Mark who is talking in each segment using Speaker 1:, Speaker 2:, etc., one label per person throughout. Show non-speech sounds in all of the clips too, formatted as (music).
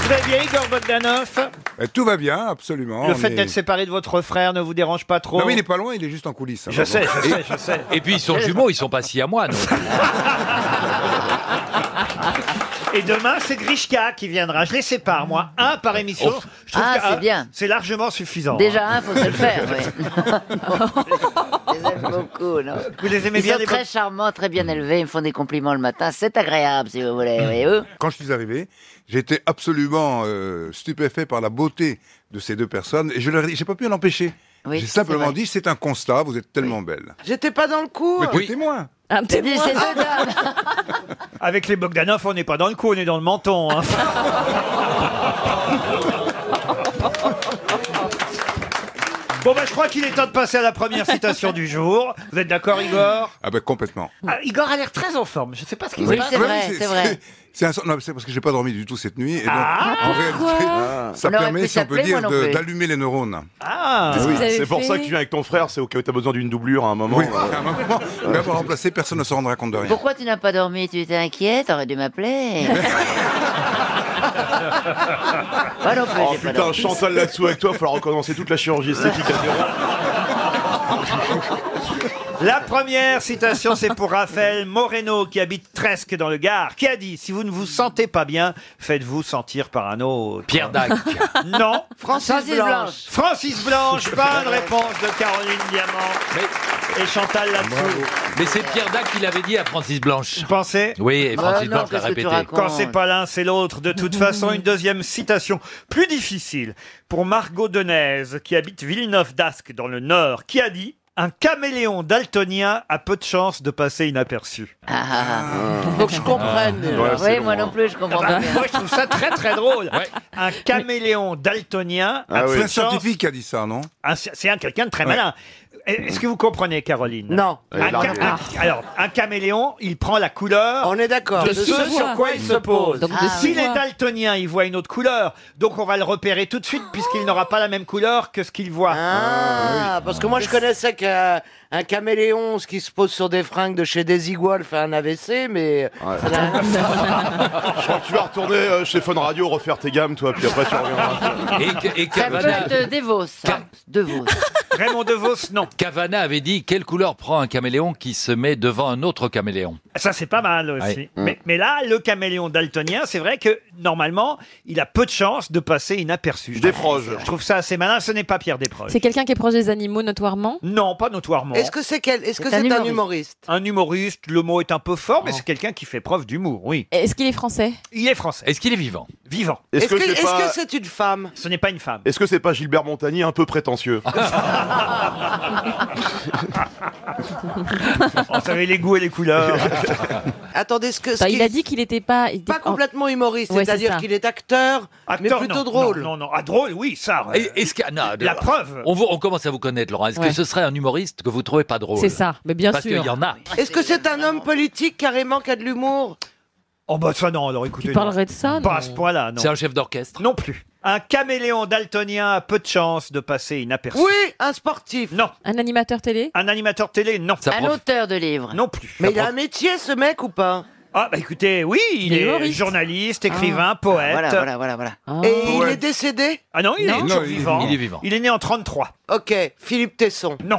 Speaker 1: Vous allez bien, Igor Bogdanov
Speaker 2: Euh, Tout va bien, absolument.
Speaker 1: Le
Speaker 2: on
Speaker 1: fait
Speaker 2: est-
Speaker 1: d'être séparé de votre frère ne vous dérange pas trop
Speaker 2: Non, mais Bah il est pas loin, il est juste en coulisses. hein,
Speaker 1: Je sais,
Speaker 2: pardon.
Speaker 1: je sais, je sais.
Speaker 3: Et puis ils sont jumeaux, ils sont pas si à moi. non.
Speaker 1: Et demain, c'est Grishka qui viendra. Je les sépare, moi. Un par émission.
Speaker 2: Oh.
Speaker 1: Je trouve
Speaker 4: Ah,
Speaker 1: qu'un,
Speaker 4: c'est bien.
Speaker 1: C'est largement suffisant. hein.
Speaker 4: Déjà, un, faut se le faire.
Speaker 1: (laughs)
Speaker 4: Oui. Je les aime beaucoup. Non
Speaker 1: Vous les aimez
Speaker 4: Ils
Speaker 1: bien,
Speaker 4: sont
Speaker 1: les
Speaker 4: très
Speaker 1: Bog-
Speaker 4: charmants, très bien élevés. Ils me font des compliments le matin. C'est agréable, si vous voulez.
Speaker 2: Hmm.
Speaker 4: voyez-vous.
Speaker 2: Quand je suis arrivé, j'étais absolument euh, stupéfait par la beauté de ces deux personnes et je leur ai- j'ai pas pu l'empêcher.
Speaker 4: Oui,
Speaker 2: j'ai
Speaker 4: c'est
Speaker 2: simplement
Speaker 4: vrai.
Speaker 2: dit c'est un constat, vous êtes tellement belle.
Speaker 5: J'étais pas dans le cours.
Speaker 2: Mais t'es témoin.
Speaker 6: Un petit
Speaker 4: C'est bien,
Speaker 6: point.
Speaker 4: c'est deux dames.
Speaker 1: Avec les Bogdanov, on n'est pas dans le cou, on est dans le
Speaker 4: (laughs)
Speaker 1: menton. hein. Bon, bah, je crois qu'il est temps de passer à la première citation du jour. Vous êtes d'accord, Igor
Speaker 2: Ah ben complètement.
Speaker 1: Ah, Igor a l'air très en forme. Je ne sais pas ce qu'il
Speaker 4: Oui,
Speaker 1: se passe.
Speaker 4: c'est
Speaker 2: Ouais,
Speaker 4: vrai, c'est vrai.
Speaker 2: c'est un sor- non, c'est parce que j'ai pas dormi du tout cette nuit et donc
Speaker 1: Ah,
Speaker 2: en réalité ça
Speaker 4: On aurait
Speaker 2: permet
Speaker 4: pu
Speaker 2: si on peut
Speaker 4: s'appeler,
Speaker 2: dire
Speaker 4: moi non
Speaker 2: de-
Speaker 4: plus.
Speaker 2: d'allumer les neurones.
Speaker 1: Ah,
Speaker 6: Qu'est-ce que vous avez
Speaker 7: C'est pour
Speaker 6: fait
Speaker 7: ça que tu viens avec ton frère, c'est au cas où t'as besoin d'une doublure à un moment. euh.
Speaker 2: Oui, à un moment, même en remplacer, personne ne se rendra compte de rien.
Speaker 4: Pourquoi tu n'as pas dormi Tu étais inquiète T'aurais dû m'appeler. Moi non plus,
Speaker 7: Oh
Speaker 4: j'ai pas
Speaker 7: putain,
Speaker 4: dormi.
Speaker 7: Chantal là-dessous avec toi, il falloir recommencer toute la chirurgie esthétique à zéro.
Speaker 1: (laughs) La première citation, c'est pour Raphaël Moreno, qui habite Tresque dans le Gard, qui a dit Si vous ne vous sentez pas bien, faites-vous sentir par un autre.
Speaker 3: Pierre Dac.
Speaker 1: (laughs) Non.
Speaker 5: Ah, Francis,
Speaker 4: Francis
Speaker 5: Blanche.
Speaker 4: Blanche.
Speaker 1: Francis Blanche, bonne réponse de Caroline Diamant
Speaker 3: Mais,
Speaker 1: et Chantal là-dessous.
Speaker 3: mais c'est Pierre Dac qui l'avait dit à Francis Blanche.
Speaker 1: Vous pensez
Speaker 3: Oui, et
Speaker 1: Bah
Speaker 3: Francis
Speaker 4: non,
Speaker 3: Blanche l'a
Speaker 4: qu'est-ce que tu
Speaker 3: répété.
Speaker 4: racontes
Speaker 1: Quand c'est pas l'un, c'est l'autre.
Speaker 4: (laughs)
Speaker 1: De toute façon, une deuxième citation plus difficile pour Margot Denez, qui habite Villeneuve d'Ascq dans le Nord, qui a dit Un caméléon daltonien a peu de chances de passer inaperçu.
Speaker 4: Ah, ah,
Speaker 5: Faut que je comprenne.
Speaker 4: ah.
Speaker 7: Ouais,
Speaker 4: oui,
Speaker 7: c'est
Speaker 4: moi
Speaker 7: bon,
Speaker 4: non plus, je comprends
Speaker 1: Bah,
Speaker 4: pas bien.
Speaker 1: moi, je trouve ça très très drôle.
Speaker 3: Ouais.
Speaker 1: Un caméléon daltonien a
Speaker 7: Ah oui.
Speaker 1: peu
Speaker 2: C'est
Speaker 1: de
Speaker 2: un
Speaker 1: chances.
Speaker 2: scientifique qui a dit ça, non
Speaker 1: Un- Ah, C'est un quelqu'un de très
Speaker 2: Ouais.
Speaker 1: malin. Est-ce que vous comprenez, Caroline
Speaker 5: Non,
Speaker 1: Un
Speaker 7: Elle est
Speaker 1: ca-
Speaker 7: larguée.
Speaker 1: un- alors, un caméléon, il prend la couleur
Speaker 5: on est d'accord.
Speaker 1: de
Speaker 5: De
Speaker 1: ce sur quoi il se pose.
Speaker 6: Donc, de
Speaker 4: Ah,
Speaker 6: six
Speaker 1: S'il est
Speaker 6: mois.
Speaker 1: daltonien, il voit une autre couleur. Donc on va le repérer tout de suite puisqu'il n'aura pas la même couleur que ce qu'il voit.
Speaker 5: Ah, parce que moi je connaissais qu'un un caméléon, ce qui se pose sur des fringues de chez Desigual, fait un AVC, mais ça n'a rien à voir.
Speaker 7: Je crois que tu vas retourner euh, chez Fun Radio, refaire tes gammes, toi, puis après tu reviendras.
Speaker 3: Et, et
Speaker 4: Ça peut
Speaker 3: Cavana,
Speaker 4: être DeVos. ça. DeVos.
Speaker 1: Raymond DeVos, non.
Speaker 3: Cavana avait dit quelle couleur prend un caméléon qui se met devant un autre caméléon
Speaker 1: Ça c'est pas mal aussi.
Speaker 3: Ouais.
Speaker 1: Mais, mais là, le caméléon daltonien, c'est vrai que normalement, il a peu de chances de passer inaperçu.
Speaker 7: Desproges.
Speaker 1: Je trouve ça assez malin. Ce n'est pas Pierre
Speaker 8: Ah,
Speaker 1: Desproges.
Speaker 6: C'est quelqu'un qui est proche des animaux notoirement.
Speaker 1: Non, pas notoirement.
Speaker 5: Est-ce que c'est quel- est-ce que
Speaker 4: C'est un
Speaker 5: c'est un
Speaker 4: humoriste.
Speaker 5: humoriste
Speaker 1: Un humoriste, le mot est un peu fort, mais c'est quelqu'un qui fait preuve d'humour, oui.
Speaker 6: Est-ce qu'il est français
Speaker 1: Il est français,
Speaker 3: Est-ce qu'il est vivant
Speaker 1: vivant.
Speaker 7: Est-ce que
Speaker 5: est-ce
Speaker 7: c'est
Speaker 5: que
Speaker 7: pas...
Speaker 5: c'est une femme
Speaker 1: Ce n'est pas une femme.
Speaker 7: Est-ce que c'est pas Gilbert Montagny un peu
Speaker 5: (laughs)
Speaker 7: prétentieux
Speaker 1: Vous savez, les goûts et les couleurs.
Speaker 5: (laughs) Attendez, ce que. ce
Speaker 6: Enfin,
Speaker 5: qui-
Speaker 6: Bah, Il a dit qu'il n'était pas. il était-
Speaker 5: Pas complètement humoriste,
Speaker 6: Ouais, c'est
Speaker 5: c'est-à-dire
Speaker 6: ça.
Speaker 5: qu'il est acteur, mais
Speaker 1: Acteur,
Speaker 5: plutôt
Speaker 1: non,
Speaker 5: drôle.
Speaker 1: Non, non, non. Ah, drôle, oui, ça. euh,
Speaker 3: Et- Est-ce qu'il- non,
Speaker 1: la
Speaker 3: de-
Speaker 1: preuve.
Speaker 3: on, vous- on commence à vous connaître, Laurent. Est-ce
Speaker 6: Ouais.
Speaker 3: que ce serait un humoriste que vous trouvez pas drôle
Speaker 6: C'est ça, mais bien
Speaker 3: Parce qu'il
Speaker 6: sûr.
Speaker 3: y en a.
Speaker 5: Est-ce que c'est un homme politique carrément qui a de l'humour
Speaker 1: Oh bah ça non, alors écoutez.
Speaker 6: Tu
Speaker 1: non.
Speaker 6: parlerais de ça
Speaker 1: Pas
Speaker 6: non
Speaker 1: à ce point-là, non.
Speaker 3: C'est un chef d'orchestre.
Speaker 1: Non plus. Un caméléon daltonien a peu de chances de passer inaperçu.
Speaker 5: Oui, un sportif.
Speaker 1: Non.
Speaker 6: Un animateur télé
Speaker 1: Un animateur télé, non.
Speaker 3: Ça
Speaker 4: Un
Speaker 3: prof-
Speaker 4: auteur de livre.
Speaker 1: Non plus.
Speaker 5: Mais il a un métier, ce mec, ou pas
Speaker 1: Ah bah écoutez, oui, il,
Speaker 6: Il est
Speaker 1: est
Speaker 6: humoriste.
Speaker 1: journaliste, écrivain, poète.
Speaker 4: Voilà, voilà, voilà, voilà.
Speaker 6: Ah.
Speaker 5: Et il
Speaker 2: Ouais.
Speaker 5: est décédé
Speaker 1: Ah non, il est
Speaker 2: Non,
Speaker 1: toujours
Speaker 2: il est
Speaker 1: vivant.
Speaker 3: vivant. Il est vivant.
Speaker 1: Il est né en 33.
Speaker 5: Ok, Philippe Tesson.
Speaker 1: Non.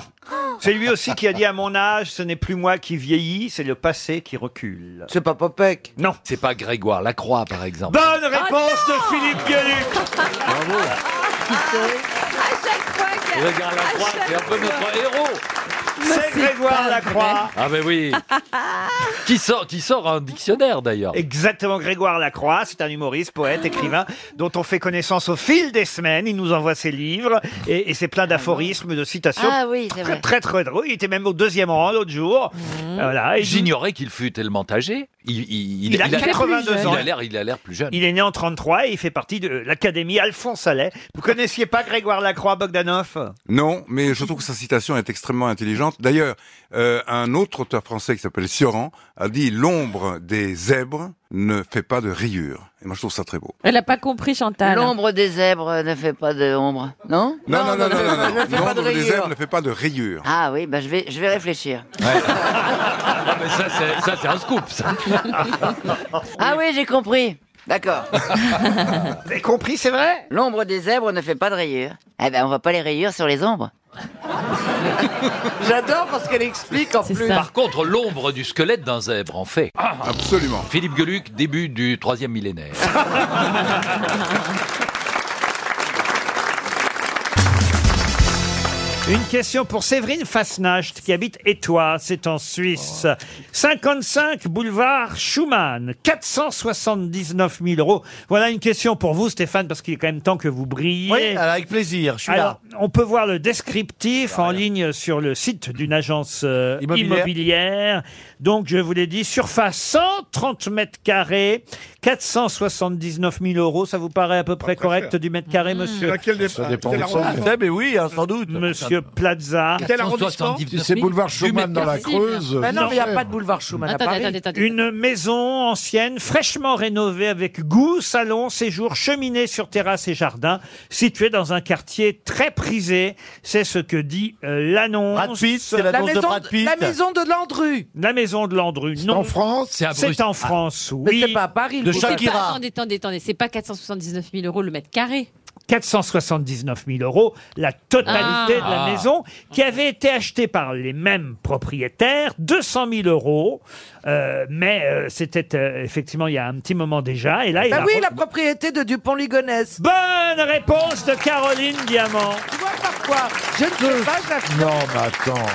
Speaker 1: C'est lui aussi qui a dit à mon âge, ce n'est plus moi qui vieillis, c'est le passé qui recule.
Speaker 5: C'est pas Popek.
Speaker 1: Non.
Speaker 3: C'est pas Grégoire Lacroix, par exemple.
Speaker 1: (laughs) Bonne réponse de Philippe Gueluc.
Speaker 3: Grégoire Lacroix, c'est un peu notre héros.
Speaker 1: C'est Grégoire Lacroix.
Speaker 3: Ah ben
Speaker 1: (laughs)
Speaker 3: oui. qui sort, qui sort un dictionnaire d'ailleurs.
Speaker 1: Exactement, Grégoire Lacroix, c'est un humoriste, poète, écrivain, dont on fait connaissance au fil des semaines. Il nous envoie ses livres et, et c'est plein d'aphorismes, de citations.
Speaker 4: Ah oui, c'est
Speaker 1: Très,
Speaker 4: vrai. Mhm.
Speaker 1: très très drôle. Il était même au deuxième rang l'autre jour. Voilà. et il,
Speaker 3: J'ignorais qu'il fût tellement âgé. Il, il-
Speaker 1: il a
Speaker 3: il a-
Speaker 1: 82
Speaker 3: il
Speaker 1: ans.
Speaker 3: a l'air, il a l'air plus jeune.
Speaker 1: Il est né en 33 et il fait partie de l'académie Alphonse Allais. Vous connaissiez pas Grégoire Lacroix Bogdanov
Speaker 2: Non, mais je trouve que sa citation est extrêmement intelligente. D'ailleurs, euh, un autre auteur français qui s'appelle Sioran a dit l'ombre des zèbres ne fait pas de rayures. Et moi, je trouve ça très beau.
Speaker 6: Elle n'a pas compris Chantal.
Speaker 4: L'ombre des zèbres ne fait pas de ombre, non
Speaker 2: Non, non, non, non, non,
Speaker 5: ne fait pas de
Speaker 2: L'ombre des
Speaker 5: rayures.
Speaker 2: zèbres ne fait pas de rayures.
Speaker 4: Ah oui, bah, je, vais, je vais réfléchir.
Speaker 3: Ah, mais ça, c'est, ça, c'est un scoop. ça.
Speaker 4: Ah oui, j'ai compris. D'accord.
Speaker 1: Vous avez compris, c'est vrai
Speaker 4: L'ombre des zèbres ne fait pas de rayures. Eh ben, on voit pas les rayures sur les ombres.
Speaker 8: J'adore parce qu'elle explique en
Speaker 6: C'est
Speaker 8: plus.
Speaker 6: ça.
Speaker 3: Par contre, l'ombre du squelette d'un zèbre en fait.
Speaker 9: Absolument.
Speaker 3: Philippe Gueluc, début du troisième millénaire.
Speaker 1: Une question pour Séverine Fasnacht, qui habite Étoile, c'est en Suisse. 55 boulevard Schumann, 479 000 euros. Voilà une question pour vous, Stéphane, parce qu'il est quand même temps que vous brilliez.
Speaker 10: avec plaisir, je suis
Speaker 1: Alors, on peut voir le descriptif en ligne sur le site d'une agence euh, immobilière.
Speaker 10: Immobilière.
Speaker 1: Donc, je vous l'ai dit, surface 130 mètres carrés, 479 000 euros. Ça vous paraît à peu près correct du mètre carré, monsieur
Speaker 11: Laquelle des...
Speaker 7: Ça dépend
Speaker 11: quel
Speaker 7: des
Speaker 11: arrondissement
Speaker 10: là. Eh ben oui, hein, sans doute.
Speaker 1: Monsieur Plaza.
Speaker 11: Quel arrondissement
Speaker 3: Si
Speaker 11: C'est boulevard Schumann dans la Creuse.
Speaker 10: Ben non,
Speaker 1: Bah Non.
Speaker 10: mais il n'y a pas de boulevard Schumann à
Speaker 6: Attendez,
Speaker 10: Paris.
Speaker 6: attendez, attendez.
Speaker 1: Une maison ancienne, fraîchement rénovée avec goût, salon, séjour, cheminée sur terrasse et jardin, située dans un quartier très prisé. C'est ce que dit euh, l'annonce.
Speaker 10: Brad Pitt, c'est l'annonce de Brad Pitt.
Speaker 8: la maison de Landru.
Speaker 1: La maison de Landru,
Speaker 11: En
Speaker 1: non.
Speaker 11: France
Speaker 3: C'est à
Speaker 1: C'est
Speaker 3: Bruxelles.
Speaker 1: en France,
Speaker 8: Mais
Speaker 1: oui.
Speaker 8: c'est pas à Paris.
Speaker 10: De
Speaker 8: le
Speaker 10: Shakira.
Speaker 8: boulevard.
Speaker 6: Attendez, attendez, attendez. C'est pas 479 000 euros le mètre carré.
Speaker 1: 479 000 euros, la totalité
Speaker 6: Ah.
Speaker 1: de la maison, qui avait été achetée par les mêmes propriétaires, 200 000 euros. Euh, mais euh, c'était euh, effectivement il y a un petit moment déjà. Et là, il
Speaker 8: Bah
Speaker 1: a
Speaker 8: oui,
Speaker 1: re-
Speaker 8: la propriété de Dupont-Ligonnès.
Speaker 1: Bonne réponse de Caroline Diamant.
Speaker 8: Tu vois pourquoi Je ne sais pas, je
Speaker 10: Oh,
Speaker 8: la-
Speaker 11: Non, mais attends.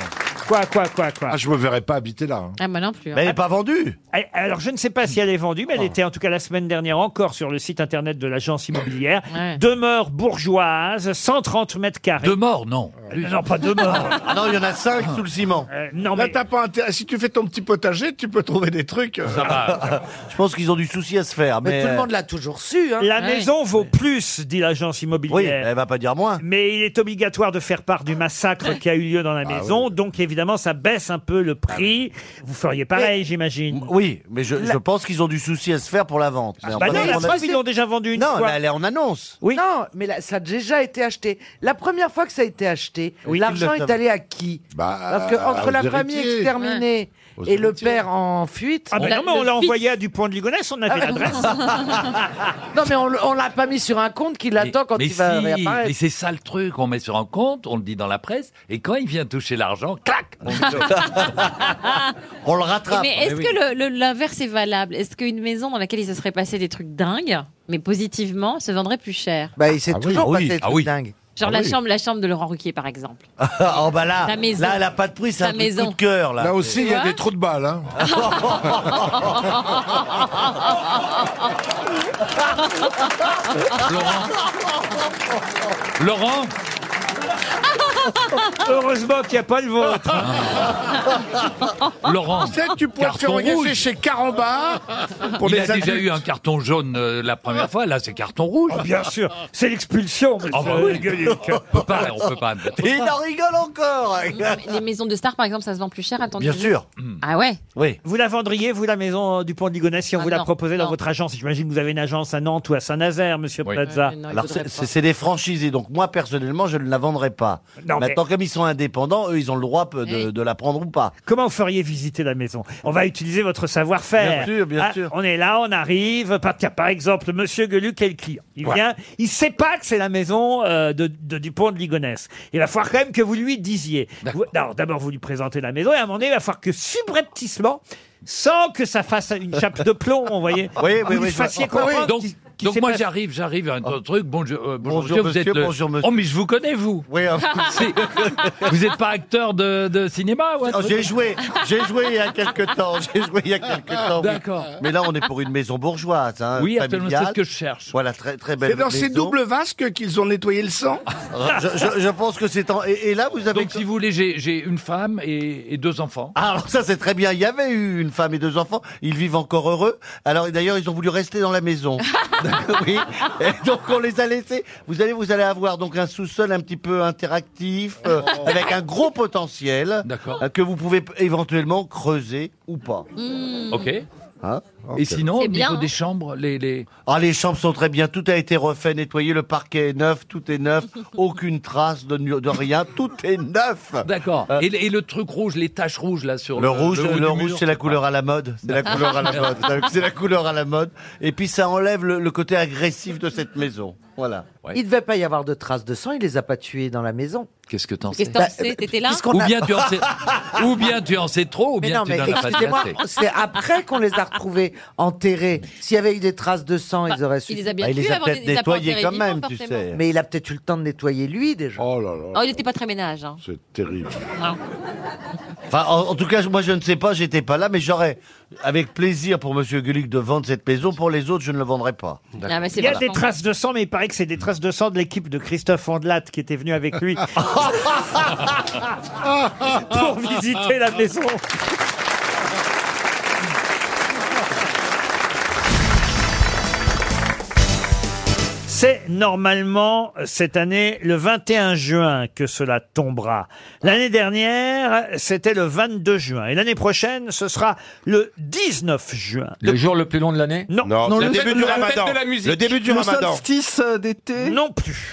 Speaker 1: Quoi, quoi, quoi, quoi.
Speaker 11: Ah, je me verrais pas habiter là. hein.
Speaker 6: Ah, moi non plus. hein.
Speaker 10: Mais elle n'est pas vendue. Oh.
Speaker 1: Eh, Alors, je ne sais pas si elle est vendue, mais elle était en tout cas la semaine dernière encore sur le site internet de l'agence immobilière.
Speaker 6: Ouais.
Speaker 1: Demeure bourgeoise, 130 mètres carrés. Euh,
Speaker 3: De mort, non.
Speaker 1: Non, pas demeure.
Speaker 10: Ah (laughs) non, il y en a cinq sous le ciment.
Speaker 1: Euh, non,
Speaker 11: Là,
Speaker 1: mais...
Speaker 11: t'as pas intérêt. Si tu fais ton petit potager, tu peux trouver des trucs. euh, (laughs)
Speaker 10: Je pense qu'ils ont du souci à se faire. Mais,
Speaker 8: Mais tout le
Speaker 10: euh,
Speaker 8: monde l'a toujours su. Hein.
Speaker 1: La
Speaker 6: Ouais.
Speaker 1: maison vaut plus, dit l'agence
Speaker 10: Oui,
Speaker 1: immobilière.
Speaker 10: elle va pas dire moins.
Speaker 1: Mais il est obligatoire de faire part du massacre qui a eu lieu dans la
Speaker 10: Ah
Speaker 1: maison, donc évidemment ça baisse un peu le prix. Vous feriez pareil, j'imagine.
Speaker 10: Oui, mais je, je pense qu'ils ont du souci à se faire pour la vente. Mais on
Speaker 1: Bah
Speaker 10: va
Speaker 1: non,
Speaker 10: dire
Speaker 1: la
Speaker 10: qu'on a-
Speaker 1: preuve, ils l'ont déjà vendue une
Speaker 10: Non,
Speaker 1: fois.
Speaker 10: mais elle est en annonce.
Speaker 1: Oui.
Speaker 8: Non, mais là, ça a déjà été acheté. La première fois que ça a été acheté,
Speaker 10: Oui,
Speaker 8: l'argent
Speaker 10: ils le
Speaker 8: est
Speaker 10: savent.
Speaker 8: allé à qui
Speaker 11: Bah,
Speaker 8: Parce que entre
Speaker 11: aux
Speaker 8: la famille
Speaker 11: héritiers.
Speaker 8: exterminée
Speaker 11: Aux
Speaker 8: et le
Speaker 11: héritiers.
Speaker 8: père en fuite,
Speaker 1: Ah ben
Speaker 6: La-
Speaker 1: non, mais on
Speaker 6: le
Speaker 1: l'a
Speaker 6: fils.
Speaker 1: envoyé à Dupont de Ligonnès,
Speaker 10: Ah
Speaker 1: on avait
Speaker 8: (laughs)
Speaker 1: l'adresse.
Speaker 8: non mais on, le- on l'a pas mis sur un compte qui l'attend quand
Speaker 3: mais
Speaker 8: il va
Speaker 3: si,
Speaker 8: réapparaître.
Speaker 3: mais c'est ça le truc, on met sur un compte, on le dit dans la presse, et quand il vient toucher l'argent, clac on le donne.
Speaker 10: On le rattrape.
Speaker 6: Mais est-ce que le- le- l'inverse est valable Est-ce qu'une maison dans laquelle il se serait passé des trucs dingues, mais positivement, se vendrait plus cher
Speaker 8: Bah, il s'est
Speaker 11: Ah oui,
Speaker 8: toujours
Speaker 3: ah oui,
Speaker 8: passé des
Speaker 3: ah
Speaker 8: trucs
Speaker 3: oui.
Speaker 8: dingues.
Speaker 6: Genre
Speaker 11: Ah
Speaker 6: la
Speaker 11: oui.
Speaker 6: chambre, la chambre de Laurent Ruquier, par exemple.
Speaker 10: (laughs) oh bah là,
Speaker 6: Ta maison.
Speaker 10: là, elle a pas de prix, c'est
Speaker 6: Ta
Speaker 10: un truc
Speaker 6: maison.
Speaker 10: coup de cœur là.
Speaker 11: Là aussi, il y a
Speaker 6: vois
Speaker 11: des trous de balles. Hein.
Speaker 3: Laurent Laurent
Speaker 1: Heureusement qu'il n'y a pas le vôtre.
Speaker 3: Ah.
Speaker 11: (laughs)
Speaker 3: Laurent
Speaker 11: Tu sais, tu pourrais te faire
Speaker 3: Carton
Speaker 11: engager
Speaker 3: rouge.
Speaker 11: chez Carambar pour
Speaker 3: Il
Speaker 11: les
Speaker 3: a déjà
Speaker 11: adultes.
Speaker 3: eu un carton jaune euh, la première fois, là c'est carton rouge.
Speaker 1: Oh, bien sûr, c'est l'expulsion, monsieur
Speaker 3: Ah bah oui.
Speaker 1: Gueuluc.
Speaker 3: On peut pas, on peut pas.
Speaker 10: Et (laughs) il en
Speaker 6: (laughs)
Speaker 10: rigole encore.
Speaker 6: Les maisons de stars, par exemple, ça se vend plus cher, attendez.
Speaker 10: Bien sûr.
Speaker 6: Ah ouais
Speaker 10: Oui.
Speaker 1: Vous la vendriez, vous, la maison du Pont de Ligonnès, si on
Speaker 6: Ah
Speaker 1: vous la
Speaker 6: non,
Speaker 1: proposait dans
Speaker 6: non.
Speaker 1: votre agence J'imagine que vous avez une agence à Nantes ou à Saint-Nazaire, monsieur
Speaker 3: Oui.
Speaker 1: Plaza.
Speaker 6: Ouais, Euh, non, il
Speaker 10: Alors
Speaker 6: faudrait
Speaker 10: c'est-
Speaker 6: pas.
Speaker 10: c'est c'est des franchisés, donc moi personnellement je ne la vendrai pas.
Speaker 1: Non, mais-
Speaker 10: Maintenant comme ils sont indépendants, eux ils ont le droit peu, de,
Speaker 6: Oui.
Speaker 10: de la prendre ou pas.
Speaker 1: Comment vous feriez visiter la maison On va utiliser votre savoir-faire.
Speaker 10: Bien sûr, bien sûr.
Speaker 1: Ah, On est là, on arrive. Par, tiens, par exemple, Monsieur Gueluc est le client. Il vient, il sait pas que c'est la maison euh, de, de Dupont de Ligonnès. Il va falloir quand même que vous lui disiez.
Speaker 3: D'accord.
Speaker 1: Vous- Alors d'abord, vous lui présentez la maison et à un moment donné, il va falloir que subrepticement, sans que ça fasse une chape de plomb, vous voyez,
Speaker 10: Oui, oui,
Speaker 1: Ah, vous
Speaker 10: oui,
Speaker 1: lui
Speaker 10: je vois.
Speaker 1: fassiez comprendre.
Speaker 3: Donc,
Speaker 1: qu'il- qu'il
Speaker 3: donc
Speaker 1: s'est
Speaker 3: moi
Speaker 1: pas- Ah.
Speaker 3: j'arrive, j'arrive à un autre truc. Bonjour, euh, bonjour,
Speaker 10: Bonjour,
Speaker 3: vous
Speaker 10: monsieur,
Speaker 3: êtes le-
Speaker 10: bonjour, monsieur.
Speaker 3: Oh mais je vous connais vous.
Speaker 10: Oui, euh,
Speaker 3: (laughs) C'est- vous n'êtes pas acteur de, de cinéma ou un
Speaker 10: oh,
Speaker 3: truc
Speaker 10: j'ai joué, j'ai joué il y a quelques temps, j'ai joué il y a quelques temps. oui.
Speaker 3: D'accord.
Speaker 10: Mais là on est pour une maison bourgeoise, hein,
Speaker 3: Oui, absolument, c'est ce
Speaker 10: familiale.
Speaker 3: que je cherche.
Speaker 10: Voilà, très très belle
Speaker 11: C'est dans ces
Speaker 10: maison.
Speaker 11: doubles vasques qu'ils ont nettoyé le sang.
Speaker 10: Ah. Je, je- je pense que c'est en... et, et là vous avez
Speaker 3: Donc si vous voulez, j'ai j'ai une femme et, et deux enfants.
Speaker 10: Ah, alors ça c'est très bien. Il y avait eu une femme et deux enfants. Ils vivent encore heureux. Alors et d'ailleurs ils ont voulu rester dans
Speaker 3: (laughs)
Speaker 10: la maison. D'accord, (laughs) oui. Et donc on les a laissés. Vous allez vous allez avoir donc un sous-sol un petit peu interactif euh, avec un gros potentiel
Speaker 3: Oh. D'accord.
Speaker 10: euh, que vous pouvez p- éventuellement creuser ou pas.
Speaker 3: Ok.
Speaker 10: Hein
Speaker 3: Et sinon,
Speaker 6: Hmm. C'est
Speaker 3: au
Speaker 6: bien,
Speaker 3: niveau
Speaker 6: hein.
Speaker 3: des chambres, les, les...
Speaker 10: Ah, les chambres sont très bien. Tout a été refait, nettoyé. Le parquet est neuf. Tout
Speaker 6: (laughs)
Speaker 10: est neuf. Aucune trace de, nu- de rien. Tout est neuf. Euh.
Speaker 3: D'accord. Et, le- et le truc rouge, les taches rouges là sur le,
Speaker 10: Le rouge,
Speaker 3: haut
Speaker 10: le,
Speaker 3: du
Speaker 10: rouge,
Speaker 3: mur,
Speaker 10: c'est la couleur à la mode. C'est la
Speaker 12: (laughs)
Speaker 10: couleur à la mode. C'est la couleur à la mode. Et puis ça enlève le, le côté agressif de cette maison. Voilà.
Speaker 12: Il devait pas y avoir de traces de sang, il les a pas tués dans la maison.
Speaker 3: Qu'est-ce que t'en sais
Speaker 6: Qu'est-ce que t'en sais T'étais là
Speaker 12: Puisqu'on
Speaker 3: ou
Speaker 12: Bah, a-
Speaker 3: bien, tu en
Speaker 12: (laughs)
Speaker 3: sais... ou bien tu en sais trop, ou
Speaker 12: Mais
Speaker 3: bien
Speaker 12: non,
Speaker 3: tu
Speaker 12: mais
Speaker 3: n'en as
Speaker 12: excusez-moi,
Speaker 3: pas assez.
Speaker 12: c'est après qu'on les a retrouvés enterrés. S'il y avait eu des traces de sang, ils auraient su.
Speaker 6: Il les a bien
Speaker 10: Bah, il
Speaker 6: tués
Speaker 10: les a
Speaker 6: avant
Speaker 10: peut-être
Speaker 6: les a pas
Speaker 10: nettoyés
Speaker 6: enterrés
Speaker 10: quand
Speaker 6: vivants,
Speaker 10: même, tu
Speaker 6: forcément.
Speaker 10: sais.
Speaker 12: Mais il a peut-être eu le temps de nettoyer lui déjà.
Speaker 11: Oh là là,
Speaker 6: Oh, il n'était pas très ménage. hein.
Speaker 11: c'est terrible.
Speaker 10: Enfin, en, en tout cas, moi, je ne sais pas. J'étais pas là, mais j'aurais, avec plaisir, pour Monsieur Gulick de vendre cette maison. Pour les autres, je ne le vendrai pas.
Speaker 3: D'accord.
Speaker 6: Ah, mais c'est
Speaker 1: Il y a
Speaker 6: vachement-
Speaker 1: des traces de sang, mais il paraît que c'est des traces de sang de l'équipe de Christophe Andelat qui était venu avec lui (laughs) Ah, pour visiter la maison. C'est normalement cette année le 21 juin que cela tombera. L'année dernière, c'était le 22 juin. Et l'année prochaine, ce sera le 19 juin.
Speaker 3: Le jour le plus long de l'année
Speaker 1: Non,
Speaker 7: Non,
Speaker 11: Non,
Speaker 7: le,
Speaker 11: le
Speaker 7: début
Speaker 11: fait-
Speaker 7: du
Speaker 11: la fête
Speaker 7: ramadan.
Speaker 11: de la musique.
Speaker 7: le début du ramadan.
Speaker 11: solstice euh, d'été.
Speaker 1: Non plus.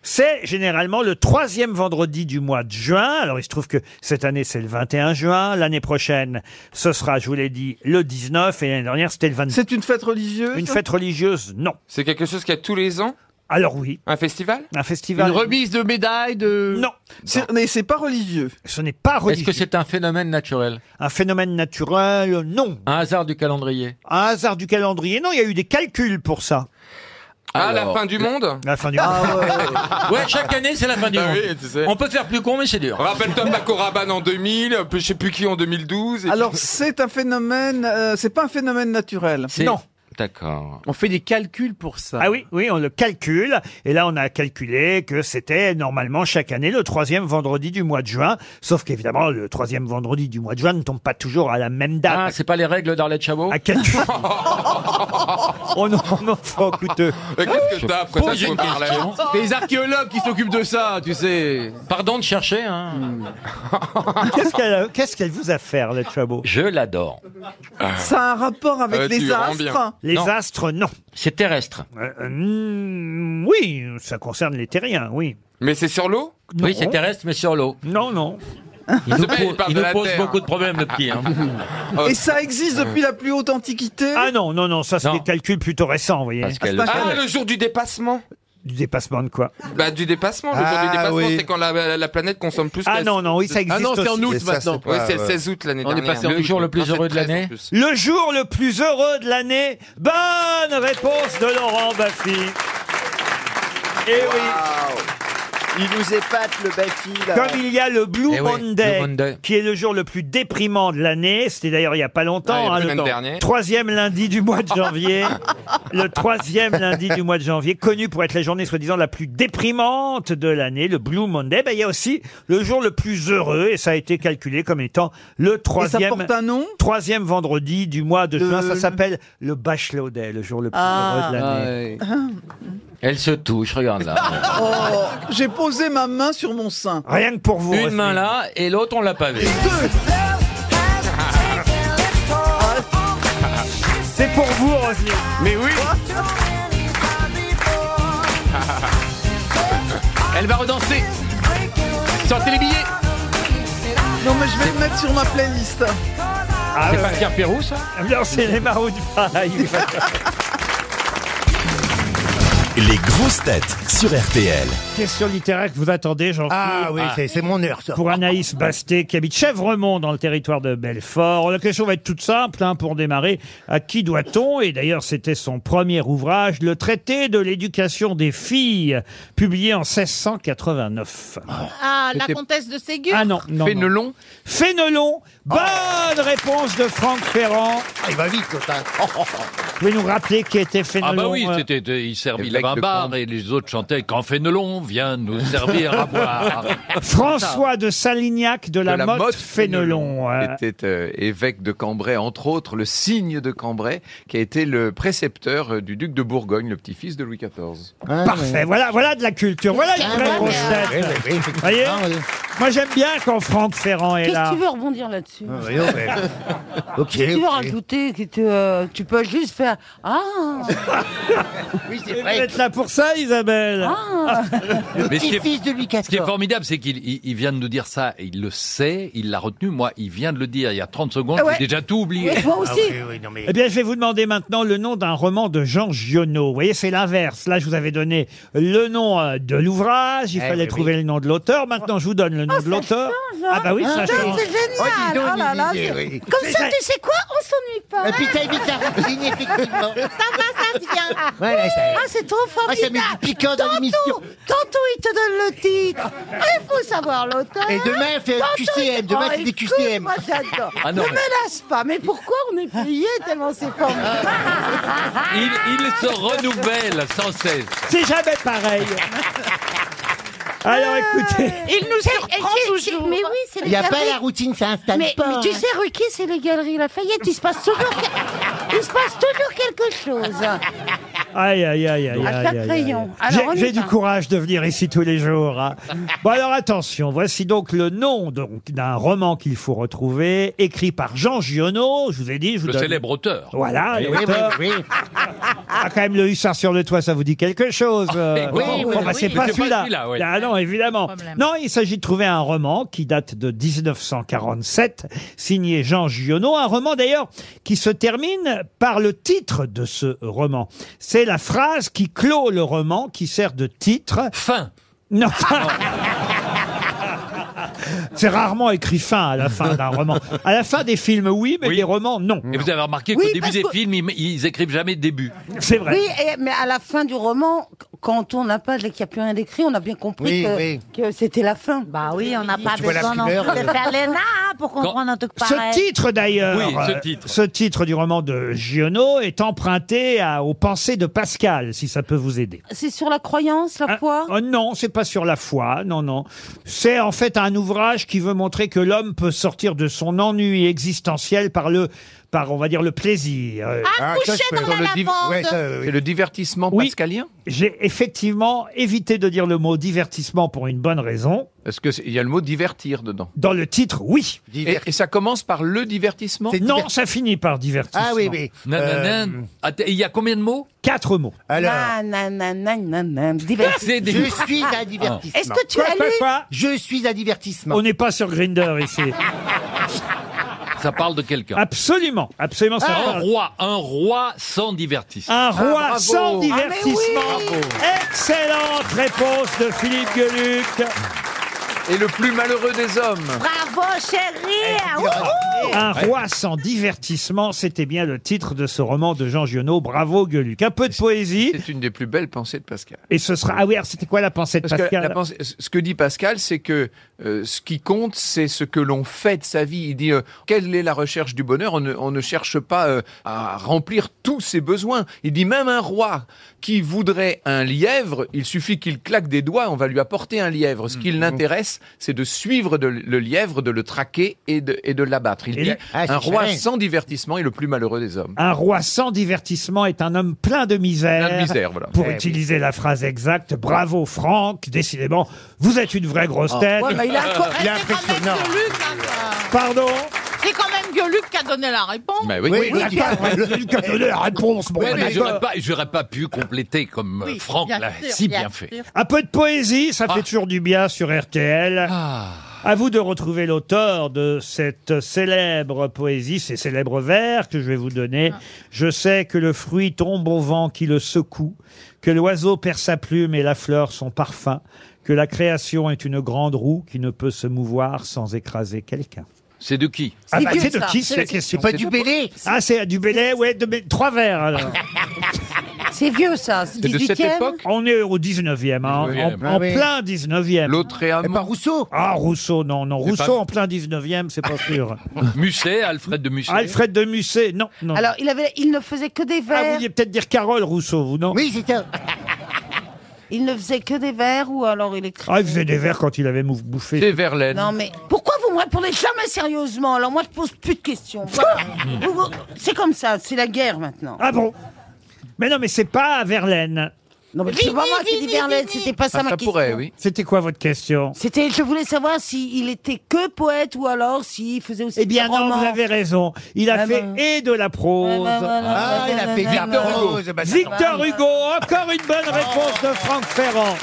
Speaker 1: C'est généralement le troisième vendredi du mois de juin. Alors il se trouve que cette année c'est le 21 juin. L'année prochaine ce sera, je vous l'ai dit, le 19 et l'année dernière c'était le 22.
Speaker 11: C'est une fête religieuse.
Speaker 1: Une fête religieuse, non.
Speaker 5: C'est quelque chose qu'il y a tous les ans
Speaker 1: Alors oui,
Speaker 5: Un festival
Speaker 1: un festival.
Speaker 11: de médailles de.
Speaker 1: Non,
Speaker 11: C'est- Mais c'est pas religieux.
Speaker 1: ce n'est pas religieux.
Speaker 3: un phénomène naturel
Speaker 1: Un phénomène naturel, non.
Speaker 3: Un hasard du calendrier
Speaker 1: Un hasard du calendrier, non. Il y a eu des calculs pour ça.
Speaker 5: Ah,
Speaker 3: Alors,
Speaker 5: la fin du monde
Speaker 1: La fin du mois.
Speaker 11: Ah,
Speaker 3: (laughs)
Speaker 1: (laughs)
Speaker 3: Ouais, chaque année, c'est la fin du
Speaker 5: Ah
Speaker 3: monde.
Speaker 5: oui, tu sais.
Speaker 3: On peut faire plus con, mais c'est dur.
Speaker 5: Rappelle-toi Paco Rabanne en 2000, euh, je sais plus qui en 2012. et
Speaker 11: Alors
Speaker 5: puis-
Speaker 11: c'est un phénomène. euh, c'est pas un phénomène naturel.
Speaker 1: Non.
Speaker 3: D'accord.
Speaker 11: On fait des calculs pour ça.
Speaker 1: Ah oui, oui, on le calcule. Et là, on a calculé que c'était normalement chaque année le troisième vendredi du mois de juin. Sauf qu'évidemment, le troisième vendredi du mois de juin ne tombe pas toujours à la même
Speaker 3: Ah,
Speaker 1: date.
Speaker 3: c'est pas les règles d'Arlette Chabot (laughs)
Speaker 1: à quel jour Oh non, non, Franck coûteux.
Speaker 5: Et qu'est-ce que t'as après ça Hein
Speaker 3: Pose
Speaker 5: faut
Speaker 3: une
Speaker 5: parler
Speaker 3: question.
Speaker 11: Les archéologues qui s'occupent de ça, tu sais.
Speaker 3: Pardon de chercher, hein.
Speaker 1: Qu'est-ce qu'elle a- qu'est-ce qu'elle vous a fait, le Chabot
Speaker 3: Je l'adore.
Speaker 5: Ah.
Speaker 11: Ça a un rapport avec
Speaker 5: Euh, tu
Speaker 11: les
Speaker 5: rends bien.
Speaker 11: astres.
Speaker 1: Les
Speaker 3: Non.
Speaker 1: astres, non.
Speaker 3: C'est terrestre.
Speaker 1: Euh, euh, mm, oui, ça concerne les terriens, oui.
Speaker 5: Mais c'est sur l'eau
Speaker 3: Oui, c'est terrestre, mais sur l'eau.
Speaker 1: Non, non.
Speaker 3: Il nous,
Speaker 5: pas, il
Speaker 3: pose-
Speaker 5: parle
Speaker 3: il
Speaker 5: de
Speaker 3: nous
Speaker 5: la
Speaker 3: pose
Speaker 5: Terre. Oh.
Speaker 3: beaucoup de problèmes, le petit.
Speaker 5: (laughs)
Speaker 3: hein.
Speaker 11: Et ça existe depuis la plus haute antiquité.
Speaker 1: Ah non, non, non, ça c'est
Speaker 3: Non.
Speaker 1: des calculs plutôt récents, vous voyez.
Speaker 3: Parce qu'elle
Speaker 11: Ah,
Speaker 3: le fait.
Speaker 5: Ah, le jour du dépassement
Speaker 1: Du dépassement de quoi
Speaker 5: Bah, du dépassement, le jour
Speaker 11: Ah,
Speaker 5: du dépassement,
Speaker 11: oui.
Speaker 5: c'est quand la, la- la planète consomme plus
Speaker 1: Ah
Speaker 5: que-
Speaker 1: non, non, oui, ça euh, existe aussi.
Speaker 7: Et ça, c'est
Speaker 5: Oui,
Speaker 7: pas,
Speaker 5: c'est le
Speaker 7: ouais.
Speaker 5: 16 août l'année
Speaker 11: On est
Speaker 5: dernière.
Speaker 11: passé en
Speaker 3: Le jour le plus
Speaker 5: Non, c'est
Speaker 3: heureux de
Speaker 5: 13 en
Speaker 3: l'année
Speaker 5: plus.
Speaker 1: Le jour le plus heureux de l'année. Bonne réponse de Laurent Baffy. Et oui,
Speaker 12: Il nous épate le bâti
Speaker 1: comme il y a le Blue,
Speaker 3: Euh, Eh oui,
Speaker 1: Monday,
Speaker 3: Blue Monday.
Speaker 1: qui est le jour le plus déprimant de l'année, c'était d'ailleurs il y a pas
Speaker 3: Ah,
Speaker 5: Ouais,
Speaker 1: longtemps, hein,
Speaker 5: la
Speaker 1: le
Speaker 5: semaine dernière.
Speaker 1: troisième lundi
Speaker 3: (laughs)
Speaker 1: du mois de janvier, le troisième lundi du mois de janvier, connu pour être la journée soi-disant la plus déprimante de l'année, le Blue Monday, ben, il y a aussi le jour le plus heureux, et ça a été calculé comme étant le
Speaker 11: Et ça
Speaker 1: troisième
Speaker 11: porte un nom.
Speaker 1: troisième vendredi du mois de
Speaker 11: Le-
Speaker 1: juin. Ça s'appelle le Bachelor Day, le jour le plus
Speaker 11: Ah.
Speaker 1: heureux de l'année.
Speaker 3: Elle se touche, regarde là.
Speaker 11: Oh, j'ai posé ma main sur mon sein.
Speaker 1: Rien que pour vous.
Speaker 3: Une
Speaker 1: Roselyne.
Speaker 3: main là et l'autre, on l'a pas vu.
Speaker 1: C'est pour vous, Roselyne.
Speaker 7: Mais
Speaker 3: (laughs)
Speaker 7: oui
Speaker 11: Elle va redanser. Sortez les billets. Non mais je vais le mettre sur ma playlist.
Speaker 1: Ah,
Speaker 3: C'est pas Pierre Pérou, ça
Speaker 1: ouais. Non, c'est les Maroon Five.
Speaker 3: (laughs)
Speaker 13: Les grosses têtes sur RTL.
Speaker 1: Question littéraire que vous attendez, jean
Speaker 12: Ah oui, c'est- c'est mon heure ça.
Speaker 1: Pour Anaïs Basté, qui habite Chèvremont, dans le territoire de Belfort. La question va être toute simple, hein, pour démarrer. À qui doit-on Et d'ailleurs, c'était son premier ouvrage, Le Traité de l'éducation des filles, publié en 1689.
Speaker 11: Ah, la comtesse de Ségur.
Speaker 1: Ah non, non, non.
Speaker 11: Fénelon.
Speaker 1: Fénelon. Bonne
Speaker 3: Oh.
Speaker 1: réponse de Franck Ferrand.
Speaker 3: Ah,
Speaker 12: il va vite l'autre.
Speaker 1: Vous pouvez nous rappeler qui était Fénelon
Speaker 3: Ah bah oui,
Speaker 1: euh,
Speaker 3: c'était, euh, il servait, il
Speaker 5: Évêque
Speaker 3: avait un
Speaker 5: de
Speaker 3: bar et les autres chantaient Quand Fénelon vient nous servir à boire.
Speaker 1: (laughs) François de Salignac de la,
Speaker 5: de la
Speaker 1: Motte
Speaker 5: Motte
Speaker 1: Fénelon. Euh,
Speaker 5: était euh, évêque de Cambrai, entre autres, le signe de Cambrai, qui a été le précepteur euh, du duc de Bourgogne, le petit-fils de Louis XIV.
Speaker 14: Ah,
Speaker 1: Parfait. Voilà, voilà de la culture. Voilà une vraie grosse tête. Voyez Moi, j'aime bien quand Franck Ferrand est
Speaker 14: Qu'est-ce
Speaker 1: là.
Speaker 14: que tu veux rebondir là-dessus
Speaker 11: Ah,
Speaker 1: (laughs) ok.
Speaker 14: Tu veux rajouter que tu, euh, tu peux juste faire Ah
Speaker 1: Oui, c'est Vous êtes là pour ça, Isabelle
Speaker 14: Ah
Speaker 3: Mais ce qui est-
Speaker 14: Petit-fils de Louis
Speaker 3: Ce qui est formidable, c'est qu'il il- il vient de nous dire ça, et il le sait, il l'a retenu. Moi, il vient de le dire il y a 30 secondes,
Speaker 1: Ah ouais.
Speaker 3: j'ai déjà tout oublié.
Speaker 1: Oui, moi aussi. Ah oui, oui, Eh bien, je vais vous demander maintenant le nom d'un roman de Jean Giono. Vous voyez, c'est l'inverse. Là, je vous avais donné le nom euh, de l'ouvrage, il
Speaker 11: Eh
Speaker 1: fallait
Speaker 11: oui,
Speaker 1: trouver le nom de l'auteur. Maintenant, je vous donne le
Speaker 14: Oh,
Speaker 1: nom de l'auteur. Ah bah oui, ça change.
Speaker 14: hein. C'est génial
Speaker 11: donc,
Speaker 14: Oh là là,
Speaker 11: Didier,
Speaker 14: c'est-
Speaker 11: oui.
Speaker 14: Comme
Speaker 11: Mais
Speaker 14: ça,
Speaker 11: ça-
Speaker 14: tu sais quoi On s'ennuie pas
Speaker 11: Et puis t'as évité la routine, effectivement.
Speaker 14: (laughs) Ça va, ça vient
Speaker 11: Ouais, là, ça-
Speaker 14: Ah, c'est trop
Speaker 11: Ah, ça met
Speaker 14: formidable
Speaker 11: du piquant dans l'émission.
Speaker 14: Tantôt, tantôt, il te donne le titre Il faut savoir l'auteur
Speaker 11: Et demain, elle fait
Speaker 14: Tantôt, il-
Speaker 11: QCM, demain,
Speaker 14: Oh,
Speaker 11: c'est des
Speaker 14: écoute,
Speaker 11: QCM.
Speaker 14: Moi, j'adore
Speaker 3: Ah,
Speaker 14: Ne
Speaker 3: non,
Speaker 14: me
Speaker 3: mais-
Speaker 14: lâche pas Mais pourquoi on est payé tellement c'est formidable
Speaker 3: Il, il se renouvelle sans cesse.
Speaker 1: C'est jamais pareil. Alors écoutez,
Speaker 14: Il nous surprend toujours. Mais oui, c'est
Speaker 11: Il n'y a pas
Speaker 14: galeries.
Speaker 11: la routine, ça installe
Speaker 14: mais,
Speaker 11: pas.
Speaker 14: mais tu
Speaker 11: hein.
Speaker 14: sais, Ruki, c'est les galeries Lafayette. Il se passe toujours, que- il se passe toujours quelque chose.
Speaker 1: aïe, aïe, aïe, aïe,
Speaker 14: À
Speaker 1: aïe,
Speaker 14: chaque
Speaker 1: aïe, aïe.
Speaker 14: rayon. Alors, on
Speaker 1: J'ai
Speaker 14: y
Speaker 1: j'ai du
Speaker 14: va.
Speaker 1: courage de venir ici tous les jours. hein. Bon alors attention, voici donc le nom donc d'un roman qu'il faut retrouver, écrit par Jean Giono. Je vous ai dit, je vous
Speaker 3: Le
Speaker 1: donne-
Speaker 3: célèbre auteur.
Speaker 1: Voilà,
Speaker 3: Oui,
Speaker 1: l'auteur.
Speaker 3: oui,
Speaker 1: Ah, quand même, le hussard sur le toit, ça vous dit quelque chose. euh.
Speaker 3: oui,
Speaker 1: Bon,
Speaker 3: oui,
Speaker 1: bah,
Speaker 3: oui.
Speaker 1: c'est
Speaker 3: Ah, Mais
Speaker 1: pas
Speaker 3: c'est pas
Speaker 1: celui-là.
Speaker 3: celui-là, ouais.
Speaker 1: Ah non, évidemment. Non, il s'agit de trouver un roman qui date de 1947, signé Jean Giono. Un roman, d'ailleurs, qui se termine par le titre de ce roman. C'est la phrase qui clôt le roman, qui sert de titre.
Speaker 3: Fin.
Speaker 1: Non. (laughs) C'est rarement écrit fin à la fin d'un roman. À la fin des films, oui, mais des romans, non.
Speaker 3: Et vous avez remarqué
Speaker 14: Oui,
Speaker 3: qu'au début
Speaker 14: parce
Speaker 3: des
Speaker 14: que-
Speaker 3: films, ils, ils écrivent jamais début.
Speaker 1: C'est
Speaker 14: Oui, et- mais à la fin du roman, qu- quand on tourne la page et qu'il n'y a plus rien d'écrit, on a bien compris
Speaker 3: Oui,
Speaker 14: que,
Speaker 3: oui.
Speaker 14: que c'était la fin. Bah oui, on n'a
Speaker 15: pas Tu vois la besoin non primeur, plus de euh. faire les nains,
Speaker 14: pour
Speaker 15: comprendre
Speaker 14: un truc
Speaker 1: Ce titre d'ailleurs,
Speaker 14: Oui, ce
Speaker 1: euh,
Speaker 14: titre.
Speaker 1: ce titre du roman de Giono est emprunté à- aux pensées de Pascal, si ça peut vous aider.
Speaker 14: C'est sur la croyance, la foi
Speaker 1: Oh non, c'est pas sur la foi, non, non. C'est en fait un ouvrage qui veut montrer que l'homme peut sortir de son ennui existentiel par le, par on va dire le plaisir. Euh,
Speaker 5: Ah, ça, je peux. Sur le div- ouais, ça, oui. C'est le divertissement pascalien
Speaker 1: J'ai effectivement évité de dire le mot divertissement pour une bonne raison.
Speaker 5: Est-ce qu'il y a le mot divertir dedans
Speaker 1: Dans le titre, oui.
Speaker 5: Et, et ça commence par le divertissement euh,
Speaker 1: Non, ça finit par divertissement.
Speaker 5: Ah oui, oui.
Speaker 3: Nanana. Attends, Il y a combien de mots
Speaker 1: Quatre mots.
Speaker 14: Na, na, na, na, na, na,
Speaker 5: Ah,
Speaker 14: divertissement.
Speaker 3: C'est des-
Speaker 5: (laughs)
Speaker 11: Je suis un divertissement.
Speaker 14: Est-ce que tu as lu
Speaker 11: Je suis un divertissement.
Speaker 1: On n'est pas sur Grinder
Speaker 11: (laughs)
Speaker 1: ici.
Speaker 3: Ça parle de quelqu'un.
Speaker 1: Absolument, absolument. ça
Speaker 3: Un
Speaker 1: parle.
Speaker 3: roi, un roi sans divertissement.
Speaker 1: Un roi sans divertissement. Excellente réponse de Philippe Gueluc.
Speaker 5: Et le plus malheureux des hommes.
Speaker 15: Bravo, chérie
Speaker 11: Ah,
Speaker 15: Wouhou
Speaker 1: Un roi sans divertissement, c'était bien le titre de ce roman de Jean Giono. Bravo Gueluc. Un peu de poésie.
Speaker 5: C'est une des plus belles pensées de Pascal.
Speaker 1: Et ce sera. Ah oui, alors c'était quoi la pensée de
Speaker 5: Parce que
Speaker 1: Pascal
Speaker 5: la pensée- ce que dit Pascal, c'est que euh, ce qui compte, c'est ce que l'on fait de sa vie. Il dit euh, quelle est la recherche du bonheur on ne, on ne cherche pas euh, à remplir tous ses besoins. Il dit même un roi qui voudrait un lièvre, il suffit qu'il claque des doigts, on va lui apporter un lièvre. Ce qui l'intéresse, c'est de suivre de- le lièvre, de le traquer et de, et de l'abattre. Il
Speaker 1: Et
Speaker 5: dit
Speaker 1: le- Ah, c'est
Speaker 5: un roi
Speaker 1: chouette.
Speaker 5: sans divertissement est le plus malheureux des hommes.
Speaker 1: Un roi sans divertissement est un homme plein de misère.
Speaker 5: Plein de misère, voilà.
Speaker 1: Pour
Speaker 5: Eh oui.
Speaker 1: utiliser la phrase exacte, bravo Franck, décidément, vous êtes une vraie
Speaker 11: Ah.
Speaker 1: grosse tête.
Speaker 15: Ouais, mais il a encore-
Speaker 1: Ah, Il
Speaker 15: C'est
Speaker 1: est
Speaker 15: quand même
Speaker 1: impressionnant.
Speaker 15: Gueuluc, hein.
Speaker 1: Pardon
Speaker 15: C'est quand même Gueuluc qui a donné la réponse.
Speaker 3: Bah
Speaker 1: Il a donné la réponse, mon
Speaker 3: Ouais, mais
Speaker 1: d'accord.
Speaker 3: j'aurais pas, j'aurais pas pu compléter comme euh, Franck l'a si bien fait. Ah.
Speaker 1: Un peu de poésie, ça fait toujours du bien sur RTL. À vous de retrouver l'auteur de cette célèbre poésie, ces célèbres vers que je vais vous donner.
Speaker 3: Ah.
Speaker 1: Je sais que le fruit tombe au vent qui le secoue, que l'oiseau perd sa plume et la fleur son parfum, que la création est une grande roue qui ne peut se mouvoir sans écraser quelqu'un.
Speaker 3: C'est de
Speaker 1: (laughs)
Speaker 3: qui
Speaker 1: Ah bah, c'est de qui, c'est la question.
Speaker 3: Bélé
Speaker 1: Ah, c'est du Bélé, ouais, de Bélé. trois vers
Speaker 3: (laughs)
Speaker 1: alors.
Speaker 14: C'est vieux ça, c'est 18e.
Speaker 1: On est au 19e, hein, en, en
Speaker 14: Ah oui. Eh ben,
Speaker 1: plein 19e.
Speaker 5: L'autre et
Speaker 1: pas Rousseau Ah, Rousseau, non, non.
Speaker 3: C'est
Speaker 1: Rousseau
Speaker 3: pas-
Speaker 1: en plein 19e, c'est pas sûr.
Speaker 3: (laughs) Musset, Alfred de Musset.
Speaker 1: Alfred de Musset, non, non.
Speaker 14: Alors, il, avait, il ne faisait que des
Speaker 1: ah, vous
Speaker 14: vers.
Speaker 1: vouliez peut-être dire Carole Rousseau, vous, non Oui, c'était...
Speaker 14: Il ne faisait que des vers ou alors il écrivait.
Speaker 1: Ah, il faisait des vers quand il avait mou- bouffé. Des
Speaker 5: Verlaine.
Speaker 14: Non mais pourquoi vous me répondez jamais sérieusement Alors moi je pose plus de questions. Voilà.
Speaker 1: (laughs) Hmm.
Speaker 14: Vous- vous- C'est comme ça, c'est la guerre maintenant.
Speaker 1: Ah bon Mais non, mais c'est pas Verlaine.
Speaker 14: Non, mais c'est pas moi qui dis Verlaine, c'était pas
Speaker 3: Ah,
Speaker 14: ça ma question.
Speaker 1: C'était quoi votre question
Speaker 14: C'était, je voulais savoir s'il était que poète ou alors s'il faisait aussi
Speaker 1: Eh bien
Speaker 14: des
Speaker 1: non,
Speaker 14: romans.
Speaker 1: vous avez raison. Il a
Speaker 14: Ah
Speaker 1: fait
Speaker 14: ben.
Speaker 1: et de la prose.
Speaker 14: Ah ben voilà, Ah, ben il a voilà, fait voilà, Victor voilà. Hugo.
Speaker 1: Hugo. Bah, Victor Hugo, encore une bonne réponse de Franck Ferrand.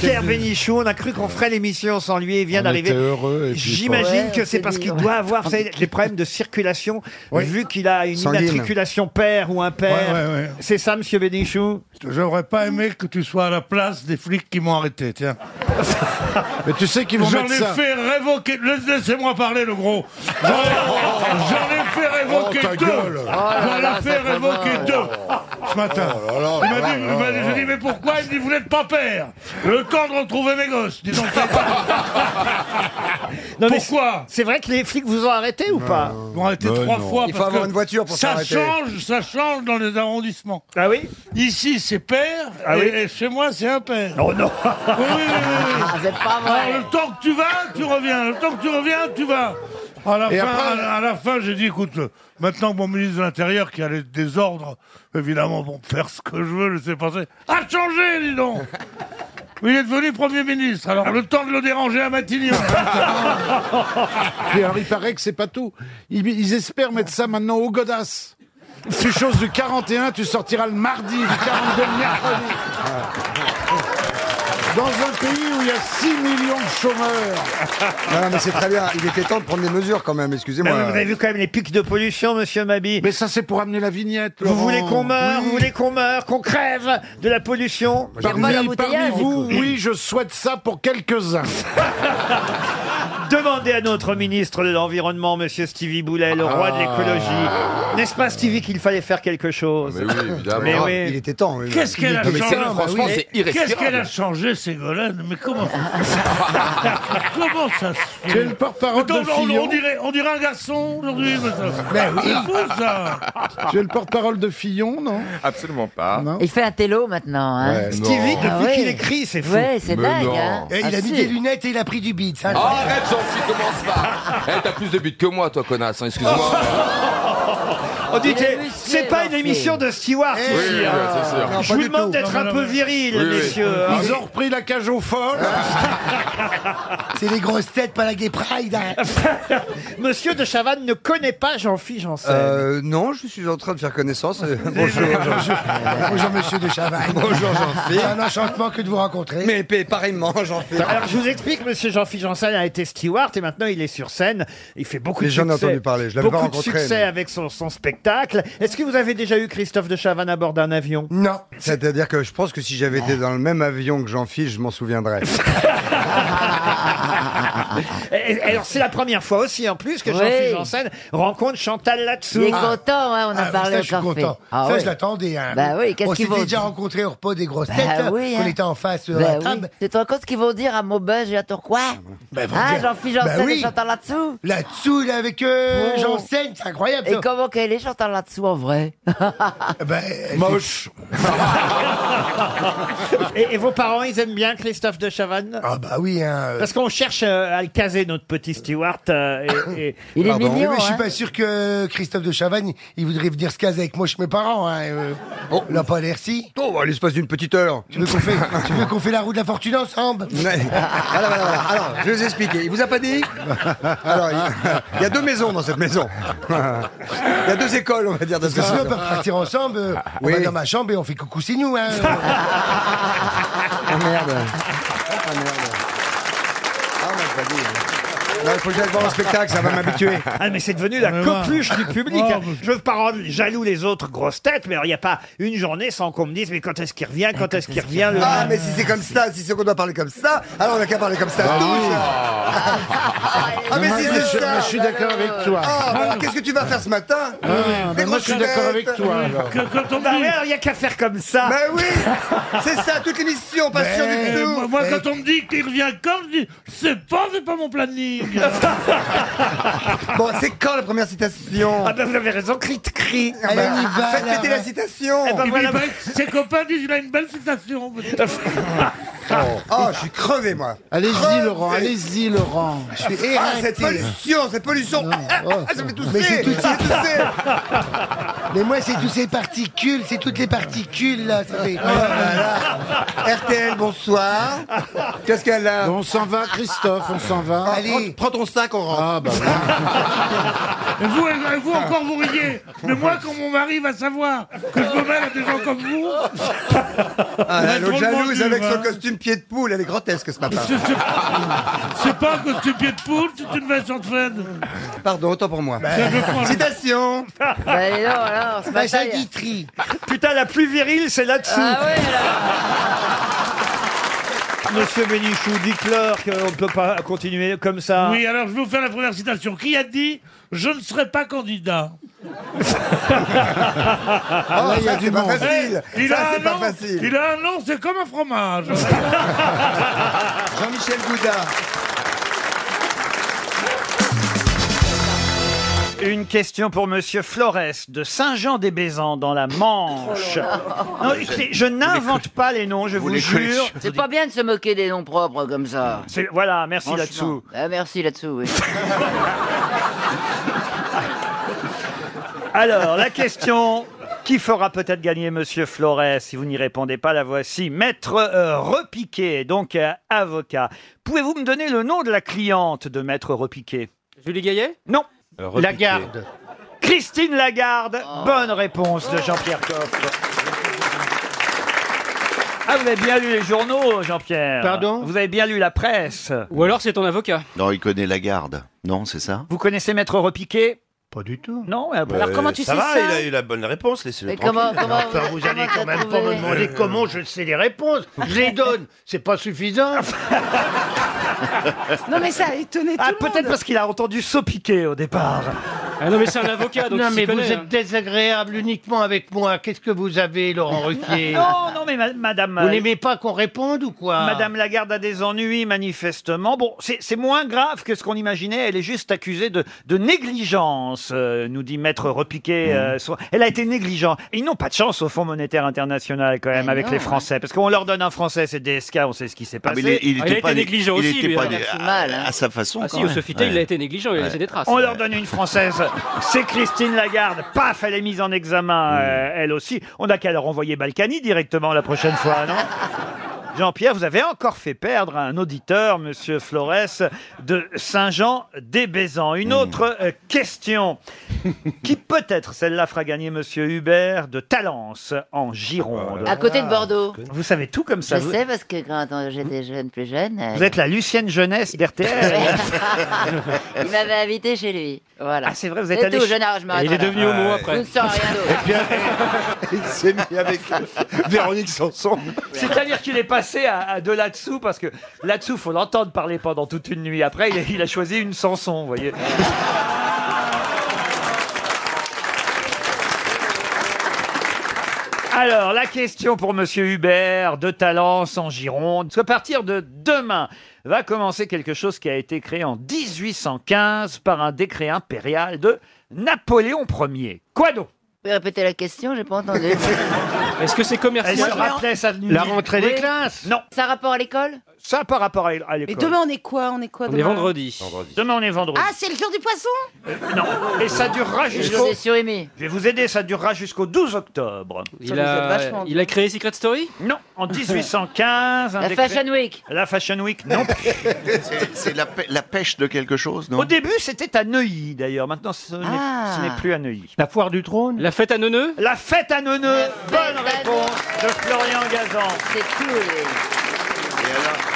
Speaker 1: Pierre Bénichou, on a cru qu'on ferait l'émission sans lui, il vient
Speaker 16: On
Speaker 1: d'arriver.
Speaker 16: était heureux et puis
Speaker 1: J'imagine
Speaker 16: pas-
Speaker 1: que c'est
Speaker 16: Ouais,
Speaker 1: parce qu'il
Speaker 16: on s'est
Speaker 1: doit
Speaker 16: dit,
Speaker 1: avoir
Speaker 16: ouais.
Speaker 1: vous savez, les problèmes de circulation,
Speaker 16: Oui.
Speaker 1: vu qu'il a une
Speaker 16: Sanguine.
Speaker 1: immatriculation père ou impair.
Speaker 16: Ouais, ouais, ouais.
Speaker 1: C'est ça, monsieur Bénichou
Speaker 16: J'aurais pas aimé que tu sois à la place des flics qui m'ont arrêté, (laughs) tiens.
Speaker 5: Mais tu sais qu'ils vont
Speaker 16: J'en
Speaker 5: mettre
Speaker 16: ai
Speaker 5: ça.
Speaker 16: fait révoquer. Laisse- Laissez-moi parler, le gros. J'en (laughs) j'en ai fait révoquer
Speaker 5: Oh, ta
Speaker 16: deux.
Speaker 5: gueule. Oh là
Speaker 16: J'en
Speaker 5: là,
Speaker 16: ai fait
Speaker 5: ça
Speaker 16: révoquer
Speaker 5: commence.
Speaker 16: deux. Ce matin.
Speaker 5: Oh là là,
Speaker 16: Il m'a
Speaker 5: là
Speaker 16: dit,
Speaker 5: là
Speaker 16: il m'a dit-
Speaker 5: là
Speaker 16: j'ai
Speaker 5: là.
Speaker 16: dit, mais pourquoi Il me dit, vous n'êtes pas père. Le temps de retrouver mes gosses. Dis donc, t'as pas. Pourquoi
Speaker 1: C'est vrai que les flics vous ont arrêté ou pas
Speaker 16: Ils m'ont arrêté
Speaker 1: Ben
Speaker 16: trois
Speaker 1: non.
Speaker 16: fois.
Speaker 1: Il faut
Speaker 16: parce
Speaker 1: avoir
Speaker 16: que
Speaker 1: une voiture pour
Speaker 16: ça
Speaker 1: s'arrêter.
Speaker 16: change, ça change dans les arrondissements.
Speaker 1: Ah oui
Speaker 16: Ici, c'est père,
Speaker 1: Ah
Speaker 16: et,
Speaker 1: oui
Speaker 16: et chez moi, c'est impair.
Speaker 1: Oh non
Speaker 16: Oui, oui, oui. oui.
Speaker 5: Ah, c'est pas vrai.
Speaker 16: Alors, le temps que tu vas, tu reviens. Le temps que tu reviens, tu vas. À la,
Speaker 5: Et
Speaker 16: fin,
Speaker 5: après-
Speaker 16: à la- à la fin, j'ai dit, écoute, euh, maintenant que mon ministre de l'Intérieur, qui a les désordres, évidemment, bon, faire ce que je veux, le sais passer, a changé, dis donc Il est devenu Premier ministre, alors le temps de le déranger à
Speaker 1: (laughs)
Speaker 16: Matignon
Speaker 5: Et alors, il paraît que c'est pas tout. Ils, ils espèrent mettre ça maintenant aux godasses. Tu choses du 41, tu sortiras le mardi, du 42 le mercredi. Dans un pays où il y a 6 millions de chômeurs.
Speaker 17: Non, non, mais c'est très bien. Il était temps de prendre des mesures quand même, excusez-moi.
Speaker 1: Mais Ah vous avez vu quand même les pics de pollution, monsieur Mabi.
Speaker 5: Mais ça, c'est pour amener la vignette.
Speaker 1: Vous voulez qu'on meure,
Speaker 5: Oui.
Speaker 1: vous voulez qu'on meure, qu'on crève de la pollution
Speaker 5: Parmi, parmi vous, oui, je souhaite ça pour quelques-uns.
Speaker 1: (laughs) Demandez à notre ministre de l'Environnement, monsieur Stevie Boulet, le roi de l'écologie. N'est-ce pas, Stevie, qu'il fallait faire quelque chose
Speaker 17: mais oui, évidemment.
Speaker 1: Mais
Speaker 17: Ah,
Speaker 1: oui.
Speaker 17: il était temps, oui.
Speaker 16: Qu'est-ce qu'elle a
Speaker 17: Non, mais
Speaker 16: changé
Speaker 17: c'est- franchement,
Speaker 16: Mais
Speaker 17: c'est irrespirable.
Speaker 16: Qu'est-ce qu'elle a changé, Ségolène
Speaker 17: (laughs)
Speaker 16: Mais comment Ah, Comment ça se fait
Speaker 5: Tu es le porte-parole de
Speaker 16: Attends, on-
Speaker 5: Fillon.
Speaker 16: On dirait, on dirait un garçon aujourd'hui. mais ça-
Speaker 5: Mais oui.
Speaker 16: C'est fou,
Speaker 17: Ah,
Speaker 16: ça
Speaker 5: Tu es le porte-parole de Fillon, non
Speaker 7: Absolument pas.
Speaker 4: Il fait un télo maintenant. Hein.
Speaker 5: Ouais, Stevie, non. depuis qu'il écrit, c'est fou.
Speaker 4: Ouais, c'est
Speaker 5: Mais
Speaker 4: dingue.
Speaker 5: non.
Speaker 4: Hein.
Speaker 5: Eh, il a mis
Speaker 4: si.
Speaker 5: des
Speaker 14: lunettes et il a pris du bide. ça, je-
Speaker 7: Oh, arrête, Jean-Phi, commence pas Eh, t'as plus de buts que moi, toi, connasse, hein, excuse-moi.
Speaker 1: (laughs) Oh, dites,
Speaker 7: Il est
Speaker 1: eh,
Speaker 7: musclé,
Speaker 1: c'est pas une
Speaker 7: Barthes.
Speaker 1: émission de
Speaker 14: Ah,
Speaker 1: Stewart
Speaker 5: Eh
Speaker 7: Oui,
Speaker 1: ici.
Speaker 7: oui,
Speaker 1: hein.
Speaker 7: oui, c'est sûr. Non,
Speaker 1: Je
Speaker 7: pas
Speaker 1: vous
Speaker 7: du
Speaker 1: demande
Speaker 7: tout.
Speaker 1: d'être
Speaker 7: Non,
Speaker 1: un
Speaker 7: non,
Speaker 1: peu
Speaker 7: non.
Speaker 1: viril,
Speaker 7: Oui, oui.
Speaker 1: messieurs. hein.
Speaker 5: Ils ont repris la cage
Speaker 7: (laughs)
Speaker 5: aux folles.
Speaker 14: C'est les grosses têtes, pas la gay pride. hein.
Speaker 1: (laughs) Monsieur de Chavannes ne connaît pas Jean-Philippe Janssen.
Speaker 17: Euh, non, je suis en train de faire connaissance. Euh, Bonjour, Jean-
Speaker 14: Bonjour
Speaker 17: ah,
Speaker 14: monsieur de Chavannes.
Speaker 17: Bonjour,
Speaker 14: Ah, C'est
Speaker 17: Jean-Philippe.
Speaker 14: un enchantement que de vous rencontrer.
Speaker 17: Mais pa- pareillement, Jean-Philippe.
Speaker 1: Alors je vous explique, monsieur Jean-Philippe Janssen a été steward et maintenant il est sur scène. Il fait beaucoup
Speaker 17: Mais
Speaker 1: de
Speaker 17: j'en
Speaker 1: succès.
Speaker 17: ai entendu parler, je l'avais
Speaker 1: beaucoup
Speaker 17: pas
Speaker 1: de
Speaker 17: rencontré,
Speaker 1: succès
Speaker 17: mais-
Speaker 1: avec son, son spectacle. Est-ce que vous avez déjà eu Christophe de Chavannes à bord d'un avion
Speaker 17: Non. C'est-à-dire que je pense que si j'avais été dans le même avion que Jean-Philippe, je m'en souviendrais.
Speaker 1: Et- et- Alors c'est la première fois aussi en plus que
Speaker 17: Oui.
Speaker 1: Jean-Philippe Janssen rencontre Chantal là-dessous.
Speaker 14: Il est content,
Speaker 4: hein, on
Speaker 14: Ah, mais ça, je suis content.
Speaker 4: Ah
Speaker 14: ça, je l'attendais. hein.
Speaker 4: Bah oui, qu'est-ce
Speaker 14: On
Speaker 4: qu'il
Speaker 14: s'était
Speaker 4: vaut
Speaker 14: déjà rencontrés au repos des grosses
Speaker 4: Bah
Speaker 14: têtes. hein,
Speaker 4: oui,
Speaker 14: On
Speaker 4: hein.
Speaker 14: était en face euh, à la
Speaker 4: Bah oui.
Speaker 14: table.
Speaker 4: Tu te rends compte ce qu'ils vont dire à Maubeuge et à Tourcoing
Speaker 14: vont
Speaker 4: Hein,
Speaker 14: dire-
Speaker 4: Jean-Philippe
Speaker 14: Bah
Speaker 4: Janssen
Speaker 14: oui.
Speaker 4: et Chantal là-dessous
Speaker 14: Là-dessous, là, avec euh,
Speaker 4: Oh.
Speaker 14: Janssen, c'est incroyable.
Speaker 4: Et
Speaker 14: ça. Bah,
Speaker 4: comment qu'elle est Chantal là-dessous en
Speaker 14: (laughs)
Speaker 4: vrai
Speaker 14: Moche. (laughs)
Speaker 5: (laughs)
Speaker 1: Et, et vos parents, ils aiment bien Christophe de Chavannes
Speaker 14: Ah bah oui, hein.
Speaker 1: Parce qu'on cherche euh, à le caser, notre petit steward. euh, et, et-
Speaker 14: Pardon. Oui, mais je suis
Speaker 1: hein.
Speaker 14: pas sûr que Christophe de Chavannes, il voudrait venir se caser avec moi chez mes parents. Hein. euh. Il n'a pas l'air si.
Speaker 17: Oh, bah, à l'espace d'une petite heure.
Speaker 14: Tu veux qu'on
Speaker 17: (laughs)
Speaker 14: fait, tu veux qu'on fait la roue de la fortune ensemble
Speaker 17: Ouais. Voilà, voilà, voilà. Alors, je vais vous expliquer. Il vous a pas dit Alors, il- il y a deux maisons dans cette maison. Il y a deux écoles, on va dire, de
Speaker 14: Parce que sinon, on peut
Speaker 17: maison.
Speaker 14: partir ensemble. euh, On
Speaker 17: Oui.
Speaker 14: va dans ma chambre et on fait coucou, c'est nous. Hein.
Speaker 17: Ah merde. Ah merde. Ah, on m'a pas dit. Non, il faut que j'aille voir le spectacle, ça va m'habituer.
Speaker 1: Ah mais c'est devenu la
Speaker 17: Mais moi.
Speaker 1: coqueluche du public.
Speaker 17: Oh,
Speaker 1: hein. Je veux pas rendre jaloux les autres grosses têtes, mais alors, il n'y a pas une journée sans qu'on me dise mais quand est-ce qu'il revient, quand est-ce qu'il revient. le-
Speaker 17: Ah, mais si c'est comme ça, si c'est qu'on doit parler comme ça, alors on n'a qu'à parler comme ça.
Speaker 5: Ah,
Speaker 17: tous.
Speaker 5: oui.
Speaker 17: Ah, mais
Speaker 5: Moi,
Speaker 17: si
Speaker 5: je-
Speaker 17: c'est
Speaker 5: moi,
Speaker 17: ça.
Speaker 5: je suis d'accord avec toi.
Speaker 17: Ah, bah, qu'est-ce que tu vas faire ce matin
Speaker 5: Ah,
Speaker 17: Les
Speaker 5: bah, moi, je suis
Speaker 17: grosses
Speaker 5: d'accord avec
Speaker 17: têtes.
Speaker 5: toi, alors. Que-
Speaker 16: quand on
Speaker 1: Bah, ouais, alors, il n'y a qu'à faire comme ça.
Speaker 17: Mais
Speaker 1: (laughs)
Speaker 17: oui C'est ça, toute l'émission, on passe sur du
Speaker 16: Mais
Speaker 17: tout.
Speaker 16: moi, moi,
Speaker 17: Mais-
Speaker 16: quand on me dit qu'il revient quand, je dis c'est pas, c'est pas mon planning.
Speaker 17: (laughs) Bon, c'est quand la première citation
Speaker 1: Ah ben vous avez raison, Eh ben, crit cri.
Speaker 17: Allez, on y va, Faites là. péter la citation.
Speaker 1: Eh ben,
Speaker 16: Il
Speaker 1: voilà. (laughs)
Speaker 16: dit, bah, ses copains disent il a une belle citation.
Speaker 17: Oh, je suis crevé, moi.
Speaker 11: Allez-y,
Speaker 17: Crevé.
Speaker 11: Laurent, allez-y, Laurent.
Speaker 17: Je suis eh, ah, cette pollution, cette pollution. Ah,
Speaker 14: oh,
Speaker 17: ah, ah, ça me fait tousser.
Speaker 12: Mais c'est tout-
Speaker 17: ça me fait tousser.
Speaker 12: Mais moi, c'est toutes ces particules, c'est toutes les particules, là. ça fait-
Speaker 17: Oh RTL, bonsoir. Qu'est-ce qu'elle a
Speaker 11: On s'en va, Christophe, on s'en va.
Speaker 17: Allez, prends ton sac, on rentre.
Speaker 11: Ah, bah,
Speaker 18: Et vous, et vous encore vous riez. Mais moi, quand mon mari va savoir que je me mêle à des gens comme vous,
Speaker 17: Ah,
Speaker 18: on
Speaker 17: là,
Speaker 18: est
Speaker 17: l'autre
Speaker 18: drôlement
Speaker 17: jalouse
Speaker 18: dupes,
Speaker 17: avec
Speaker 18: hein.
Speaker 17: son costume pied de poule, elle est grotesque ce matin.
Speaker 18: C'est pas un costume pied de poule, c'est une veste en traîne.
Speaker 17: Pardon, autant pour moi. Citation
Speaker 4: Bah, non, alors, ce matin, il y a-
Speaker 1: Putain, la plus virile, c'est là-dessous.
Speaker 4: Ah ouais,
Speaker 1: Monsieur Bénichou, dites-leur qu'on ne peut pas continuer comme ça.
Speaker 18: Oui, alors je vais vous faire la première citation. Qui a dit Je ne serai pas candidat
Speaker 11: bah.
Speaker 17: (laughs) Ah,
Speaker 18: il y a
Speaker 17: ça,
Speaker 18: du
Speaker 17: c'est pas
Speaker 18: monde.
Speaker 17: facile.
Speaker 18: Eh, il
Speaker 17: Ça,
Speaker 18: a
Speaker 17: c'est
Speaker 18: un
Speaker 17: pas
Speaker 18: nom,
Speaker 17: facile.
Speaker 18: Il a un nom, c'est comme un fromage.
Speaker 19: (laughs)
Speaker 17: Jean-Michel Goudard.
Speaker 1: (laughs) Une question pour Monsieur Flores de Saint-Jean-des-Baisans dans la Manche. Non, écoutez, je n'invente pas les noms, je vous, jure.
Speaker 4: C'est pas bien de se moquer des noms propres comme ça.
Speaker 1: C'est- Voilà, merci
Speaker 4: Franchement.
Speaker 1: là-dessous.
Speaker 4: Ah, merci là-dessous, oui.
Speaker 1: Alors, la question qui fera peut-être gagner Monsieur Flores si vous n'y répondez pas, la voici. Maître euh, Repiquet, donc euh, avocat. Pouvez-vous me donner le nom de la cliente de Maître Repiquet Julie Gaillet Euh, Non.
Speaker 20: Repiquet.
Speaker 1: Lagarde. Christine Lagarde. Bonne réponse de Jean-Pierre Coff. Ah, vous avez bien lu les journaux, Jean-Pierre.
Speaker 20: Pardon
Speaker 1: Vous avez bien lu la presse.
Speaker 20: Ou alors c'est ton avocat.
Speaker 19: Non, il connaît la garde. Non, c'est ça
Speaker 1: Vous connaissez Maître Repiquet
Speaker 19: Pas du tout.
Speaker 1: Non eh ben, euh,
Speaker 19: Bah, ça va, il a eu la bonne réponse, laissez-le
Speaker 16: Mais
Speaker 19: tranquille.
Speaker 16: comment- comment- Enfin, vous allez quand même pas me demander comment je sais les réponses. Je les donne, c'est pas suffisant.
Speaker 17: (laughs)
Speaker 1: Non mais ça a étonné ah, (laughs) Peut-être parce qu'il a entendu saupiquer au départ. Ah non mais c'est un avocat
Speaker 16: non, mais vous êtes désagréable uniquement avec moi. Qu'est-ce que vous avez, Laurent Ruquier
Speaker 1: Non, non mais ma- madame...
Speaker 16: Vous
Speaker 1: euh,
Speaker 16: n'aimez pas qu'on réponde ou quoi
Speaker 1: Madame Lagarde a des ennuis manifestement. Bon, c'est c'est moins grave que ce qu'on imaginait. Elle est juste accusée de, de négligence, euh, nous dit Maître
Speaker 19: Mm.
Speaker 1: Repiquet. euh, son- Elle a été négligente. Ils n'ont pas de chance au Fonds monétaire international quand même avec
Speaker 4: non,
Speaker 1: les Français, parce qu'on leur donne un Français, c'est DSK, on sait ce qui s'est
Speaker 19: Ah,
Speaker 1: passé.
Speaker 19: mais il, était pas, il était pas né-
Speaker 1: hein.
Speaker 19: à,
Speaker 12: hein.
Speaker 19: à sa façon.
Speaker 1: Ah si,
Speaker 19: quand
Speaker 1: au
Speaker 19: même.
Speaker 1: Sofitel, il a été
Speaker 20: négligent,
Speaker 19: il a laissé des traces.
Speaker 1: On leur donne une française, c'est Christine Lagarde. Paf, elle est mise en examen, euh, elle aussi. On n'a qu'à leur envoyer Balkany directement la prochaine fois,
Speaker 19: (laughs)
Speaker 1: non Jean-Pierre, vous avez encore fait perdre à un auditeur, Monsieur Flores, de Saint-Jean-des-Baisans.
Speaker 19: Hmm.
Speaker 1: Une autre euh, question qui peut-être celle-là fera gagner Monsieur Hubert de Talence en Gironde.
Speaker 4: À côté de Bordeaux.
Speaker 1: Vous savez tout comme
Speaker 4: Je
Speaker 1: (laughs) ça. vous-
Speaker 4: sais parce que quand j'étais jeune, plus jeune, euh,
Speaker 1: Vous êtes la Lucienne Jeunesse d'RTL.
Speaker 4: (laughs) il m'avait invité chez lui. Voilà.
Speaker 1: Ah, c'est vrai, vous êtes
Speaker 4: C'est
Speaker 1: allé
Speaker 4: tout,
Speaker 1: chez-
Speaker 4: je n'arrange
Speaker 1: Et il est devenu homo après.
Speaker 4: euh, Je ne sens rien d'autre.
Speaker 19: (laughs) Il s'est mis avec euh, Véronique Sanson.
Speaker 1: C'est-à-dire qu'il est passé à, à de là-dessous, parce que là-dessous, faut l'entendre parler pendant toute une nuit. Après, il a, il a choisi une chanson, vous voyez. Alors, la question pour Monsieur Hubert de Talence en Gironde. Parce qu'à partir de demain va commencer quelque chose qui a été créé en 1815 par un décret impérial de Napoléon Ier. Quoi donc
Speaker 4: Vous pouvez répéter la question, j'ai pas entendu.
Speaker 1: Est-ce que c'est commercial Elle se rappelait ça de nuit.
Speaker 4: Oui.
Speaker 1: (laughs) Non.
Speaker 4: Ça a rapport à l'école
Speaker 1: Ça par rapport à à
Speaker 2: Mais
Speaker 1: l'école.
Speaker 2: demain, on est quoi On est quoi demain
Speaker 1: Demain, on est vendredi.
Speaker 2: Ah, c'est le jour du poisson
Speaker 1: Euh, non, et ça durera jusqu'au. Je vais vous aider, ça durera jusqu'au 12 octobre.
Speaker 2: Il Ça nous a- aide vachement.
Speaker 1: il a créé Secret Story Non, en 1815. un
Speaker 4: La
Speaker 1: décret-
Speaker 4: Fashion Week.
Speaker 1: La Fashion Week, non.
Speaker 19: (laughs) C'est- C'est la, pê- la pêche de quelque chose, non
Speaker 1: Au début, c'était à Neuilly, d'ailleurs. Maintenant, ce n'est
Speaker 19: Ah.
Speaker 1: ce n'est plus à Neuilly.
Speaker 19: La foire du trône
Speaker 20: La fête à Neuneu
Speaker 1: La fête à Neuneu Bonne réponse de Florian Gazan.
Speaker 4: C'est cool.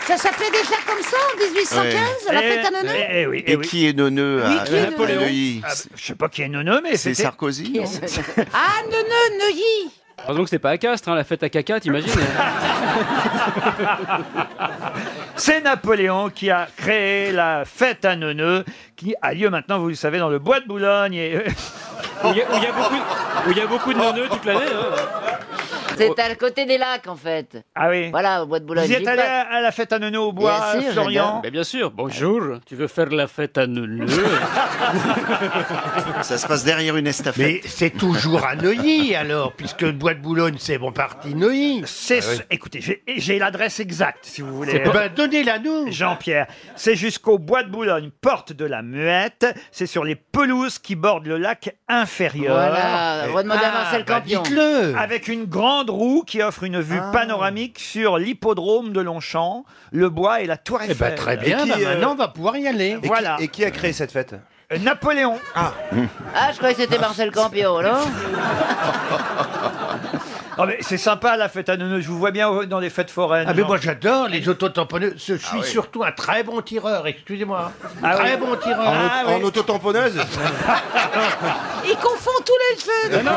Speaker 2: Ça s'appelait déjà comme ça en 1815 La fête à Neuneu
Speaker 1: Eh, eh oui, eh
Speaker 19: Et
Speaker 1: oui.
Speaker 19: qui est neuneu
Speaker 1: Oui,
Speaker 19: à,
Speaker 1: qui est
Speaker 19: à
Speaker 1: neuneu
Speaker 19: Neuilly
Speaker 1: Ah bah, Je sais pas qui est neuneu, mais
Speaker 19: C'est
Speaker 1: c'était-
Speaker 19: Sarkozy
Speaker 21: (laughs)
Speaker 2: Ah, Neuneu, Neuilly
Speaker 20: Heureusement que c'était pas à Castres, hein, la fête à caca, t'imagines
Speaker 9: hein.
Speaker 17: (laughs)
Speaker 1: C'est Napoléon qui a créé la fête à Neuneu, qui a lieu maintenant, vous le savez, dans le bois de Boulogne. Et... euh,
Speaker 20: Où il y, a beaucoup de neuneux toute l'année.
Speaker 4: C'est à côté des lacs, en fait.
Speaker 1: Oh. Ah oui
Speaker 4: Voilà, au bois de Boulogne.
Speaker 1: Vous y êtes allé à à la fête à Nono au bois,
Speaker 4: Bien sûr,
Speaker 1: Florian
Speaker 9: Mais bien sûr, bonjour. Tu veux faire la fête à Neuleux
Speaker 16: (laughs)
Speaker 21: Ça se passe derrière une estafette.
Speaker 16: Mais c'est toujours à Neuilly, alors, puisque le bois de Boulogne, c'est bon parti Neuilly.
Speaker 1: C'est, écoutez, j'ai- j'ai l'adresse exacte, si vous voulez.
Speaker 16: Eh ben, donnez-la nous.
Speaker 1: Jean-Pierre, c'est jusqu'au bois de Boulogne, porte de la Muette. C'est sur les pelouses qui bordent le lac inférieur.
Speaker 4: Voilà,
Speaker 1: Et-
Speaker 4: redemandez à Marcel
Speaker 1: bah,
Speaker 4: Campion.
Speaker 1: dites-le. Avec une grande roue qui offre une vue
Speaker 16: Ah.
Speaker 1: panoramique sur l'hippodrome de Longchamp, le bois et la Tour Eiffel.
Speaker 16: très bien,
Speaker 1: Et qui,
Speaker 16: bah,
Speaker 1: euh,
Speaker 16: maintenant on va pouvoir y aller.
Speaker 1: Voilà.
Speaker 16: Et qui a créé cette fête
Speaker 1: euh, Napoléon. Ah.
Speaker 16: Hum.
Speaker 4: Ah, je croyais que c'était Marcel Campion, non
Speaker 1: Ah, mais c'est sympa la fête à Nono. Je vous vois bien au- dans les fêtes foraines. Ah
Speaker 16: Ah mais
Speaker 1: Jean-
Speaker 16: moi j'adore les autotamponneuses. Je suis surtout un très bon tireur, excusez-moi.
Speaker 1: Ah
Speaker 16: très
Speaker 1: oui.
Speaker 16: bon tireur.
Speaker 1: En auto- Ah oui. en
Speaker 16: autotamponneuse
Speaker 14: Ils confondent tous les jeux.
Speaker 9: Mais non.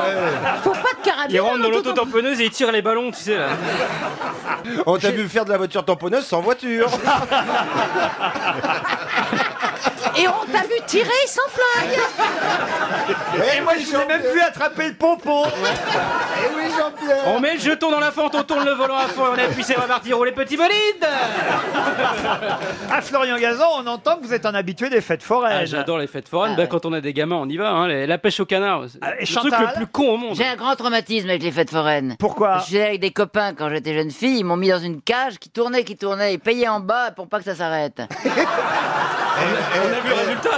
Speaker 14: Faut pas de carabine.
Speaker 9: Il rentre dans
Speaker 14: hein, tout
Speaker 9: l'autotamponneuse et il tire les ballons, tu sais là.
Speaker 17: (laughs) On t'a vu faire de la voiture tamponneuse sans
Speaker 1: (laughs)
Speaker 17: voiture.
Speaker 14: en- Et on t'a vu tirer sans flingue.
Speaker 1: Et moi, je l'ai même vu attraper le pompon.
Speaker 17: Eh oui, Jean-Pierre.
Speaker 9: On met le jeton dans la fente, on tourne le volant à fond et on appuie, c'est reparti, roule les petits bolides
Speaker 1: Ah, Florian Gazan, on entend que vous êtes un habitué des fêtes foraines.
Speaker 9: Ah, J'adore les fêtes foraines, bah, quand on a des gamins, on y va, hein, les- la pêche au canard. c'est
Speaker 1: Ah, et
Speaker 9: le
Speaker 1: Chantal
Speaker 9: truc le plus con au monde.
Speaker 4: J'ai un grand traumatisme avec les fêtes foraines.
Speaker 1: Pourquoi
Speaker 4: J'étais avec des copains quand j'étais jeune fille, ils m'ont mis dans une cage qui tournait, qui tournait, ils payaient en bas pour pas que ça
Speaker 1: (laughs)
Speaker 4: s'arrête.
Speaker 9: On a Ah, vu le résultat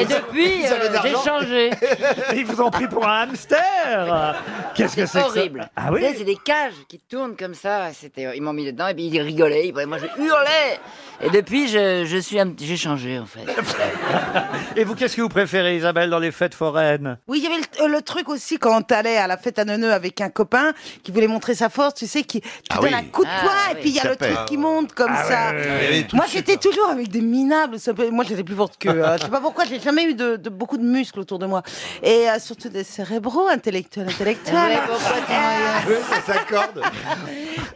Speaker 4: Et depuis,
Speaker 1: avaient
Speaker 4: euh,
Speaker 1: de
Speaker 4: j'ai
Speaker 1: l'argent.
Speaker 4: changé.
Speaker 1: (laughs) Ils vous ont pris pour un hamster. Qu'est-ce que c'est que ça
Speaker 4: horrible.
Speaker 1: Ah oui
Speaker 4: Vous savez, C'est des cages qui tournent comme ça. C'était, euh, ils m'ont mis dedans et puis ils rigolaient. Ils- Moi, je hurlais. Et depuis, je, je suis, un petit- j'ai changé en fait.
Speaker 1: (laughs) Et vous, qu'est-ce que vous préférez, Isabelle, dans les fêtes foraines
Speaker 22: Oui, il y avait le, euh, le truc aussi quand t'allais à la fête à Neuneu avec un copain qui voulait montrer sa force, tu sais, qui tu
Speaker 21: Ah
Speaker 22: donnes
Speaker 21: oui.
Speaker 22: un coup de
Speaker 21: Ah
Speaker 22: poing
Speaker 21: oui.
Speaker 22: et puis il y a le
Speaker 21: Tapette.
Speaker 22: truc qui monte comme
Speaker 21: Ah
Speaker 22: ça.
Speaker 21: ouais, ouais, ouais, ouais.
Speaker 22: Moi, j'étais toujours avec des minables. ça peut- Moi, j'étais plus forte que. euh, je sais pas pourquoi, j'ai jamais eu de, de- beaucoup de muscles autour de moi et euh, surtout des cérébraux, intellectuels, intellectuels.
Speaker 17: Oui, ça s'accorde.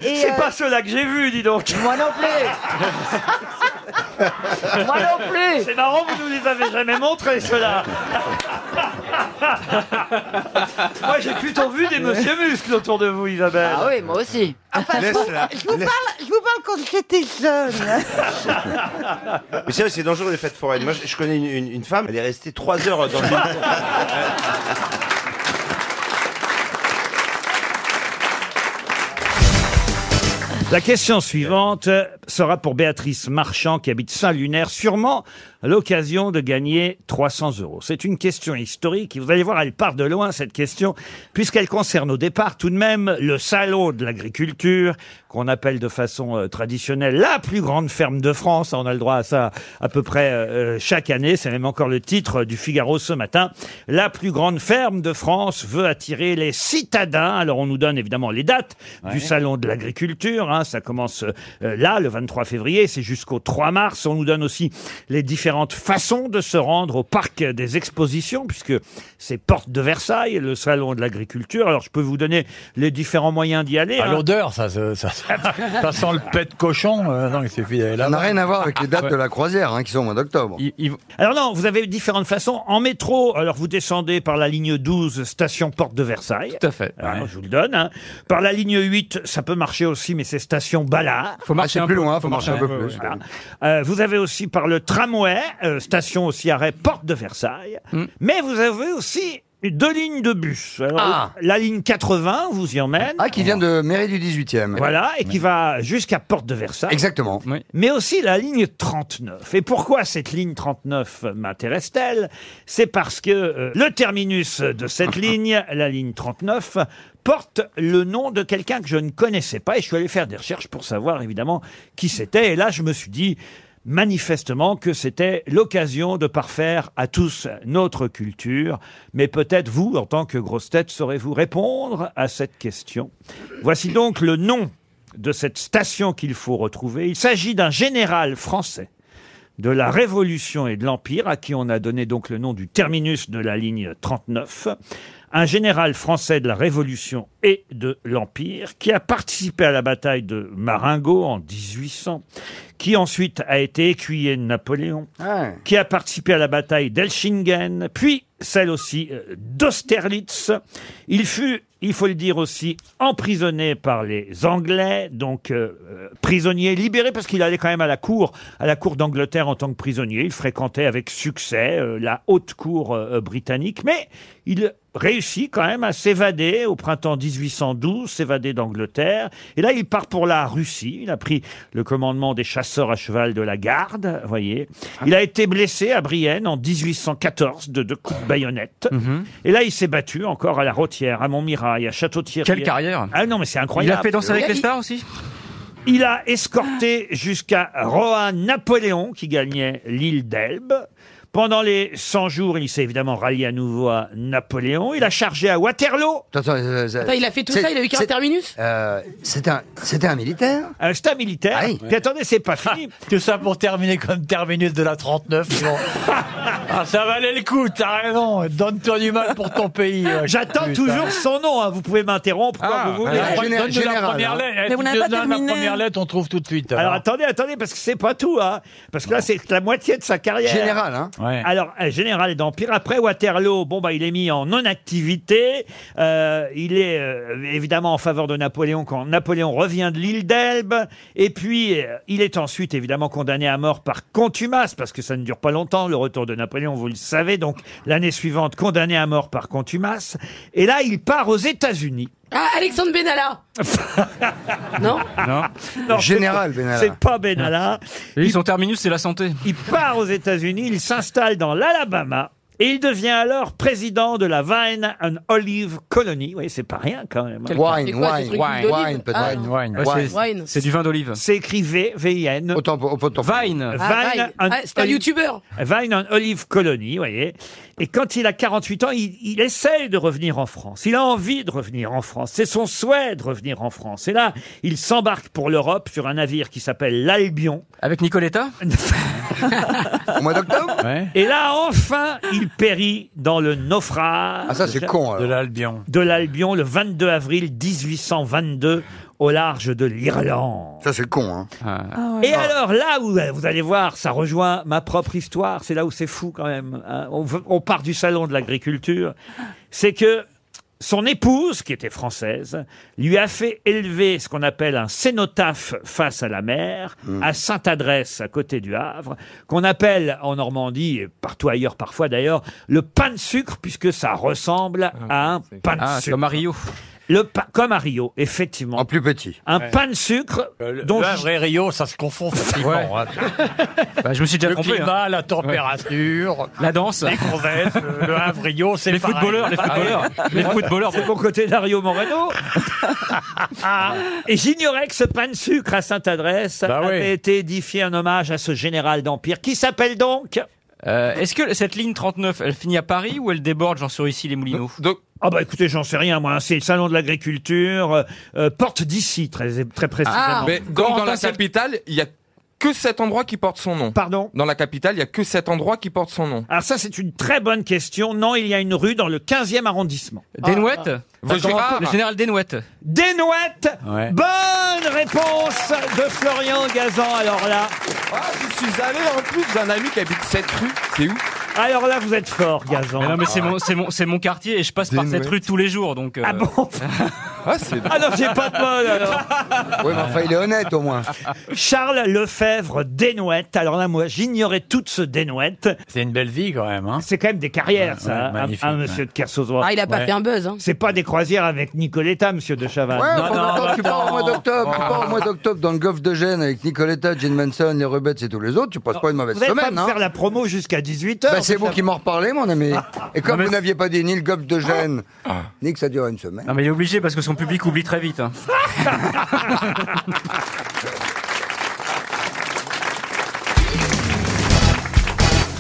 Speaker 22: Et,
Speaker 1: C'est
Speaker 22: euh,
Speaker 1: pas cela que j'ai vu, dis donc.
Speaker 4: Moi non plus. Moi non plus.
Speaker 1: C'est marrant, vous nous les avez jamais
Speaker 4: (laughs)
Speaker 1: montrés, ceux-là. moi, j'ai plutôt vu des monsieur muscles autour de vous, Isabelle.
Speaker 4: Ah oui, moi aussi.
Speaker 22: enfin, je, vous, je vous parle, je vous parle quand j'étais jeune.
Speaker 17: Mais c'est vrai, c'est dangereux les fêtes foraines. Moi, je, je connais une, une- une femme, elle est restée 3 heures dans une.
Speaker 1: La question suivante sera pour Béatrice Marchand qui habite Saint-Lunaire, sûrement l'occasion de gagner 300 euros. C'est une question historique et vous allez voir, elle part de loin cette question puisqu'elle concerne au départ tout de même le salon de l'agriculture qu'on appelle de façon euh, traditionnelle la plus grande ferme de France. On a le droit à ça à peu près euh, chaque année. C'est même encore le titre du Figaro ce matin. La plus grande ferme de France veut attirer les citadins. Alors on nous donne évidemment les dates du salon de l'agriculture. hein. Ça commence euh, là, le 23 février, c'est jusqu'au 3 mars. On nous donne aussi les différentes façons de se rendre au parc des expositions, puisque c'est porte de Versailles, le salon de l'agriculture. Alors je peux vous donner les différents moyens d'y aller.
Speaker 23: À
Speaker 1: hein. Ah
Speaker 23: l'odeur, ça, ça, ça, ça sent le pet de cochon. euh, non, il suffit d'aller là.
Speaker 24: Ça n'a rien à voir avec les dates
Speaker 1: Ah,
Speaker 23: Ouais.
Speaker 24: de la croisière, hein, qui sont au mois d'octobre.
Speaker 1: Alors non, vous avez différentes façons. En métro, alors vous descendez par la ligne 12, station Porte de Versailles. Tout à fait. Je vous le donne. hein. Par la ligne 8, ça peut marcher aussi, mais c'est station Ballard.
Speaker 24: Faut marcher Ah, c'est un plus peu. loin, faut Faut marcher un marcher un peu peu, plus.
Speaker 1: Voilà. Euh, vous avez aussi par le tramway, euh, station aussi arrêt Porte de Versailles.
Speaker 24: Hmm.
Speaker 1: Mais vous avez aussi deux lignes de bus. Alors,
Speaker 24: Ah.
Speaker 1: La ligne 80 vous y emmène.
Speaker 24: Ah, qui vient de mairie du 18e.
Speaker 1: Voilà, et qui va jusqu'à Porte de Versailles.
Speaker 24: Exactement.
Speaker 1: Mais aussi la ligne 39. Et pourquoi cette ligne 39 m'intéresse-t-elle C'est parce que euh, le terminus de cette ligne, la ligne 39, porte le nom de quelqu'un que je ne connaissais pas. Et je suis allé faire des recherches pour savoir évidemment qui c'était. Et là, je me suis dit manifestement que c'était l'occasion de parfaire à tous notre culture. Mais peut-être vous, en tant que grosse tête, saurez-vous répondre à cette question. Voici donc le nom de cette station qu'il faut retrouver. Il s'agit d'un général français de la Révolution et de l'Empire, à qui on a donné donc le nom du terminus de la ligne 39, un général français de la Révolution et de l'Empire, qui a participé à la bataille de Marengo en 1800, qui ensuite a été écuyer de Napoléon, qui a participé à la bataille d'Elchingen, puis celle aussi euh, d'Austerlitz. Il fut il faut le dire aussi, emprisonné par les Anglais, donc euh, euh, prisonnier libéré, parce qu'il allait quand même à la cour, à la cour d'Angleterre en tant que prisonnier. Il fréquentait avec succès euh, la haute cour euh, britannique, mais il réussit quand même à s'évader au printemps 1812, s'évader d'Angleterre. Et là, il part pour la Russie. Il a pris le commandement des chasseurs à cheval de la garde, voyez.
Speaker 9: Ah.
Speaker 1: Il a été blessé à Brienne en 1814 de deux coups de baïonnette.
Speaker 9: Mhm.
Speaker 1: Et là, il s'est battu encore à la Rôtière, à Montmirail, à Château-Thierry.
Speaker 9: Quelle carrière
Speaker 1: Ah non, mais (laughs) c'est incroyable.
Speaker 9: Il a fait Danse avec les stars aussi
Speaker 1: Il a escorté jusqu'à Rohan Napoléon, qui gagnait l'île d'Elbe. Pendant les 100 jours, il s'est évidemment rallié à nouveau à Napoléon. Il a chargé à Waterloo.
Speaker 9: euh,
Speaker 24: Attends,
Speaker 8: il a fait tout ça, il a eu 40 terminus
Speaker 24: C'était Euh, un, c'était un militaire
Speaker 1: Euh, C'est un militaire. Puis attendez, c'est pas fini.
Speaker 24: Tout ça pour terminer comme terminus de la 39.
Speaker 1: (laughs)
Speaker 23: Ah, ça valait le coup, t'as raison. Donne-toi du mal pour ton pays. euh,
Speaker 1: J'attends
Speaker 23: putain.
Speaker 1: toujours son nom. hein. Vous pouvez m'interrompre quand vous voulez.
Speaker 23: Ah, donne de la première lettre.
Speaker 1: Mais vous n'avez pas
Speaker 23: Donne
Speaker 1: terminé.
Speaker 23: La première lettre, on trouve tout de suite.
Speaker 1: Alors attendez, attendez, parce que c'est pas tout, hein. Parce que là, c'est la moitié de sa carrière.
Speaker 23: Général, hein. Ouais.
Speaker 1: Alors, euh, général d'Empire. Après Waterloo, bon, bah, il est mis en non-activité. Euh, il est euh, évidemment en faveur de Napoléon quand Napoléon revient de l'île d'Elbe. Et puis, euh, il est ensuite évidemment condamné à mort par contumace, parce que ça ne dure pas longtemps, le retour de Napoléon, vous le savez. Donc, l'année suivante, condamné à mort par contumace. Et là, il part aux États-Unis.
Speaker 8: Ah, Alexandre Benalla Non
Speaker 1: Non. c'est
Speaker 24: Général
Speaker 1: pas-
Speaker 24: Benalla.
Speaker 1: C'est pas Benalla.
Speaker 9: Ils sont terminus, c'est la santé.
Speaker 1: Il part aux États-Unis, il s'installe dans l'Alabama. Et il devient alors président de la Vine and Olive Colony. Oui, c'est pas rien quand même.
Speaker 24: Wine, wine, wine, wine, peut-être.
Speaker 9: Ouais, c'est- C'est du vin d'olive.
Speaker 1: C'est écrit V, V-I-N.
Speaker 9: Vine.
Speaker 8: Ah, Vine. Ah, c'est un
Speaker 1: Oli-
Speaker 8: youtubeur.
Speaker 1: Vine and Olive Colony, vous voyez. Et quand il a 48 ans, il, il essaye de revenir en France. Il a envie de revenir en France. C'est son souhait de revenir en France. Et là, il s'embarque pour l'Europe sur un navire qui s'appelle l'Albion.
Speaker 9: Avec
Speaker 1: (laughs)
Speaker 9: Nicoletta
Speaker 24: Au mois d'octobre
Speaker 1: Et là, enfin, il périt dans le naufrage.
Speaker 24: Ah, ça, c'est con, alors.
Speaker 23: De l'Albion.
Speaker 1: De l'Albion le 22 avril 1822 au large de l'Irlande.
Speaker 24: Ça, c'est con, hein.
Speaker 1: Et alors là où euh, vous allez voir, ça rejoint ma propre histoire. C'est là où c'est fou quand même. hein. On, veut- on part du salon de l'agriculture. C'est que son épouse, qui était française, lui a fait élever ce qu'on appelle un cénotaphe face à la mer, à Sainte-Adresse, à côté du Havre, qu'on appelle en Normandie, et partout ailleurs parfois d'ailleurs, le pain de sucre, puisque ça ressemble à un pain de
Speaker 9: Ah,
Speaker 1: sucre.
Speaker 9: comme à Rio.
Speaker 1: Le pain- comme à Rio, effectivement. En
Speaker 24: plus petit.
Speaker 1: Un
Speaker 23: Ouais.
Speaker 1: pain de sucre
Speaker 23: Le
Speaker 1: dont
Speaker 23: Havre et Rio, ça se confond facilement.
Speaker 1: Ouais.
Speaker 23: hein.
Speaker 9: Bah, je me suis déjà
Speaker 23: le
Speaker 9: trompé,
Speaker 23: climat,
Speaker 9: hein.
Speaker 23: la température,
Speaker 9: La danse.
Speaker 23: les crevettes, le le Havre, Rio, c'est
Speaker 9: Les
Speaker 23: pareil. Ah
Speaker 9: footballeurs, les footballeurs. Les footballeurs.
Speaker 1: C'est mon côté Dario Moreno. Et j'ignorais que ce pain de sucre à Sainte-Adresse
Speaker 9: Bah
Speaker 1: avait
Speaker 9: ouais.
Speaker 1: été édifié en hommage à ce général d'Empire qui s'appelle donc.
Speaker 9: Euh, Est-ce que cette ligne 39, elle finit à Paris ou elle déborde, genre sur ici les Moulineaux
Speaker 1: Ah bah écoutez, j'en sais rien moi, c'est le salon de l'agriculture, euh, euh, porte d'ici très, très précisément.
Speaker 23: Ah,
Speaker 25: Mais donc, dans la capitale, il y a que cet endroit qui porte son nom.
Speaker 1: Pardon
Speaker 25: Dans la capitale, il y a que cet endroit qui porte son nom.
Speaker 1: Alors ça c'est une très bonne question. Non, il y a une rue dans le 15e arrondissement.
Speaker 9: Desnouettes
Speaker 23: ah.
Speaker 25: Vaugirard.
Speaker 9: Le général Desnouettes.
Speaker 1: Desnouettes
Speaker 9: Ouais.
Speaker 1: Bonne réponse de Florian Gazan. Alors là,
Speaker 25: Ah, je suis allé en plus d'un ami qui habite cette rue. C'est où
Speaker 1: alors là vous êtes fort Gazan.
Speaker 9: Mais non, mais c'est mon, c'est mon, c'est mon quartier et je passe par cette
Speaker 1: Desnouettes.
Speaker 9: rue tous les jours, donc. Ah (laughs)
Speaker 1: bon
Speaker 25: Ah, c'est.
Speaker 1: Ah non, j'ai pas de bol alors.
Speaker 24: Oui, mais enfin, il est honnête, au moins.
Speaker 1: (laughs) Charles Lefebvre Desnouettes. Alors là, moi, j'ignorais tout ce Desnouettes.
Speaker 23: C'est une belle vie quand même. Hein.
Speaker 1: C'est quand même des carrières,
Speaker 23: Ouais, ouais,
Speaker 1: ça, hein,
Speaker 23: magnifique,
Speaker 1: hein,
Speaker 23: ouais.
Speaker 1: monsieur de Kersaudois.
Speaker 8: Ah, il a pas
Speaker 1: Ouais.
Speaker 8: fait un buzz, hein.
Speaker 1: C'est pas des croisières avec Nicoletta, monsieur de Chavannes.
Speaker 24: Ouais, enfin, attends, tu pars au mois d'octobre, tu
Speaker 9: Oh.
Speaker 24: pars au mois d'octobre dans le golfe de Gênes avec Nicoletta, Jane Manson, les Rebettes et tous les autres, tu passes pas une mauvaise
Speaker 1: Vous allez pas
Speaker 24: semaine,
Speaker 1: me
Speaker 24: hein.
Speaker 1: faire la promo jusqu'à 18h.
Speaker 24: Bah, c'est vous qui m'en reparlez, mon ami. Et
Speaker 9: Non,
Speaker 24: comme
Speaker 9: mais
Speaker 24: vous
Speaker 9: c'est-
Speaker 24: n'aviez pas dit ni le golfe de Gênes, ni que ça dure une semaine.
Speaker 9: Non, mais il est obligé parce que son public oublie très vite.
Speaker 1: (laughs)
Speaker 9: hein.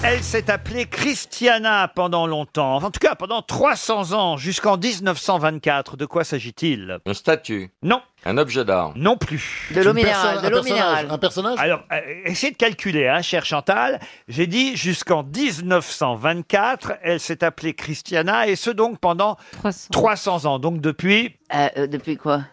Speaker 1: Elle s'est appelée Christiana pendant longtemps, en tout cas pendant 300 ans, jusqu'en 1924. De quoi s'agit-il
Speaker 25: Une statue.
Speaker 1: Non.
Speaker 25: Un objet d'art.
Speaker 1: Non plus.
Speaker 4: De l'eau minérale, de l'eau minérale.
Speaker 1: personnage Alors, euh, essayez de calculer, hein, cher Chantal. J'ai dit jusqu'en 1924, elle s'est appelée Christiana, et ce donc pendant 300, ans. Donc Euh, depuis...
Speaker 4: depuis quoi
Speaker 1: (laughs)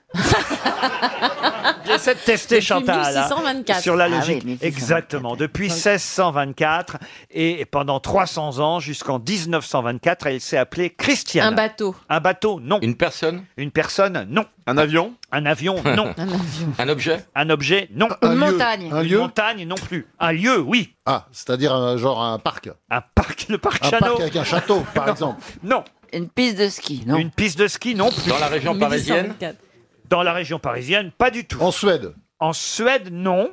Speaker 1: J'essaie de tester
Speaker 6: Depuis
Speaker 1: Chantal. hein,
Speaker 6: 1624.
Speaker 1: sur la
Speaker 6: Ah oui,
Speaker 1: logique.
Speaker 6: 1624.
Speaker 1: Exactement. Depuis 1624 et pendant 300 ans jusqu'en 1924, elle s'est appelée Christiane.
Speaker 6: Un bateau.
Speaker 1: Un bateau, non. Une personne Une personne, non. Un avion Un avion, (laughs) Ah, non.
Speaker 6: Un avion.
Speaker 1: Un objet Un objet, non.
Speaker 6: Une lieu. montagne.
Speaker 1: Un
Speaker 6: Un
Speaker 1: lieu
Speaker 6: lieu
Speaker 1: Une montagne, non plus. Un lieu, oui.
Speaker 26: Ah, c'est-à-dire euh, genre un parc.
Speaker 1: Un parc, le parc
Speaker 26: Un
Speaker 1: Chano.
Speaker 26: parc avec un château, par
Speaker 1: Non.
Speaker 26: exemple.
Speaker 1: Non.
Speaker 4: Une piste de ski, non
Speaker 1: Une piste de ski, non plus.
Speaker 2: Dans la région parisienne
Speaker 6: 1824.
Speaker 1: Dans la région parisienne, pas du tout. En Suède En Suède, non.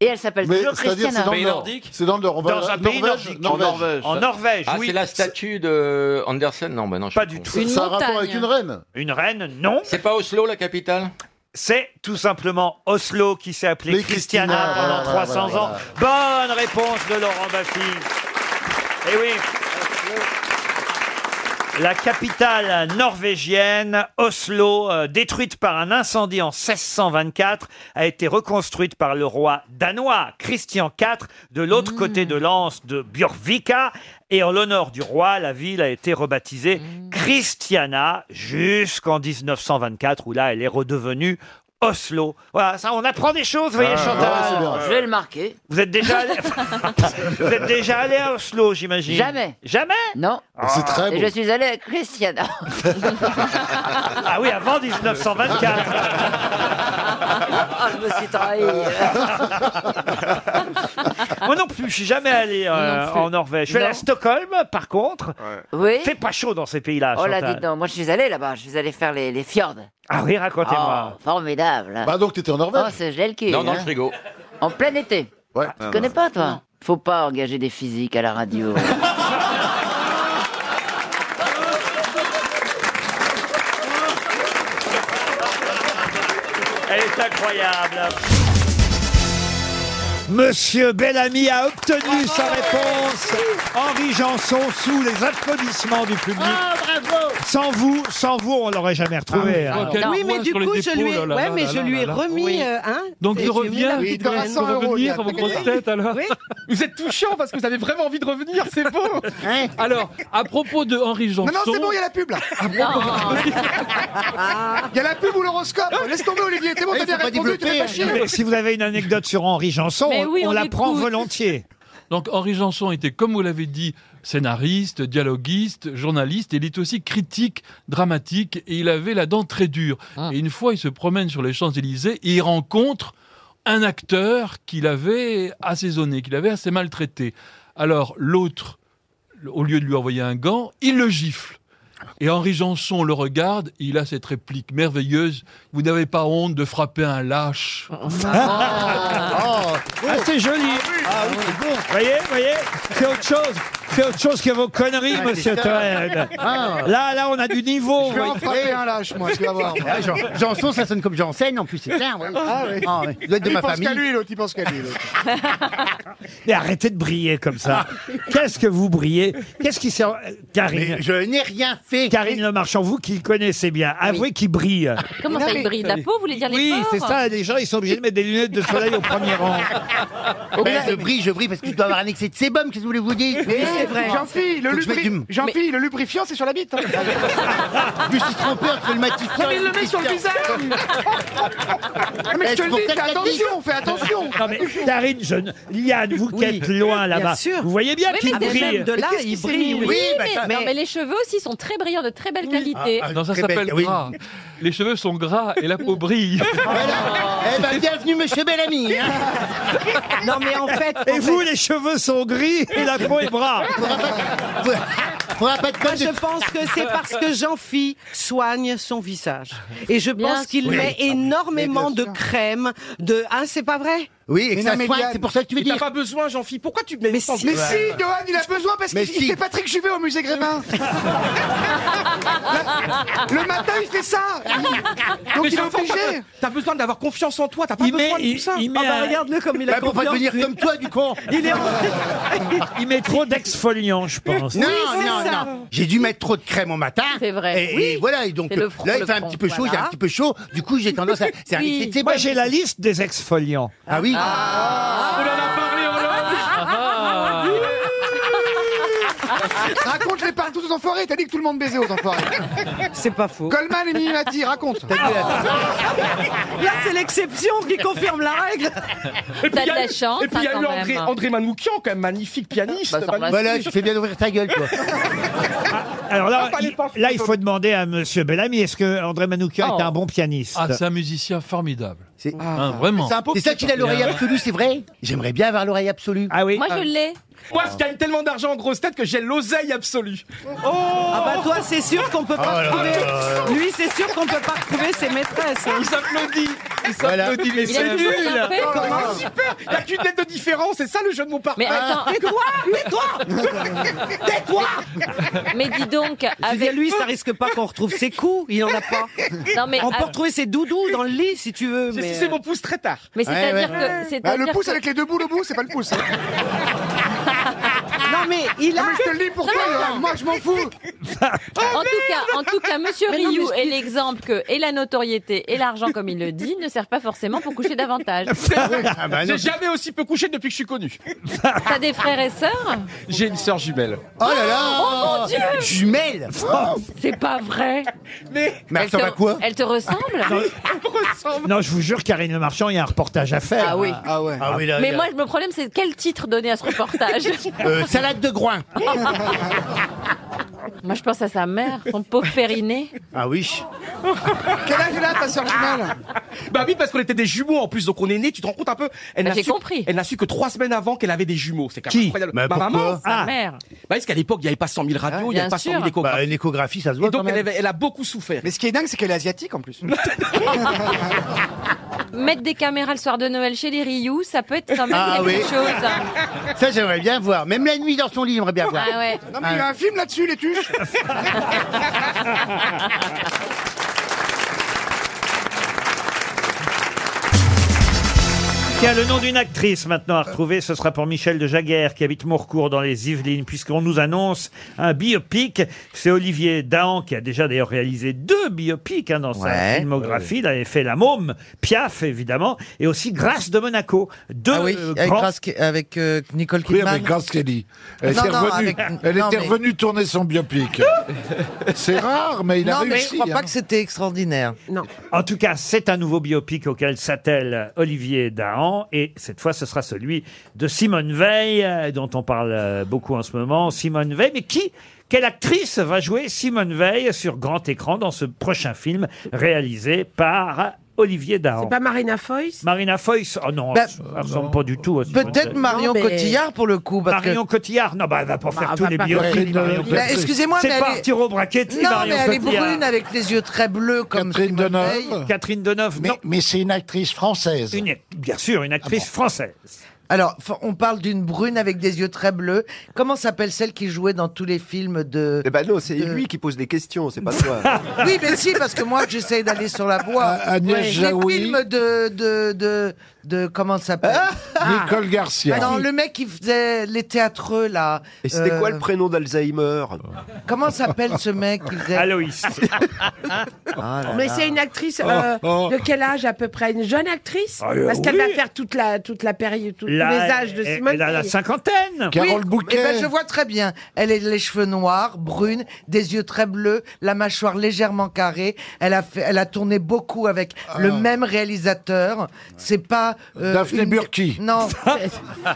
Speaker 4: Et elle s'appelle
Speaker 26: Mais
Speaker 4: toujours hein.
Speaker 26: c'est-à-dire
Speaker 7: hein.
Speaker 4: Christiana.
Speaker 26: c'est dans le Nord. C'est dans le Nord. On va
Speaker 1: Dans
Speaker 26: à-
Speaker 1: un pays nordique.
Speaker 2: En Norvège.
Speaker 1: En Norvège,
Speaker 2: ah,
Speaker 1: oui.
Speaker 2: c'est la statue
Speaker 1: euh,
Speaker 2: de Andersen Non, bah non,
Speaker 1: Pas du tout.
Speaker 26: C'est un rapport avec une reine.
Speaker 1: Une reine, non. C'est pas Oslo la capitale C'est tout simplement Oslo qui s'est appelé
Speaker 26: Mais
Speaker 1: Christiana
Speaker 26: Christina,
Speaker 1: pendant
Speaker 26: voilà,
Speaker 1: 300
Speaker 26: voilà,
Speaker 1: ans. Bonne réponse de Laurent Baffy. Eh oui. La capitale norvégienne, Oslo, euh, détruite par un incendie en 1624, a été reconstruite par le roi danois Christian IV de
Speaker 4: Mmh.
Speaker 1: l'autre côté de l'anse de Björvika. Et en l'honneur du roi, la ville a été rebaptisée
Speaker 4: Mmh.
Speaker 1: Christiana jusqu'en 1924, où là, elle est redevenue Oslo. Voilà, ça, on apprend des choses, vous
Speaker 4: Ah.
Speaker 1: voyez, Chantal.
Speaker 4: Je vais le marquer.
Speaker 1: Vous êtes déjà allé, (laughs) vous êtes déjà allé à Oslo, j'imagine.
Speaker 4: Jamais.
Speaker 1: Jamais
Speaker 4: Non.
Speaker 26: C'est très beau.
Speaker 4: Et je suis allé à
Speaker 1: (laughs)
Speaker 4: Christiana.
Speaker 1: Ah oui, avant 1924.
Speaker 4: Ah, je me suis trahi.
Speaker 1: Moi non plus, je suis jamais allé euh,
Speaker 4: Non plus.
Speaker 1: en Norvège. Je suis allé à
Speaker 4: Non.
Speaker 1: Stockholm, par contre.
Speaker 4: Oui.
Speaker 1: Fait pas chaud dans ces pays-là.
Speaker 4: Oh là,
Speaker 1: Ah, Chantal.
Speaker 4: dites donc, moi je suis allé là-bas, je suis allé faire les, les fjords.
Speaker 1: Ah oui, racontez-moi.
Speaker 4: Oh, formidable.
Speaker 26: Bah donc t'étais en
Speaker 4: Oh,
Speaker 26: Norvège.
Speaker 4: c'est gel qui
Speaker 2: Non, Ah, dans le frigo.
Speaker 4: En plein été.
Speaker 26: Ouais.
Speaker 4: Ah, Tu connais
Speaker 2: bah.
Speaker 4: pas, toi Faut pas engager des physiques à la radio.
Speaker 1: Elle est incroyable. Monsieur Bellamy a obtenu sa réponse. Henri Janson sous les applaudissements du public.
Speaker 21: Ah,
Speaker 7: bravo
Speaker 1: Sans vous, sans vous, on l'aurait jamais retrouvé.
Speaker 7: Ah
Speaker 1: hein.
Speaker 7: oui,
Speaker 21: oui, mais
Speaker 7: point
Speaker 21: du
Speaker 7: sur les
Speaker 21: coup, je
Speaker 7: épaules,
Speaker 21: lui ai,
Speaker 7: là, là,
Speaker 21: ouais,
Speaker 7: là,
Speaker 21: mais
Speaker 7: là,
Speaker 21: je
Speaker 7: là,
Speaker 21: lui ai
Speaker 7: là.
Speaker 21: remis,
Speaker 7: Oui.
Speaker 21: euh, hein,
Speaker 7: Donc,
Speaker 21: et
Speaker 7: je
Speaker 21: je lui ai mis
Speaker 7: reviens,
Speaker 21: la
Speaker 7: il
Speaker 21: petite
Speaker 7: doit
Speaker 21: graine.
Speaker 7: cent euros, il y a
Speaker 21: à vos
Speaker 7: pas
Speaker 21: grosses
Speaker 7: gagné.
Speaker 21: têtes, alors. Oui.
Speaker 7: Vous êtes touchant parce que vous avez vraiment envie de revenir, c'est beau
Speaker 21: Alors, à propos de Henri Janson.
Speaker 7: Hein non, c'est Ah, bon, il y a
Speaker 21: la pub là.
Speaker 7: (laughs) Il y a la pub ou l'horoscope Laisse tomber Olivier, t'es bon,
Speaker 26: Eh,
Speaker 7: t'as bien répondu, tu fais pas chier
Speaker 26: hein.
Speaker 1: Mais si vous avez une anecdote sur Henri Janson,
Speaker 21: Mais
Speaker 1: on,
Speaker 21: oui,
Speaker 1: on
Speaker 21: on
Speaker 1: la prend
Speaker 21: écoute.
Speaker 1: volontiers.
Speaker 21: (laughs) Donc Henri Janson était, comme vous l'avez dit, scénariste, dialoguiste, journaliste. Il est aussi critique dramatique et il avait la dent très dure. Et une fois, il se promène sur les Champs-Élysées et il rencontre un acteur qu'il avait assaisonné, qu'il avait assez maltraité. Alors l'autre, au lieu de lui envoyer un gant, il le gifle. Et Henri Janson le regarde, il a cette réplique merveilleuse Vous n'avez pas honte de frapper un lâche.
Speaker 1: (laughs) Ah, c'est joli. Ah oui, c'est bon. Voyez, voyez, c'est autre chose. C'est autre chose que vos conneries,
Speaker 21: Ah,
Speaker 1: monsieur
Speaker 21: c'est
Speaker 1: Toen.
Speaker 21: ça.
Speaker 1: Ah. Là, là, on a du niveau.
Speaker 21: Je vais
Speaker 1: voyez.
Speaker 21: en frapper un lâche, moi, tu vas voir.
Speaker 5: Ah, Jean- Janson, ça sonne comme Janssen, en plus, c'est clair. ouais.
Speaker 21: Ah, oui.
Speaker 5: Ah, ouais. Il doit être de
Speaker 21: Il
Speaker 5: ma
Speaker 21: pense
Speaker 5: famille.
Speaker 21: qu'à lui,
Speaker 5: l'autre, il pense qu'à lui.
Speaker 19: (laughs)
Speaker 1: Mais arrêtez de briller comme ça. Qu'est-ce que vous brillez Qu'est-ce qui s'est... Karine.
Speaker 5: Mais je n'ai rien fait.
Speaker 1: Karine Le Marchand, vous qui le connaissez bien, avouez qu'il brille.
Speaker 6: Comment
Speaker 5: Non,
Speaker 6: ça,
Speaker 5: mais-
Speaker 6: il brille de la peau Vous voulez dire les
Speaker 1: Oui,
Speaker 6: pores
Speaker 1: c'est ça, les gens, ils sont obligés de mettre des lunettes de soleil au premier rang.
Speaker 5: Ben, je brille, je brille parce que tu dois avoir un excès de sébum, qu'est-ce que vous voulez vous dire
Speaker 21: Mais c'est vrai. Jean-Phi, le,
Speaker 5: Faut que je mette
Speaker 21: lubri-
Speaker 5: du-
Speaker 21: Jean-Phi, le lubrifiant, c'est sur la bite. hein.
Speaker 5: (laughs) Je me suis trompé entre le matifiant
Speaker 21: Non, mais il le met sur le visage. Non, Ah,
Speaker 5: Eh,
Speaker 21: mais je te le dis, fais attention, fais attention.
Speaker 1: Non mais Karine, je ne- Liane, vous qui êtes loin là-bas, vous voyez Eh bien
Speaker 6: Oui,
Speaker 1: qu'il
Speaker 6: mais c'est
Speaker 1: brille.
Speaker 5: même de là,
Speaker 1: Mais qu'est-ce
Speaker 5: il
Speaker 1: qui s'est
Speaker 5: brille,
Speaker 6: Oui,
Speaker 1: mis
Speaker 5: Oui,
Speaker 6: mais,
Speaker 5: bah, ça-
Speaker 6: non,
Speaker 5: mais-
Speaker 6: mais les cheveux aussi sont très brillants, de très belle
Speaker 16: Ah,
Speaker 6: qualité.
Speaker 21: Non, ça
Speaker 5: Très belle,
Speaker 21: s'appelle
Speaker 5: oui.
Speaker 21: gras. Les cheveux sont gras et la
Speaker 16: (laughs)
Speaker 21: peau brille.
Speaker 5: Eh ben, bienvenue,
Speaker 6: (laughs)
Speaker 5: monsieur Bellamy.
Speaker 21: (laughs)
Speaker 5: hein. Non, mais en fait.
Speaker 1: Et vous, les cheveux sont gris et la peau
Speaker 5: (laughs)
Speaker 1: est brave.
Speaker 5: Faudra pas de
Speaker 21: Moi, je pense que c'est parce que Jean-Phi soigne son visage. Et je
Speaker 6: Bien
Speaker 21: pense qu'il
Speaker 5: sûr.
Speaker 21: met
Speaker 5: Oui.
Speaker 21: énormément de crème, de...
Speaker 14: hein,
Speaker 21: Ah, c'est pas vrai
Speaker 5: Oui, et que
Speaker 21: Mais
Speaker 5: ça
Speaker 21: non, mais
Speaker 5: soigne,
Speaker 21: Liane,
Speaker 5: c'est pour ça que tu veux dire.
Speaker 7: besoin, Jean-Phi, pourquoi tu me mets
Speaker 21: sans-
Speaker 7: Mais
Speaker 21: Mais
Speaker 7: si,
Speaker 21: si,
Speaker 7: Johan, il a besoin parce
Speaker 5: Mais
Speaker 7: qu'il
Speaker 5: qu'il- il si.
Speaker 7: fait
Speaker 5: fait
Speaker 7: Patrick Juvet au musée
Speaker 5: (laughs)
Speaker 7: Grévin Le matin, il fait (laughs) ça Donc il est obligé T'as besoin d'avoir confiance en toi, t'as pas
Speaker 1: Il
Speaker 7: besoin
Speaker 1: met-
Speaker 7: de tout ça
Speaker 1: il- il met
Speaker 21: Ah bah,
Speaker 1: un-
Speaker 21: regarde-le comme il a
Speaker 5: Bah, pour pas
Speaker 21: confiance.
Speaker 5: devenir comme toi,
Speaker 7: (laughs)
Speaker 5: du con. (laughs)
Speaker 21: Il est en...
Speaker 1: (laughs) Il met trop d'exfoliant, je pense.
Speaker 5: Non,
Speaker 21: c'est
Speaker 5: non,
Speaker 21: ça.
Speaker 5: non. J'ai dû mettre trop de crème au matin.
Speaker 6: C'est vrai.
Speaker 5: Et,
Speaker 6: Oui.
Speaker 5: et voilà, et donc
Speaker 6: C'est le front,
Speaker 5: là, il
Speaker 6: le
Speaker 5: fait un
Speaker 6: front,
Speaker 5: petit peu chaud, il y a
Speaker 6: voilà.
Speaker 5: un petit peu chaud. Du coup, j'ai tendance à. c'est un-
Speaker 6: Oui.
Speaker 5: c'est- c'est
Speaker 1: Moi,
Speaker 5: bon.
Speaker 1: j'ai la liste des exfoliants.
Speaker 5: Ah oui.
Speaker 6: Ah.
Speaker 5: (laughs)
Speaker 21: On en a parlé, on l'a...
Speaker 4: Raconte les partout aux enfoirés. T'as dit que tout le monde baisait aux enfoirés.
Speaker 27: C'est pas faux.
Speaker 4: Goldman et Mimimati, raconte.
Speaker 27: Là, c'est l'exception qui confirme la règle.
Speaker 7: Et puis,
Speaker 6: T'as
Speaker 7: il y a
Speaker 6: de la
Speaker 7: eu-
Speaker 6: chance,
Speaker 7: Et puis il y a
Speaker 6: hein,
Speaker 7: eu
Speaker 6: quand
Speaker 7: André,
Speaker 6: même. Bah,
Speaker 7: André Manoukian, quand même magnifique pianiste. magnifique.
Speaker 16: Voilà, tu fais bien d'ouvrir ta gueule, toi.
Speaker 1: Alors là,
Speaker 7: Ah,
Speaker 1: il, là, il faut demander à Monsieur Bellamy, est-ce que André Manoukian
Speaker 21: Oh.
Speaker 1: est un bon pianiste
Speaker 21: Ah, c'est un musicien formidable.
Speaker 16: C'est
Speaker 21: Hein, vraiment.
Speaker 16: C'est ça qu'il a l'oreille
Speaker 21: (laughs)
Speaker 16: absolue, c'est vrai J'aimerais bien avoir l'oreille absolue.
Speaker 1: Ah oui
Speaker 6: Moi, je l'ai.
Speaker 7: Moi, je gagne tellement d'argent en grosse tête que j'ai l'oseille absolue. Oh
Speaker 27: Ah bah toi, c'est sûr qu'on peut pas
Speaker 7: Oh là
Speaker 27: retrouver.
Speaker 7: là là.
Speaker 27: Lui, c'est sûr qu'on peut pas retrouver ses maîtresses. hein.
Speaker 7: Il s'applaudit. Il
Speaker 27: Voilà.
Speaker 7: s'applaudit, mais
Speaker 27: Il a
Speaker 7: c'est
Speaker 27: toujours
Speaker 7: nul.
Speaker 27: bien fait. Comment
Speaker 7: C'est super. Il n'y a qu'une lettre de différence. C'est ça le jeu de mon parfum.
Speaker 6: Mais attends.
Speaker 7: (laughs)
Speaker 27: Tais-toi Tais-toi (laughs) Tais-toi
Speaker 6: (laughs) Mais dis donc,
Speaker 27: Je dis à
Speaker 6: avec
Speaker 27: lui, ça risque pas qu'on retrouve ses coups, il en a pas.
Speaker 6: (laughs) Non, mais
Speaker 27: On peut
Speaker 6: av-
Speaker 27: retrouver ses doudous dans le lit si tu veux. Mais euh,
Speaker 7: C'est mon pouce très tard.
Speaker 6: Mais c'est-à-dire que.
Speaker 4: Bah,
Speaker 6: c'est-à-dire
Speaker 4: le pouce
Speaker 6: que-
Speaker 4: avec les deux bouts, le bout, c'est pas le pouce. hein.
Speaker 5: (laughs)
Speaker 27: Non mais il a.
Speaker 4: Non, mais je te le dis pour
Speaker 6: Non,
Speaker 4: toi,
Speaker 6: non,
Speaker 4: hein,
Speaker 6: non.
Speaker 4: moi je m'en fous.
Speaker 6: En tout cas, en tout cas, Monsieur
Speaker 4: Mais non, mais
Speaker 6: Rioux
Speaker 4: je-
Speaker 6: est l'exemple que et la notoriété et l'argent, comme il le dit, ne servent pas forcément pour coucher davantage. Ah bah
Speaker 7: J'ai jamais aussi peu couché depuis que je suis connu.
Speaker 6: T'as des frères et sœurs
Speaker 7: J'ai une sœur jumelle.
Speaker 16: Oh là là
Speaker 6: Oh mon Dieu
Speaker 16: Jumelle
Speaker 6: C'est pas Ah, vrai.
Speaker 7: Mais,
Speaker 16: Mais elle ressemble à quoi
Speaker 6: Elle te ressemble
Speaker 1: Non, je vous jure, Karine Le Marchand, il y a un reportage à faire.
Speaker 6: Ah oui.
Speaker 16: Ah ouais.
Speaker 1: Ah oui,
Speaker 6: Mais moi, le problème, c'est quel titre donner à ce reportage
Speaker 16: Euh, salade de groin.
Speaker 6: (laughs) Moi, je pense à sa mère, son pauvre Périnée.
Speaker 16: Ah oui.
Speaker 4: Quel âge elle a ta sœur jumelle
Speaker 7: (laughs) Bah oui, parce qu'on était des jumeaux en plus, donc on est nés, tu te rends compte un peu elle
Speaker 6: Bah,
Speaker 7: n'a
Speaker 6: j'ai
Speaker 7: su-
Speaker 6: compris.
Speaker 7: Elle n'a su que trois semaines avant qu'elle avait des jumeaux. C'est quand même
Speaker 16: Qui
Speaker 7: incroyable.
Speaker 16: Bah,
Speaker 7: Ma
Speaker 16: pourquoi
Speaker 7: maman
Speaker 6: Sa mère.
Speaker 7: Bah, Parce qu'à l'époque, il n'y avait pas 100 000 radios, il n'y
Speaker 6: Ah. bien
Speaker 7: avait pas 100 000
Speaker 6: sûr.
Speaker 7: échographes.
Speaker 16: Bah, une échographie, ça se
Speaker 7: Et
Speaker 16: voit
Speaker 7: donc,
Speaker 16: quand
Speaker 7: elle,
Speaker 16: même.
Speaker 7: avait- elle a beaucoup souffert.
Speaker 4: Mais ce qui est dingue, c'est qu'elle est asiatique en
Speaker 5: (laughs)
Speaker 4: plus.
Speaker 6: Mettre des caméras le soir de Noël chez les Rioux, ça peut être quand même
Speaker 16: Ah oui.
Speaker 6: quelque chose. hein.
Speaker 16: Ça, j'aimerais bien voir. Même la nuit dans son lit, j'aimerais bien voir.
Speaker 6: Ah ouais.
Speaker 4: Non, mais il y a un film là-dessus, les tuches.
Speaker 1: Tiens, le nom d'une actrice maintenant à retrouver, ce sera pour Michel de Jaguerre qui habite Mourcourt dans les Yvelines, puisqu'on nous annonce un biopic. C'est Olivier Dahan qui a déjà d'ailleurs réalisé deux biopics hein, dans sa
Speaker 28: Ouais.
Speaker 1: filmographie. Il avait fait La Môme, Piaf évidemment, et aussi Grâce de Monaco. Deux
Speaker 5: Ah oui,
Speaker 1: euh,
Speaker 5: avec,
Speaker 1: grands-
Speaker 5: Grace Ke- avec euh, Nicole
Speaker 29: Oui,
Speaker 5: Kidman.
Speaker 29: avec Grace Kelly. Elle
Speaker 5: Non,
Speaker 29: était
Speaker 5: non,
Speaker 29: revenue,
Speaker 5: avec-
Speaker 29: elle
Speaker 5: non,
Speaker 29: était
Speaker 5: mais-
Speaker 29: revenue tourner son
Speaker 5: (laughs)
Speaker 29: biopic. C'est rare, mais il a
Speaker 5: non, mais
Speaker 29: réussi.
Speaker 5: je crois
Speaker 29: hein.
Speaker 5: pas que c'était extraordinaire.
Speaker 27: Non.
Speaker 1: En tout cas, c'est un nouveau biopic auquel s'attelle Olivier Dahan. Et cette fois, ce sera celui de Simone Veil, euh, dont on parle euh, beaucoup en ce moment. Simone Veil, mais qui quelle actrice va jouer Simone Veil sur grand écran dans ce prochain film réalisé par Olivier Dahan
Speaker 27: Marina Foïs
Speaker 1: Marina Foïs Oh non,
Speaker 5: Bah,
Speaker 1: elle ressemble pas du tout à Simone
Speaker 5: Peut-être
Speaker 1: Veil.
Speaker 5: Marion Non, mais- Cotillard pour le coup. Parce
Speaker 1: Marion
Speaker 5: que...
Speaker 1: Cotillard Non, bah, elle va pas faire
Speaker 5: elle
Speaker 1: tous
Speaker 5: va
Speaker 1: les
Speaker 5: pas faire
Speaker 1: biopics.
Speaker 5: les Bah, Excusez-moi, mais
Speaker 1: C'est
Speaker 5: elle
Speaker 1: pas
Speaker 5: est-
Speaker 1: Arturo Brachetti,
Speaker 5: Non,
Speaker 1: Marion
Speaker 5: mais elle est
Speaker 1: Cotillard.
Speaker 5: brune avec les yeux très bleus comme
Speaker 29: Catherine
Speaker 5: Simone
Speaker 29: Deneuve.
Speaker 5: Veil.
Speaker 1: Catherine Deneuve,
Speaker 29: Mais,
Speaker 1: non.
Speaker 29: mais c'est une actrice française. Ah
Speaker 1: Une- bien sûr, une actrice française.
Speaker 5: Alors, fa- on parle d'une brune avec des yeux très bleus. Comment s'appelle celle qui jouait dans tous les films de...
Speaker 30: Eh ben non, c'est
Speaker 5: Euh.
Speaker 30: lui qui pose des questions, c'est pas
Speaker 7: (laughs)
Speaker 30: toi.
Speaker 5: (laughs) Oui, mais si, parce que moi, j'essaye d'aller sur la voie.
Speaker 29: Ah, Agnès
Speaker 5: Les
Speaker 29: Jaoui. Ah.
Speaker 5: films de... de, de, de comment ça s'appelle
Speaker 29: Nicole Garcia.
Speaker 5: Ah non, le mec qui faisait les théâtreux, là.
Speaker 30: Et c'était
Speaker 5: Euh,
Speaker 30: quoi le prénom d'Alzheimer
Speaker 5: Comment s'appelle ce mec qui faisait... (laughs)
Speaker 1: Aloïs.
Speaker 30: Ah
Speaker 14: Mais c'est une actrice
Speaker 1: Oh,
Speaker 14: euh,
Speaker 1: oh.
Speaker 14: de quel âge à peu près Une jeune actrice
Speaker 1: Ah, euh,
Speaker 14: Parce qu'elle
Speaker 1: oui.
Speaker 14: va faire toute la, toute la période, tous les
Speaker 1: Là,
Speaker 14: âges de
Speaker 1: elle-
Speaker 14: Simone.
Speaker 1: elle a la
Speaker 14: Veil.
Speaker 1: cinquantaine.
Speaker 5: Oui, eh ben, je vois très bien. Elle a les cheveux noirs, brunes, des yeux très bleus, la mâchoire légèrement carrée. Elle a, fait, elle a tourné beaucoup avec
Speaker 1: Ah
Speaker 5: le même réalisateur. C'est pas. euh,
Speaker 29: Daphné
Speaker 5: une-
Speaker 29: Burki.
Speaker 1: (laughs)
Speaker 5: Non.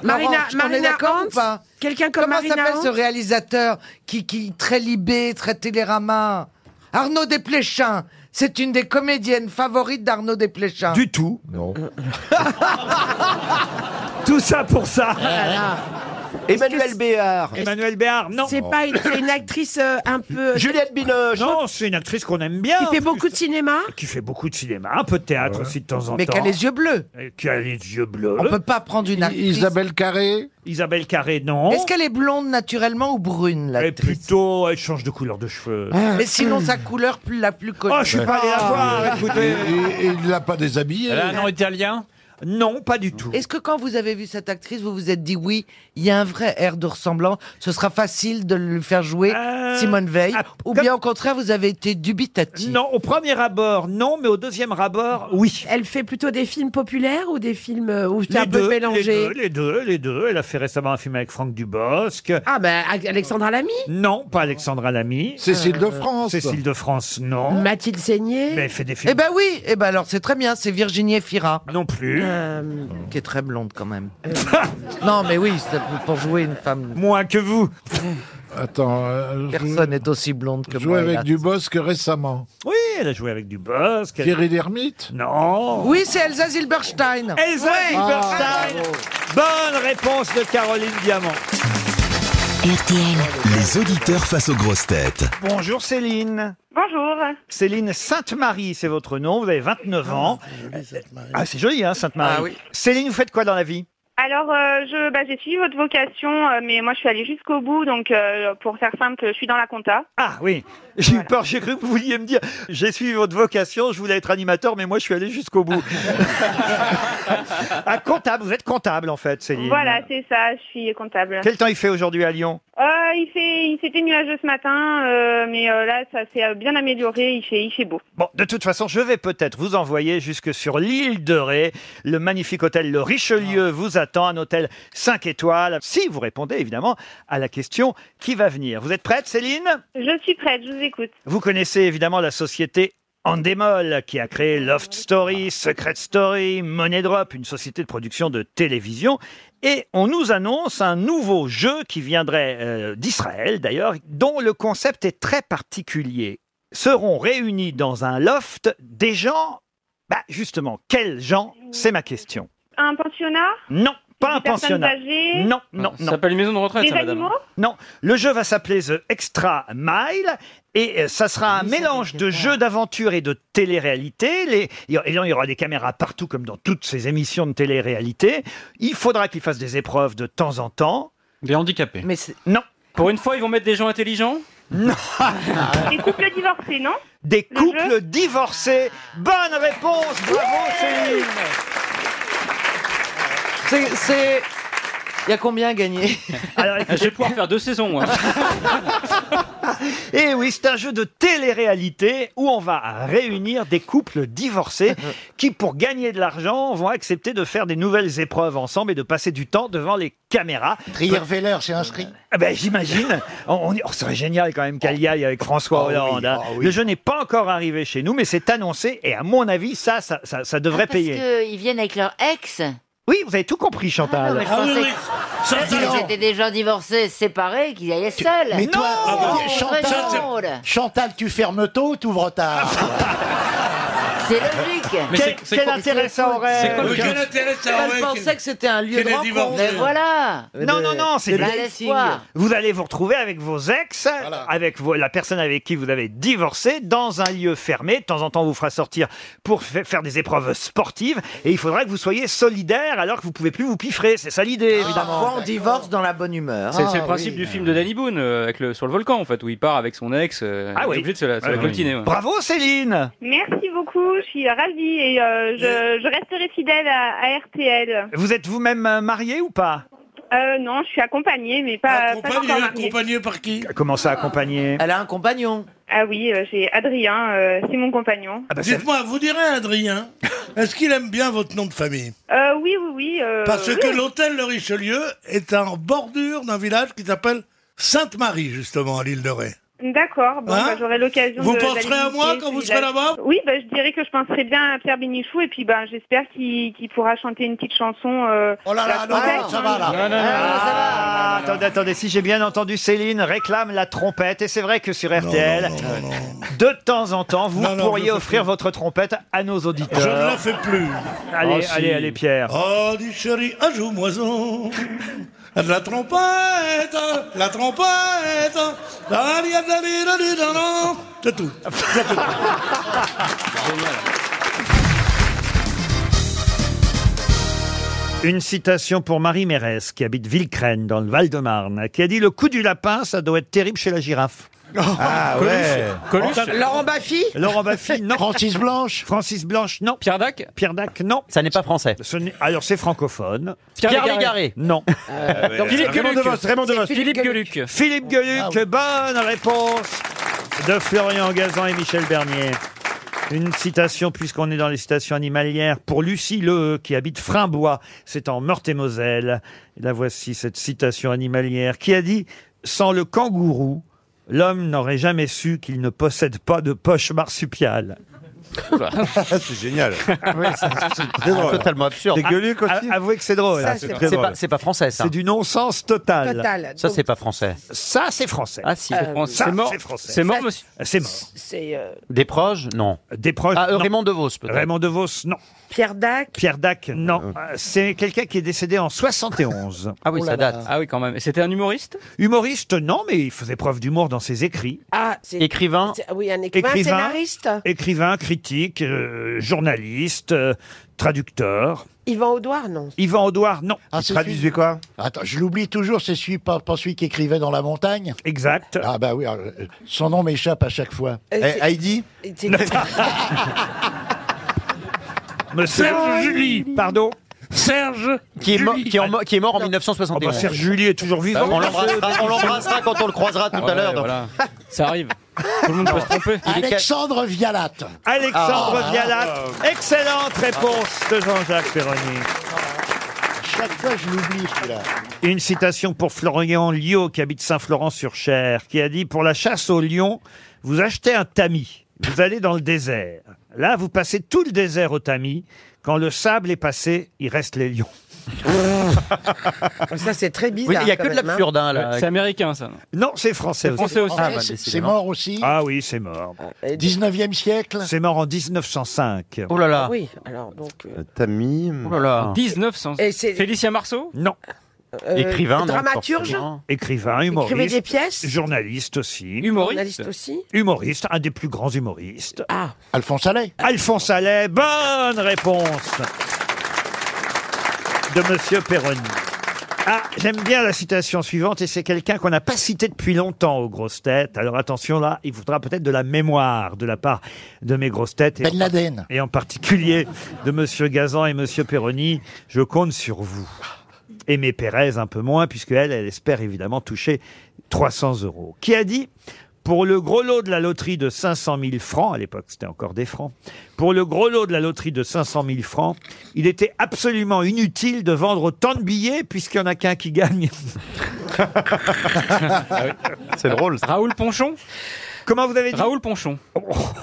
Speaker 14: Marina,
Speaker 5: Laurent, on est
Speaker 14: Marina
Speaker 5: d'accord ou
Speaker 14: Hans
Speaker 5: pas
Speaker 14: Quelqu'un comme
Speaker 5: Comment
Speaker 14: Marina
Speaker 5: s'appelle ce
Speaker 14: Hans
Speaker 5: réalisateur qui, qui très libé, très télérama Arnaud Desplechin. C'est une des comédiennes favorites d'Arnaud Desplechin.
Speaker 1: Du tout. Non.
Speaker 5: Euh,
Speaker 1: (laughs) tout ça pour
Speaker 5: Oh
Speaker 1: ça.
Speaker 30: Emmanuel Béard.
Speaker 1: Emmanuel Béard, non.
Speaker 14: C'est pas une, c'est une actrice euh, un peu...
Speaker 30: Juliette Binoche.
Speaker 1: Non, c'est une actrice qu'on aime bien.
Speaker 14: qui fait beaucoup de cinéma
Speaker 1: Qui fait beaucoup de cinéma, un peu de théâtre aussi de temps en
Speaker 5: Mais
Speaker 1: temps.
Speaker 5: qui a les yeux bleus.
Speaker 1: Et Qui a les yeux bleus.
Speaker 5: On peut pas prendre une actrice.
Speaker 29: Isabelle Carré.
Speaker 1: Isabelle Carré, non.
Speaker 5: Est-ce qu'elle est blonde naturellement ou brune Ah.
Speaker 1: Elle est plutôt, elle change de couleur de cheveux. Ah,
Speaker 5: Mais sinon, sa couleur plus- la plus connue.
Speaker 7: Ah,
Speaker 5: Ah.
Speaker 1: Oh, je suis pas allé la voir, écoutez.
Speaker 29: Et, et il l'a pas déshabillée.
Speaker 31: Elle a un nom italien
Speaker 1: Non, pas du tout.
Speaker 5: Est-ce que quand vous avez vu cette actrice, vous vous êtes dit oui, il y a un vrai air de ressemblant, ce sera facile de le faire jouer
Speaker 1: Euh,
Speaker 5: Simone Veil Ou bien au contraire, vous avez été dubitatif
Speaker 1: ah, Non, au premier abord, non, mais au deuxième abord, oui.
Speaker 15: Elle fait plutôt des films populaires ou des films euh, où c'est
Speaker 1: Les
Speaker 15: un peu
Speaker 1: deux, les
Speaker 15: mélangé
Speaker 1: deux, les deux, les deux. Elle a fait récemment un film avec Franck Dubosc.
Speaker 15: Ah,
Speaker 14: Bah,
Speaker 15: ben Alexandra Lamy
Speaker 1: Non, pas Alexandra Lamy. Euh,
Speaker 5: Cécile de France.
Speaker 1: Cécile de France, non.
Speaker 15: Mathilde Seigné
Speaker 1: Mais elle fait des films.
Speaker 5: Eh ben oui, eh ben alors c'est très bien, c'est Virginie Efira.
Speaker 1: Non plus.
Speaker 15: Ah.
Speaker 5: euh, Qui est très blonde quand même. (laughs) non mais oui, c'est pour jouer une femme.
Speaker 1: Moins
Speaker 16: (laughs)
Speaker 1: que vous.
Speaker 11: Attends.
Speaker 16: euh,
Speaker 5: Personne n'est aussi blonde que
Speaker 11: Joué
Speaker 5: moi.
Speaker 11: avec
Speaker 5: hélas.
Speaker 11: Dubosc récemment.
Speaker 1: Oui, elle a joué avec Dubosc. elle-
Speaker 11: Thierry Lhermitte
Speaker 1: Non.
Speaker 5: Oui, c'est Elsa Zilberstein. Ah,
Speaker 1: Elsa Zilberstein. Bonne réponse de Caroline Diamant.
Speaker 14: Les auditeurs face aux grosses têtes.
Speaker 1: Bonjour Céline.
Speaker 18: Bonjour.
Speaker 1: Céline Sainte-Marie, c'est votre nom. Vous avez 29 ans. Ah, c'est joli, hein, Sainte-Marie.
Speaker 18: Ah oui.
Speaker 1: Céline, vous faites quoi dans la vie
Speaker 18: Alors, euh, je, bah, j'ai suivi votre vocation, euh, mais moi, je suis allée jusqu'au bout. Donc, euh, pour faire simple, je suis dans la compta.
Speaker 1: Ah oui, j'ai eu peur, j'ai cru que vous vouliez me dire j'ai suivi votre vocation, je voulais être animateur, mais moi je suis allé jusqu'au bout. ah, comptable, vous êtes comptable en fait, Céline.
Speaker 18: Voilà, c'est ça, je suis comptable.
Speaker 1: Quel temps il fait aujourd'hui à Lyon
Speaker 18: Euh, il fait, il s'était nuageux ce matin, euh, mais euh, là, ça s'est euh, bien amélioré. Il fait, il fait beau.
Speaker 1: Bon, de toute façon, je vais peut-être vous envoyer jusque sur l'île de Ré. Le magnifique hôtel Le Richelieu vous attend, un hôtel 5 étoiles, si vous répondez évidemment à la question qui va venir. Vous êtes prête, Céline
Speaker 18: Je suis prête, je vous écoute.
Speaker 1: Vous connaissez évidemment la société Endemol, qui a créé Loft Story, Secret Story, Money Drop, une société de production de télévision. Et on nous annonce un nouveau jeu qui viendrait euh, d'Israël d'ailleurs, dont le concept est très particulier. Seront réunis dans un loft des gens, bah justement, quels gens C'est ma question.
Speaker 18: Un pensionnat
Speaker 1: Non, pas un
Speaker 18: Des personnes
Speaker 1: pensionnat.
Speaker 18: âgées
Speaker 1: Non, non, non.
Speaker 18: Ça s'appelle
Speaker 1: une maison de
Speaker 18: retraite, Des ça, madame. animaux
Speaker 1: Non, le jeu va s'appeler The Extra Mile et euh, ça sera un mélange de jeux d'aventure et de télé-réalité. Les- Il y a- il y aura des caméras partout comme dans toutes ces émissions de télé-réalité. Il faudra qu'ils fassent des épreuves de temps en temps.
Speaker 9: Des handicapés.
Speaker 5: Mais
Speaker 1: non.
Speaker 9: Pour une fois, ils vont mettre des gens intelligents
Speaker 1: Non.
Speaker 18: (laughs) Des couples divorcés, non
Speaker 1: Des couples divorcés. Bonne réponse, bravo Céline.
Speaker 5: C'est- C'est. Il y a combien à gagner
Speaker 1: Alors,
Speaker 9: Je vais pouvoir faire deux hein. saisons, moi.
Speaker 1: Et Eh oui, c'est un jeu de télé-réalité où on va réunir des couples divorcés qui, pour gagner de l'argent, vont accepter de faire des nouvelles épreuves ensemble et de passer du temps devant les caméras.
Speaker 11: Trier-Veller, c'est inscrit.
Speaker 1: Ah ben, J'imagine. On, on, oh, ce serait génial quand même qu'Alia aille avec François Hollande. hein. Le jeu n'est pas encore arrivé chez nous, mais c'est annoncé et à mon avis, ça, ça, ça, ça devrait
Speaker 4: Ah, Parce
Speaker 1: payer. Ah
Speaker 4: qu'ils viennent avec leur ex.
Speaker 1: Oui, vous avez tout compris,
Speaker 4: Ah,
Speaker 1: Chantal.
Speaker 4: mais je pensais que- je pensais que c'était des gens divorcés, séparés, qu'ils allaient seuls.
Speaker 16: Mais toi,
Speaker 5: ah, bah,
Speaker 4: non,
Speaker 16: euh, Chantal, Chantal, tu fermes tôt ou t'ouvres tard
Speaker 4: C'est logique.
Speaker 16: Mais c'est- c'est quoi- C'est
Speaker 15: euh,
Speaker 16: quoi le cas- Quel intérêt ça aurait
Speaker 5: Elle pensait
Speaker 16: qu'il-
Speaker 5: que c'était un lieu
Speaker 16: qu'il
Speaker 5: de
Speaker 16: est
Speaker 5: rencontre.
Speaker 16: divorcé. Mais
Speaker 4: voilà.
Speaker 1: Non, non, non, c'est
Speaker 5: Le
Speaker 1: du-
Speaker 5: dating.
Speaker 1: Vous allez vous retrouver avec vos ex, avec vos- la personne avec qui vous avez divorcé, dans un lieu fermé. De temps en temps, on vous fera sortir pour fa- faire des épreuves sportives. Et il faudra que vous soyez solidaires alors que vous pouvez plus vous piffrer. C'est ça l'idée, évidemment.
Speaker 5: Parfois, on Ah, divorce dans la bonne
Speaker 15: Ah,
Speaker 5: humeur. Ah,
Speaker 9: C'est c'est le principe du film de Danny Boone euh, avec le, sur le volcan en fait où il part avec son ex. euh, il est obligé de se la, se la
Speaker 1: Ah oui.
Speaker 9: coltiner, ouais.
Speaker 1: Bravo Céline.
Speaker 18: Merci beaucoup, je suis ravie et euh, je, je resterai fidèle à, à RTL.
Speaker 1: Vous êtes vous-même euh, marié ou pas
Speaker 18: Euh, non, je suis accompagnée, mais pas.
Speaker 1: Accompagnée,
Speaker 18: accompagnée par qui
Speaker 1: Comment ça accompagner
Speaker 5: Elle a un compagnon.
Speaker 18: Ah oui, euh, j'ai Adrien, euh, c'est mon compagnon.
Speaker 16: Ah
Speaker 1: Ah bah
Speaker 16: Dites-moi, vous direz Adrien, est-ce qu'il aime bien votre nom de famille
Speaker 18: Euh, oui, oui, oui. euh,
Speaker 16: Parce
Speaker 18: oui.
Speaker 16: que l'hôtel Le Richelieu est en bordure d'un village qui s'appelle Sainte-Marie, justement, à l'île de Ré.
Speaker 18: D'accord, bon,
Speaker 16: Hein
Speaker 18: bah, j'aurai l'occasion
Speaker 16: Vous
Speaker 18: de-
Speaker 16: penserez
Speaker 18: d'aller
Speaker 16: à moi
Speaker 18: visiter
Speaker 16: quand vous
Speaker 18: ce
Speaker 16: serez
Speaker 18: village.
Speaker 16: là-bas
Speaker 18: Oui, bah, je dirais que je penserai bien à Pierre Bénichou et puis bah, j'espère qu'il qu'il pourra chanter une petite chanson. euh,
Speaker 16: oh là
Speaker 18: là,
Speaker 16: ça va, là. Non, non, non,
Speaker 1: Ah, Attendez, attendez, si j'ai bien entendu Céline réclame la trompette et c'est vrai que sur RTL, de temps en temps, vous
Speaker 16: Non, non, je
Speaker 1: pourriez
Speaker 16: le fais
Speaker 1: offrir
Speaker 16: plus.
Speaker 1: votre trompette à nos auditeurs.
Speaker 16: Je ne la fais plus. Ah,
Speaker 1: Allez, allez, allez, Pierre.
Speaker 16: Oh, du chéri, un jour moison. De la trompette, la trompette. La li- la li- la li- la la. C'est tout. C'est tout.
Speaker 1: Une citation pour Marie Mérès, qui habite Villecrène, dans le Val-de-Marne, qui a dit « Le coup du lapin, ça doit être terrible chez la girafe.
Speaker 16: Oh,
Speaker 1: Ah
Speaker 17: Coluche. Coluche. Laurent
Speaker 1: Baffy Laurent Baffy, non. Francis Blanche Francis Blanche, non. Pierre Dac Pierre Dac, non. Ça n'est pas français. Alors c'est francophone.
Speaker 20: Pierre Pierre Légaré. Légaré.
Speaker 1: Non. Ah
Speaker 20: Euh, Donc, Philippe
Speaker 1: Raymond
Speaker 20: Gueluc.
Speaker 1: Devos, Raymond Devos.
Speaker 20: C'est Philippe Gueluc.
Speaker 1: Philippe Gueluc,
Speaker 20: Ah oui.
Speaker 1: bonne réponse de Florian Gazan et Michel Bernier. Une citation, puisqu'on est dans les citations animalières, pour Lucie Leheux, qui habite Frimbois, c'est en Meurthe-et-Moselle. Et La voici, cette citation animalière, qui a dit « Sans le kangourou, l'homme n'aurait jamais su qu'il ne possède pas de poche marsupiale. »
Speaker 2: Ah,
Speaker 19: c'est génial.
Speaker 5: Ah,
Speaker 8: Ah,
Speaker 1: C'est gueuluc aussi. Avouez que c'est drôle.
Speaker 19: Ça,
Speaker 1: hein,
Speaker 19: c'est
Speaker 1: très
Speaker 19: vrai.
Speaker 1: drôle.
Speaker 19: C'est pas- c'est pas français, ça.
Speaker 1: C'est du non-sens total.
Speaker 15: Total.
Speaker 19: Ça, c'est pas français.
Speaker 1: Ça, c'est français.
Speaker 19: Ah, si.
Speaker 1: Euh,
Speaker 19: C'est
Speaker 1: ça,
Speaker 19: mort.
Speaker 1: c'est français.
Speaker 19: C'est mort,
Speaker 1: Ça-
Speaker 19: monsieur
Speaker 1: C'est mort.
Speaker 15: C'est euh,
Speaker 19: Des proches Non.
Speaker 1: Des proches
Speaker 19: Ah, euh,
Speaker 1: non.
Speaker 19: Raymond DeVos, peut-être.
Speaker 1: Raymond DeVos, non.
Speaker 15: Pierre Dac.
Speaker 1: Pierre Dac, non. Euh, C'est quelqu'un qui est décédé
Speaker 19: (laughs)
Speaker 1: en 71.
Speaker 9: Ah oui, Oh là ça date. là. Ah oui, quand même. C'était un humoriste
Speaker 1: Humoriste, non, mais il faisait preuve d'humour dans ses écrits.
Speaker 15: ah, c'est-
Speaker 1: Écrivain.
Speaker 15: c'est- Oui, un écrivain,
Speaker 1: Écrivain.
Speaker 15: scénariste.
Speaker 1: Écrivain, critique, euh, journaliste, euh, traducteur.
Speaker 15: Yvan Audouard, non.
Speaker 1: Yvan Audouard, non.
Speaker 2: Ah,
Speaker 1: Il
Speaker 2: c'est
Speaker 1: traduisait
Speaker 2: celui-
Speaker 1: quoi
Speaker 2: Attends, je l'oublie toujours, c'est celui, pas, pas celui qui écrivait dans la montagne.
Speaker 1: Exact.
Speaker 2: Ah bah oui, alors, euh, son nom m'échappe à chaque fois. Eh,
Speaker 15: Euh, c'est-
Speaker 2: Heidi
Speaker 15: C'est-
Speaker 1: Monsieur
Speaker 2: Serge
Speaker 1: Julie. Pardon
Speaker 2: Serge
Speaker 17: Qui est, mo- qui est en mo- qui est mort en 1971.
Speaker 1: Oh, bah, Serge Julie est toujours vivant. Ah
Speaker 17: on l'embrassera (laughs) on l'embrassera quand on le croisera tout à l'heure. donc.
Speaker 9: Ah Ça arrive. Tout le monde peut se tromper.
Speaker 2: Alexandre Vialatte.
Speaker 1: Alexandre
Speaker 2: Ah.
Speaker 1: Vialatte. Excellente réponse de Jean-Jacques Perroni.
Speaker 2: Chaque fois, je l'oublie, celui-là.
Speaker 1: Une citation pour Florian Liot, qui habite Saint-Florent-sur-Cher, qui a dit Pour la chasse au lion, vous achetez un tamis, vous allez dans le désert. Là, vous passez tout le désert au tamis. Quand le sable est passé, il reste les
Speaker 17: (laughs)
Speaker 1: lions.
Speaker 15: Ça, c'est très bizarre.
Speaker 1: Oui, il y a
Speaker 15: quand
Speaker 1: que de
Speaker 15: même,
Speaker 1: l'absurde, hein, là.
Speaker 9: C'est américain, ça.
Speaker 1: Non, c'est français
Speaker 9: C'est français aussi. Ah, bah,
Speaker 2: C'est- C'est
Speaker 9: décidément.
Speaker 2: mort aussi.
Speaker 1: Ah oui, c'est mort.
Speaker 2: 19e siècle.
Speaker 1: C'est mort en 1905.
Speaker 2: Oh là là.
Speaker 15: Ah Oui, Euh, alors donc. euh, Ah.
Speaker 1: Tamis.
Speaker 9: Oh là là. 1900.
Speaker 15: Et c'est-
Speaker 9: Félicien Marceau
Speaker 1: Non.
Speaker 15: euh, Dramaturge.
Speaker 1: Écrivain, humoriste.
Speaker 15: Écrivait des pièces
Speaker 1: Journaliste aussi.
Speaker 15: Humoriste. Journaliste aussi.
Speaker 1: Humoriste, un des plus grands humoristes.
Speaker 15: Ah.
Speaker 1: Alphonse Allais. Alphonse Allais, bonne réponse de Monsieur Perroni. Ah, j'aime bien la citation suivante et c'est quelqu'un qu'on n'a pas cité depuis longtemps aux grosses têtes. Alors attention là, il faudra peut-être de la mémoire de la part de mes grosses têtes. Ben Laden. Et en particulier de Monsieur Gazan et Monsieur Perroni. Je compte sur vous. Aimé Pérez un peu moins, puisque elle, elle espère évidemment toucher 300 euros. Qui a dit pour le gros lot de la loterie de 500 000 francs, à l'époque c'était encore des francs, pour le gros lot de la loterie de 500 000 francs, il était absolument inutile de vendre autant de billets puisqu'il n'y en a qu'un qui
Speaker 9: (laughs)
Speaker 1: gagne.
Speaker 9: Ah C'est drôle,
Speaker 1: Raoul Ponchon Comment vous avez dit
Speaker 9: Raoul Ponchon.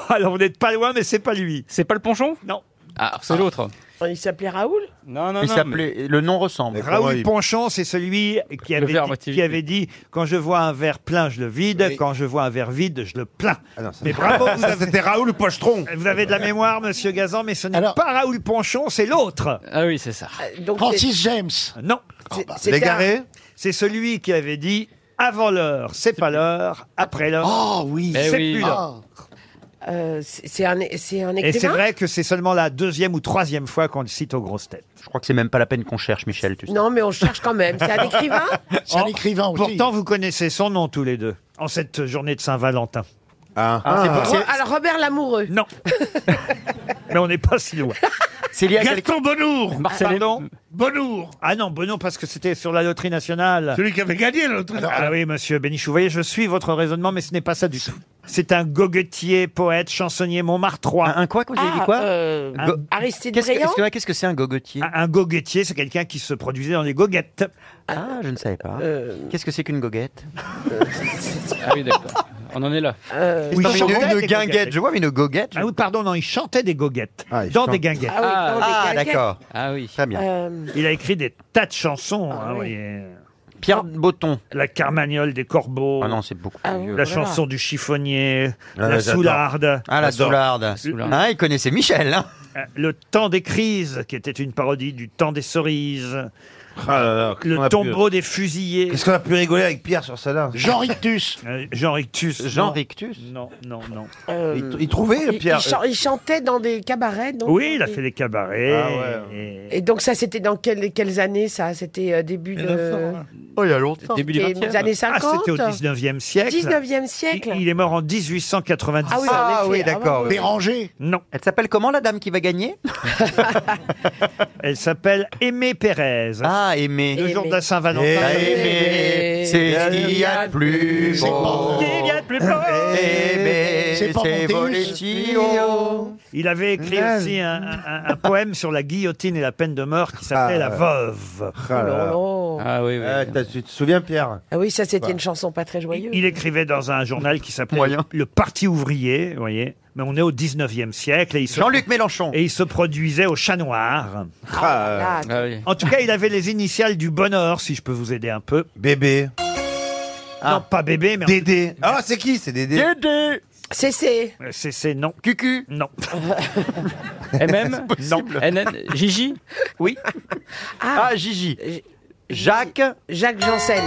Speaker 1: alors vous n'êtes pas loin, mais c'est pas lui.
Speaker 9: C'est pas le Ponchon
Speaker 1: Non.
Speaker 9: Ah, c'est l'autre.
Speaker 15: Il s'appelait Raoul
Speaker 9: Non, non,
Speaker 17: Il
Speaker 9: non.
Speaker 17: s'appelait. Le nom ressemble.
Speaker 1: Raoul Ponchon, c'est celui qui avait,
Speaker 17: verre à
Speaker 1: dit,
Speaker 17: moitié
Speaker 1: qui avait dit quand je vois un verre plein, je le vide, quand je vois un verre vide, je le plains.
Speaker 2: Ah
Speaker 1: mais bravo, vous avez...
Speaker 19: c'était Raoul Pochetron.
Speaker 1: Vous avez de la mémoire, monsieur Gazan, mais ce n'est pas Raoul Ponchon, c'est l'autre.
Speaker 9: Ah oui, c'est ça.
Speaker 15: Donc,
Speaker 2: Francis
Speaker 1: c'est-
Speaker 2: James.
Speaker 1: Non.
Speaker 2: C'est- bah, c'est Légaré un-
Speaker 1: C'est celui qui avait dit avant l'heure, c'est pas l'heure, après l'heure.
Speaker 15: Ah
Speaker 2: Oh oui,
Speaker 1: c'est
Speaker 2: Eh oui.
Speaker 1: plus
Speaker 14: Ah.
Speaker 1: l'heure.
Speaker 15: euh, c'est c'est un, c'est un écrivain.
Speaker 1: Et c'est vrai que c'est seulement la deuxième ou troisième fois qu'on le cite aux grosses têtes.
Speaker 17: Je crois que c'est même pas la peine qu'on cherche, Michel. Tu sais.
Speaker 15: Non, mais on cherche quand même. C'est
Speaker 1: (laughs)
Speaker 15: un
Speaker 17: (laughs)
Speaker 15: écrivain
Speaker 2: C'est un écrivain aussi.
Speaker 1: Pourtant, vous connaissez son nom tous les deux en cette journée de Saint-Valentin.
Speaker 17: Ah, c'est pour-
Speaker 15: Ro- Alors, Robert Lamoureux.
Speaker 1: Non. Mais on n'est pas
Speaker 17: (laughs)
Speaker 1: si loin. C'est lié
Speaker 17: à Gaston
Speaker 1: Bonnour.
Speaker 17: Marcel-
Speaker 1: Pardon Bonnour. Ah non, Bonnour parce que c'était sur la loterie nationale.
Speaker 16: Celui qui avait gagné la loterie
Speaker 1: Ah oui, monsieur Bénichou, vous voyez, je suis votre raisonnement, mais ce n'est pas ça du tout. C'est un goguetier, poète, chansonnier, Montmartrois. Un,
Speaker 17: quoi
Speaker 1: que
Speaker 17: vous avez dit Ah, quoi
Speaker 15: euh,
Speaker 1: Un-
Speaker 15: Aristide
Speaker 17: Qu'est-ce que-
Speaker 15: Briand
Speaker 17: excusez-moi, qu'est-ce que c'est un gogotier
Speaker 1: Un, un goguetier, c'est quelqu'un qui se produisait dans les goguettes.
Speaker 17: Ah, je ne savais pas.
Speaker 15: Euh.
Speaker 17: Qu'est-ce que c'est qu'une goguette
Speaker 9: Ah oui, d'accord. On en est là.
Speaker 1: Euh,
Speaker 15: Euh,
Speaker 17: Oui, il chantait une guinguette, je vois, mais une goguette.
Speaker 1: Ah oui, pardon, non, il chantait des goguettes. dans
Speaker 17: chante-
Speaker 1: des guinguettes.
Speaker 15: Ah oui, dans des
Speaker 17: Ah,
Speaker 15: guinguettes.
Speaker 17: d'accord.
Speaker 9: Ah oui.
Speaker 17: Très bien.
Speaker 15: Euh, Ah
Speaker 1: Il a écrit des tas de chansons. hein, vous voyez.
Speaker 17: Pierre Botton.
Speaker 1: La Carmagnole des Corbeaux.
Speaker 17: Ah non, c'est beaucoup plus
Speaker 15: Ah oui,
Speaker 17: vieux.
Speaker 1: La chanson du chiffonnier, la
Speaker 17: j'adore.
Speaker 1: soularde.
Speaker 17: Ah, la soularde. Ah, il connaissait Michel. hein.
Speaker 1: Euh, Le temps des crises, qui était une parodie du temps des cerises.
Speaker 17: Ah
Speaker 1: le tombeau des fusillés.
Speaker 16: Qu'est-ce qu'on a pu rigoler avec Pierre sur celle-là
Speaker 1: Jean Rictus. Euh, Jean Rictus.
Speaker 8: Jean
Speaker 1: non.
Speaker 8: Rictus
Speaker 1: Non, non, non.
Speaker 5: Euh, il- Il, chan-
Speaker 14: euh,
Speaker 5: il chantait dans des cabarets, non
Speaker 1: Oui, il a fait des cabarets. et-
Speaker 5: Et donc ça, c'était dans quelles, quelles années ça C'était euh, début de...
Speaker 8: hein.
Speaker 1: Oh, il y a longtemps.
Speaker 5: Début du Des 20e. années
Speaker 1: Ah, c'était au
Speaker 5: 50.
Speaker 1: 19e siècle.
Speaker 5: 19e siècle.
Speaker 1: Il, il est mort en 1890.
Speaker 5: Ah oui, en effet, ah ouais.
Speaker 1: Béranger Non. Elle s'appelle comment la dame qui
Speaker 5: (laughs)
Speaker 1: va gagner (laughs) Elle s'appelle Aimée Pérez. Ah, Aimée. Le jour de la Saint-Valentin.
Speaker 8: Aimé, c'est ce qu'il y a de plus beau.
Speaker 1: Il y a de plus beau.
Speaker 8: Aimé, c'est Volestio.
Speaker 1: Il avait écrit
Speaker 8: Ouais.
Speaker 1: aussi un, un- un poème sur la guillotine et la peine de mort qui s'appelait La
Speaker 16: ouais.
Speaker 1: Veuve.
Speaker 16: Ah là là.
Speaker 1: Ah oui,
Speaker 16: tu te souviens, Pierre
Speaker 5: Ah oui, ça
Speaker 1: Bah.
Speaker 5: c'était une chanson pas très joyeuse.
Speaker 1: Il écrivait dans un journal qui s'appelait Le Parti ouvrier, vous voyez. Mais on est au 19e siècle. Jean-Luc
Speaker 8: Mélenchon.
Speaker 1: Et il se produisait au Chat
Speaker 8: Euh,
Speaker 1: Noir.
Speaker 16: Ah, là,
Speaker 1: Euh, En tout cas, il avait les initiales du bonheur, si je peux vous aider un peu. Bébé. Non, pas bébé, mais. Dédé. Ah, c'est qui C'est Dédé
Speaker 5: Dédé CC
Speaker 1: Euh, C'est, c'est non. Cucu (laughs) Non.
Speaker 32: MM
Speaker 1: Non.
Speaker 32: NN Gigi
Speaker 1: Oui.
Speaker 5: Ah,
Speaker 1: Gigi.
Speaker 8: Jacques
Speaker 5: Jacques Janssen.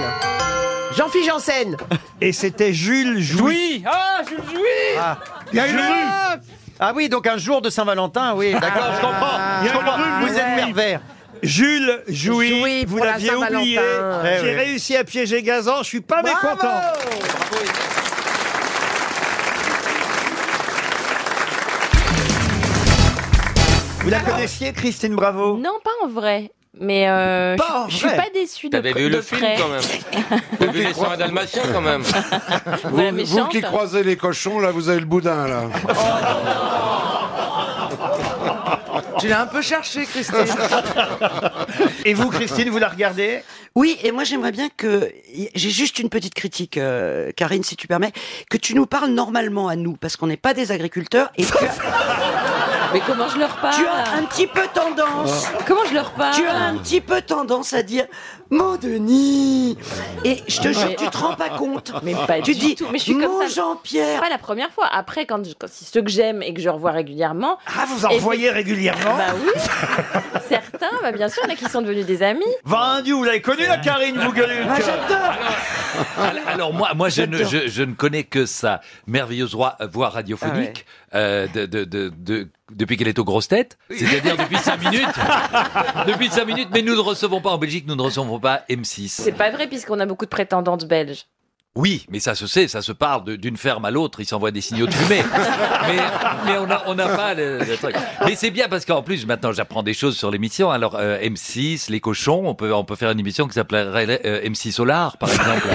Speaker 5: Jean-Philippe Janssen
Speaker 1: Et c'était Jules
Speaker 32: Jouy. Ah, Jules Jouy
Speaker 5: Il y a une
Speaker 8: Jules.
Speaker 5: rue.
Speaker 8: Ah oui, donc un jour de Saint-Valentin, oui, d'accord, je comprends.
Speaker 1: Il y
Speaker 8: Je
Speaker 1: a une
Speaker 8: comprends.
Speaker 1: rue,
Speaker 8: Vous
Speaker 1: oui.
Speaker 8: êtes pervers.
Speaker 1: Jules Jouy, vous
Speaker 8: pour la
Speaker 1: l'aviez
Speaker 8: Saint-Valentin.
Speaker 1: oublié.
Speaker 8: Ouais,
Speaker 1: J'ai
Speaker 8: ouais.
Speaker 1: réussi à piéger Gazan, je suis pas mécontent. Vous la connaissiez, Christine Bravo
Speaker 6: Non, pas en vrai. Mais euh,
Speaker 1: Pas en
Speaker 6: je, je suis
Speaker 1: vrai.
Speaker 6: pas déçu de
Speaker 7: T'avais vu
Speaker 6: de
Speaker 7: le film
Speaker 6: près.
Speaker 7: quand même. (laughs) T'as vu les 100 dalmatiens quand
Speaker 1: (laughs)
Speaker 7: même.
Speaker 6: Vous la
Speaker 2: Vous,
Speaker 6: méchante.
Speaker 2: vous qui croisez les cochons, là, vous avez le boudin, là.
Speaker 33: Tu l'as un peu cherché, Christine.
Speaker 1: Et vous, Christine, vous la regardez
Speaker 14: Oui, et moi j'aimerais bien que j'ai juste une petite critique, euh, Karine, si tu permets, que tu nous parles normalement à nous, parce qu'on n'est pas des agriculteurs. Et tu as-
Speaker 6: (laughs) Mais comment je leur parle
Speaker 14: Tu as un petit peu tendance.
Speaker 6: Comment je leur parle
Speaker 14: Tu as un petit peu tendance à dire mon Denis. Et je te jure,
Speaker 6: Mais-
Speaker 14: tu te rends pas compte.
Speaker 6: Mais pas
Speaker 14: tu
Speaker 6: du
Speaker 14: dis
Speaker 6: tout. Mais je suis
Speaker 14: mon
Speaker 6: comme ça.
Speaker 14: Jean-Pierre.
Speaker 6: C'est pas la première fois. Après, quand, je- quand c'est ceux que j'aime et que je revois régulièrement.
Speaker 1: Ah, vous en revoyez régulièrement
Speaker 6: Bah oui. (laughs) Certains, bah bien sûr, il y en a qui sont devenus
Speaker 14: (laughs)
Speaker 6: des amis.
Speaker 1: Vendu, vous l'avez connu la Karine Bougeluc
Speaker 3: Alors, alors moi, moi je, ne, je, je ne connais que sa merveilleuse roi- voix radiophonique euh, de, de- de- de- depuis qu'elle est aux grosses têtes, c'est-à-dire depuis 5 minutes. depuis 5 minutes, mais nous ne recevons pas en Belgique, nous ne recevons pas
Speaker 6: C'est
Speaker 3: M6.
Speaker 6: pas vrai puisqu'on a beaucoup de prétendantes belges.
Speaker 3: Oui, mais ça se sait, ça se parle de- d'une ferme à l'autre, ils s'envoient des signaux de fumée. mais, mais on n'a on n'a pas le,
Speaker 16: (laughs)
Speaker 3: le truc. Mais c'est bien parce qu'en plus, maintenant, j'apprends des choses sur l'émission. Alors, euh, M6, les cochons, on peut, on peut faire une émission qui s'appellerait euh, M6 Solar, par
Speaker 7: (laughs)
Speaker 3: exemple.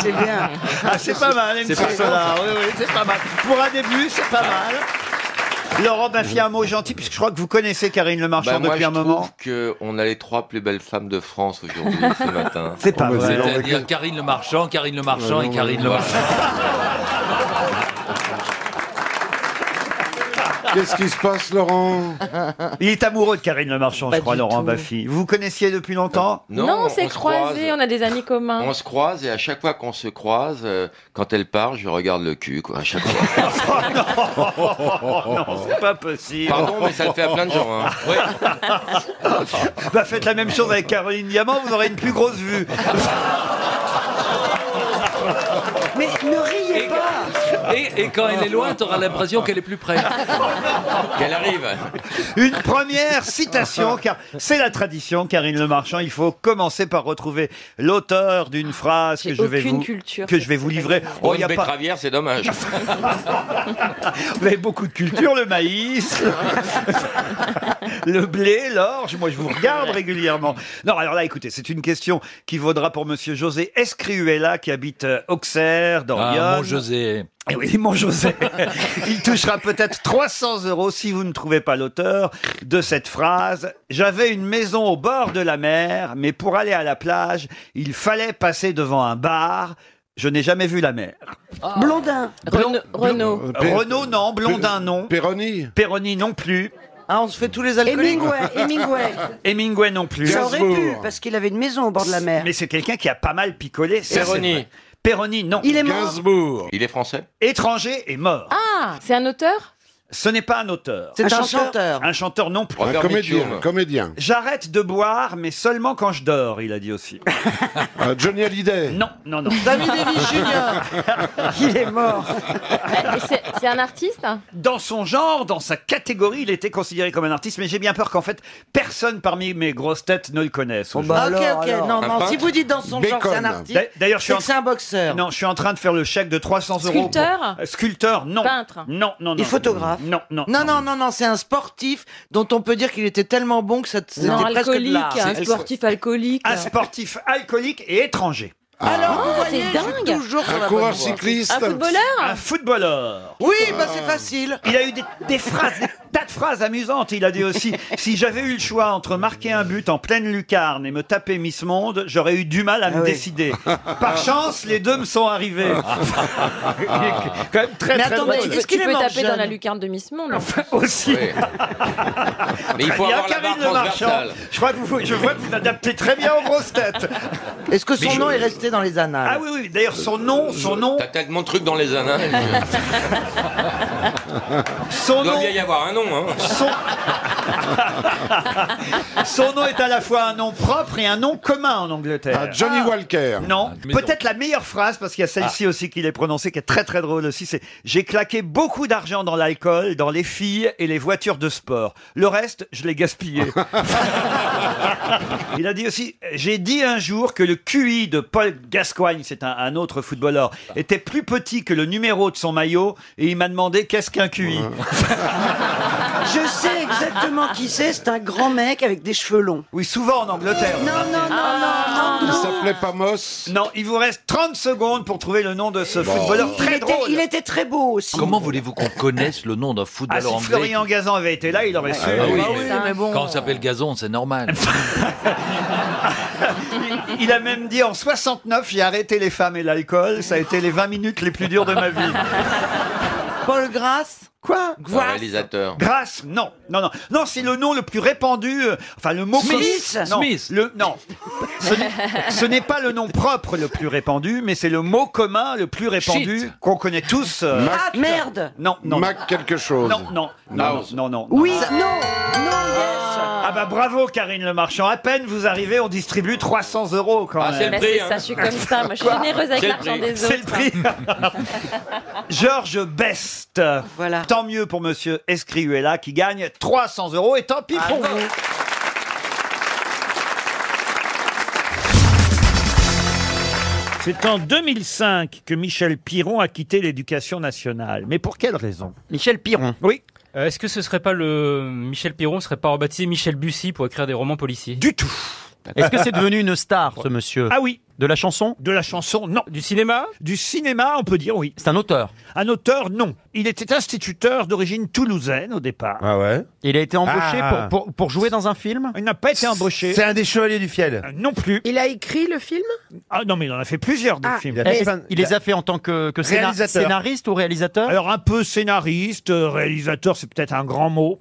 Speaker 14: c'est bien.
Speaker 1: Ah, c'est pas mal,
Speaker 3: C'est
Speaker 1: MC
Speaker 3: pas
Speaker 1: Solar.
Speaker 3: mal.
Speaker 1: Oui, oui, c'est pas mal. Pour un début, c'est pas mal. Laurent m'a fait un mot gentil, puisque je crois que vous connaissez Karine Le Marchand
Speaker 7: Bah, moi,
Speaker 1: depuis
Speaker 7: je
Speaker 1: un moment.
Speaker 7: trouve que on a les trois plus belles femmes de France aujourd'hui, ce matin.
Speaker 1: C'est pas Oh, mais vrai. c'est
Speaker 3: C'est-à-dire Karine Le Marchand, Karine Le Marchand et Karine Le Marchand.
Speaker 1: Qu'est-ce qui se passe, Laurent Il est amoureux de Karine Le Marchand, je crois, Laurent Baffy. Vous vous connaissiez depuis longtemps
Speaker 6: Non, on s'est
Speaker 7: se
Speaker 6: croisés,
Speaker 7: croise.
Speaker 6: on a des amis communs.
Speaker 7: On se croise et à chaque fois qu'on se croise, euh, quand elle part, je regarde le cul, quoi, à chaque
Speaker 1: (laughs)
Speaker 7: fois.
Speaker 1: Non, c'est pas possible.
Speaker 7: Pardon, mais ça le fait à plein de gens. hein.
Speaker 1: (laughs) Bah, faites la même chose avec Caroline Diamant, vous aurez une plus grosse vue.
Speaker 14: Mais ne riez pas.
Speaker 3: Et, et quand elle est loin, t'auras l'impression qu'elle est plus près. Ah,
Speaker 7: Qu'elle arrive.
Speaker 1: (laughs) Une première citation, car c'est la tradition, Karine Le Marchand. Il faut commencer par retrouver l'auteur d'une phrase que je vais
Speaker 7: aucune
Speaker 1: vous
Speaker 7: culture.
Speaker 1: que je vais vous livrer.
Speaker 7: Pour
Speaker 1: Oh, y
Speaker 7: une betteravière, c'est
Speaker 1: (laughs)
Speaker 7: dommage.
Speaker 1: Vous avez beaucoup de culture,
Speaker 3: (laughs)
Speaker 1: le maïs, le blé, l'orge. Moi, je vous regarde régulièrement. Non, alors là, écoutez, c'est une question qui vaudra pour Monsieur José Escriuela, qui habite euh, Auxerre, dans
Speaker 3: Ah, mon
Speaker 1: Yonne.
Speaker 3: José.
Speaker 1: Eh oui, mon José. (laughs) Il touchera peut-être 300 euros si vous ne trouvez pas l'auteur de cette phrase. J'avais une maison au bord de la mer, mais pour aller à la plage, il fallait passer devant un bar. Je n'ai jamais vu la mer.
Speaker 6: Ah.
Speaker 14: Blondin.
Speaker 6: Renaud. Renaud.
Speaker 1: Euh, Renaud, non. Blondin, non. Péroni. Péroni, non plus. Ah, on se fait tous les
Speaker 14: alcooliques. Hemingway, Hemingway.
Speaker 1: Hemingway, non plus.
Speaker 14: Ça aurait pu, parce qu'il avait une maison au bord de la mer.
Speaker 1: Mais c'est quelqu'un qui a pas mal picolé. ça, c'est
Speaker 7: Péroni.
Speaker 1: vrai. Péroni, non.
Speaker 14: Il est mort.
Speaker 7: Il est français
Speaker 1: Étranger est mort.
Speaker 6: Ah, c'est un auteur
Speaker 1: Ce n'est pas un auteur.
Speaker 25: C'est Un un chanteur chanteur.
Speaker 1: Un chanteur non plus.
Speaker 19: Un Robert comédien, Mitchum. comédien.
Speaker 1: J'arrête de boire, mais seulement quand je dors, il a
Speaker 19: (laughs)
Speaker 1: dit aussi.
Speaker 19: Euh,
Speaker 1: Johnny Hallyday. Non, non, non.
Speaker 5: Sammy
Speaker 1: (laughs)
Speaker 5: Davis
Speaker 1: Jr. il est mort.
Speaker 6: Et c'est- C'est un artiste hein
Speaker 1: Dans son genre, dans sa catégorie, il était considéré comme un artiste, mais j'ai bien peur qu'en fait, personne parmi mes grosses têtes ne le connaisse.
Speaker 5: Ah,
Speaker 25: bah
Speaker 1: aujourd'hui.
Speaker 25: Ok, ok, alors, alors. non, non, si vous dites dans son genre, c'est un artiste,
Speaker 1: D'a- D'ailleurs, je suis
Speaker 25: c'est
Speaker 1: en-
Speaker 25: que c'est un boxeur.
Speaker 1: Non, je suis en train de faire le chèque de 300 euros.
Speaker 25: Sculpteur
Speaker 1: pour- Euh, Sculpteur, non.
Speaker 25: Peintre
Speaker 1: Non, non, non.
Speaker 25: Et photographe
Speaker 1: Bah, Non, non.
Speaker 5: Non, non, non, non, c'est un sportif dont on peut dire qu'il était tellement bon que ça- c'était
Speaker 6: Non,
Speaker 5: presque de
Speaker 6: alcoolique,
Speaker 5: l'art.
Speaker 6: un sportif alcoolique.
Speaker 1: Un sportif alcoolique et étranger.
Speaker 5: Alors,
Speaker 6: Ah,
Speaker 5: vous voyez,
Speaker 6: c'est
Speaker 5: je
Speaker 6: dingue.
Speaker 5: suis toujours sur
Speaker 1: Un
Speaker 5: la
Speaker 1: coureur
Speaker 5: bonne voie.
Speaker 1: cycliste.
Speaker 5: Un footballeur
Speaker 1: Un footballeur.
Speaker 5: Oui, bah c'est facile.
Speaker 1: Il a eu des, des phrases, des tas de phrases amusantes. Il a dit
Speaker 5: (laughs)
Speaker 1: aussi si j'avais eu le choix entre marquer un but en pleine lucarne et me taper Miss Monde, j'aurais eu du
Speaker 5: Ah
Speaker 1: mal à
Speaker 5: (laughs)
Speaker 1: me décider. Par chance, les deux me sont arrivés.
Speaker 5: Ah.
Speaker 1: (laughs) Il est quand même très
Speaker 6: Mais
Speaker 1: très
Speaker 6: attendez,
Speaker 1: drôle.
Speaker 6: est-ce qu'il peut taper dans la lucarne de Miss Monde
Speaker 1: aussi.
Speaker 7: Mais il
Speaker 1: Très
Speaker 7: faut
Speaker 1: bien,
Speaker 7: avoir la barre
Speaker 1: Karine Le Marchand.
Speaker 7: transversale.
Speaker 1: Je crois que vous, je vois que vous adaptez très bien aux grosses têtes.
Speaker 5: Est-ce que
Speaker 7: Mais
Speaker 5: son
Speaker 7: je-
Speaker 5: nom est resté dans les annales
Speaker 1: Ah oui, oui. D'ailleurs, son nom, son nom.
Speaker 7: T'as tellement de trucs dans les annales.
Speaker 1: Son (laughs)
Speaker 7: Il doit
Speaker 1: nom-
Speaker 7: bien y avoir un nom. Hein.
Speaker 1: Son... Son nom est à la fois un nom propre et un nom commun en Angleterre.
Speaker 19: Ah, Johnny Walker.
Speaker 1: Non, peut-être la meilleure phrase, parce qu'il y a celle-ci aussi qu'il est prononcée, qui est très très drôle aussi, c'est « J'ai claqué beaucoup d'argent dans l'alcool, dans les filles et les voitures de sport. Le reste, je
Speaker 19: (laughs)
Speaker 1: l'ai gaspillé. » Il a dit aussi « J'ai dit un jour que le QI de Paul Gascoigne, c'est un, un autre footballeur, était plus petit que le numéro de son maillot et il m'a demandé qu'est-ce qu'un QI
Speaker 25: Je sais exactement qui c'est, c'est un grand mec avec des cheveux longs. ».
Speaker 1: Oui, souvent en Angleterre.
Speaker 25: Non, non, non,
Speaker 4: Ah.
Speaker 25: non, non,
Speaker 19: Il
Speaker 25: non.
Speaker 19: s'appelait pas Moss.
Speaker 1: Non, il vous reste 30 secondes pour trouver le nom de ce
Speaker 19: Bon.
Speaker 1: footballeur
Speaker 25: Il
Speaker 1: très
Speaker 25: était-
Speaker 1: drôle.
Speaker 25: il était très beau aussi.
Speaker 21: Comment voulez-vous qu'on connaisse le nom d'un
Speaker 1: Ah,
Speaker 21: footballeur
Speaker 1: si
Speaker 21: anglais qui-
Speaker 1: Florian Gazan avait été là, il aurait su.
Speaker 21: Ah oui,
Speaker 5: mais bon.
Speaker 21: Quand on s'appelle Gazon, c'est normal.
Speaker 1: Il a même dit en 69, j'ai arrêté les femmes et l'alcool. Ça a été les 20 minutes les plus dures de ma vie.
Speaker 5: Paul Grasse
Speaker 1: Quoi
Speaker 7: Un réalisateur.
Speaker 1: Grâce, non, non, non, non, c'est le nom le plus répandu. euh, enfin, le mot
Speaker 25: Smith
Speaker 1: non, le non, ce n'est- ce n'est pas le nom propre le plus répandu, mais c'est le mot commun le plus répandu qu'on connaît tous. euh,
Speaker 25: Ah, merde
Speaker 1: Non, non,
Speaker 19: Mac quelque chose.
Speaker 1: non, non, non,
Speaker 19: Mouse.
Speaker 1: non, non, non.
Speaker 25: Oui, non, non, yes
Speaker 1: Ah bah bravo Karine Le Marchand, à peine vous arrivez, on distribue 300 euros quand
Speaker 7: Ah,
Speaker 1: même.
Speaker 7: c'est
Speaker 6: Bah,
Speaker 7: le
Speaker 6: c'est
Speaker 7: prix.
Speaker 6: ça,
Speaker 7: hein.
Speaker 6: je suis comme ça. Moi, je suis généreuse avec
Speaker 7: C'est le
Speaker 6: l'argent
Speaker 7: prix.
Speaker 6: des autres.
Speaker 1: C'est le
Speaker 6: (laughs)
Speaker 1: prix. Georges Best.
Speaker 25: Voilà.
Speaker 1: Tant mieux pour monsieur Escrihuela qui gagne 300 euros et tant pis pour vous. C'est en 2005 que Michel Piron a quitté l'éducation nationale. Mais pour quelle raison
Speaker 25: Michel Piron.
Speaker 1: Oui,
Speaker 9: Euh, Est-ce que ce serait pas le Michel Piron serait pas rebaptisé Michel Bussy pour écrire des romans policiers
Speaker 1: du tout.
Speaker 8: Est-ce que c'est devenu une star, ce monsieur
Speaker 1: Ah oui,
Speaker 8: De la chanson
Speaker 1: de la chanson, non.
Speaker 9: Du cinéma
Speaker 1: Du cinéma, on peut dire oui.
Speaker 8: C'est un auteur.
Speaker 1: Un auteur, non. Il était instituteur d'origine toulousaine au départ.
Speaker 8: Ah ouais Il a été embauché
Speaker 1: Ah.
Speaker 8: pour, pour, pour jouer dans un film
Speaker 1: Il n'a pas été embauché.
Speaker 17: C'est un des chevaliers du fiel.
Speaker 1: Euh, Non plus.
Speaker 15: Il a écrit le film
Speaker 1: Ah non, mais il en a fait plusieurs des
Speaker 15: Ah,
Speaker 1: films.
Speaker 17: il a
Speaker 8: Est-ce-
Speaker 17: Enfin,
Speaker 8: Il les a fait en tant que, que scénar-
Speaker 17: Réalisateur.
Speaker 8: scénariste ou réalisateur
Speaker 1: Alors un peu scénariste, euh, réalisateur, c'est peut-être un grand mot.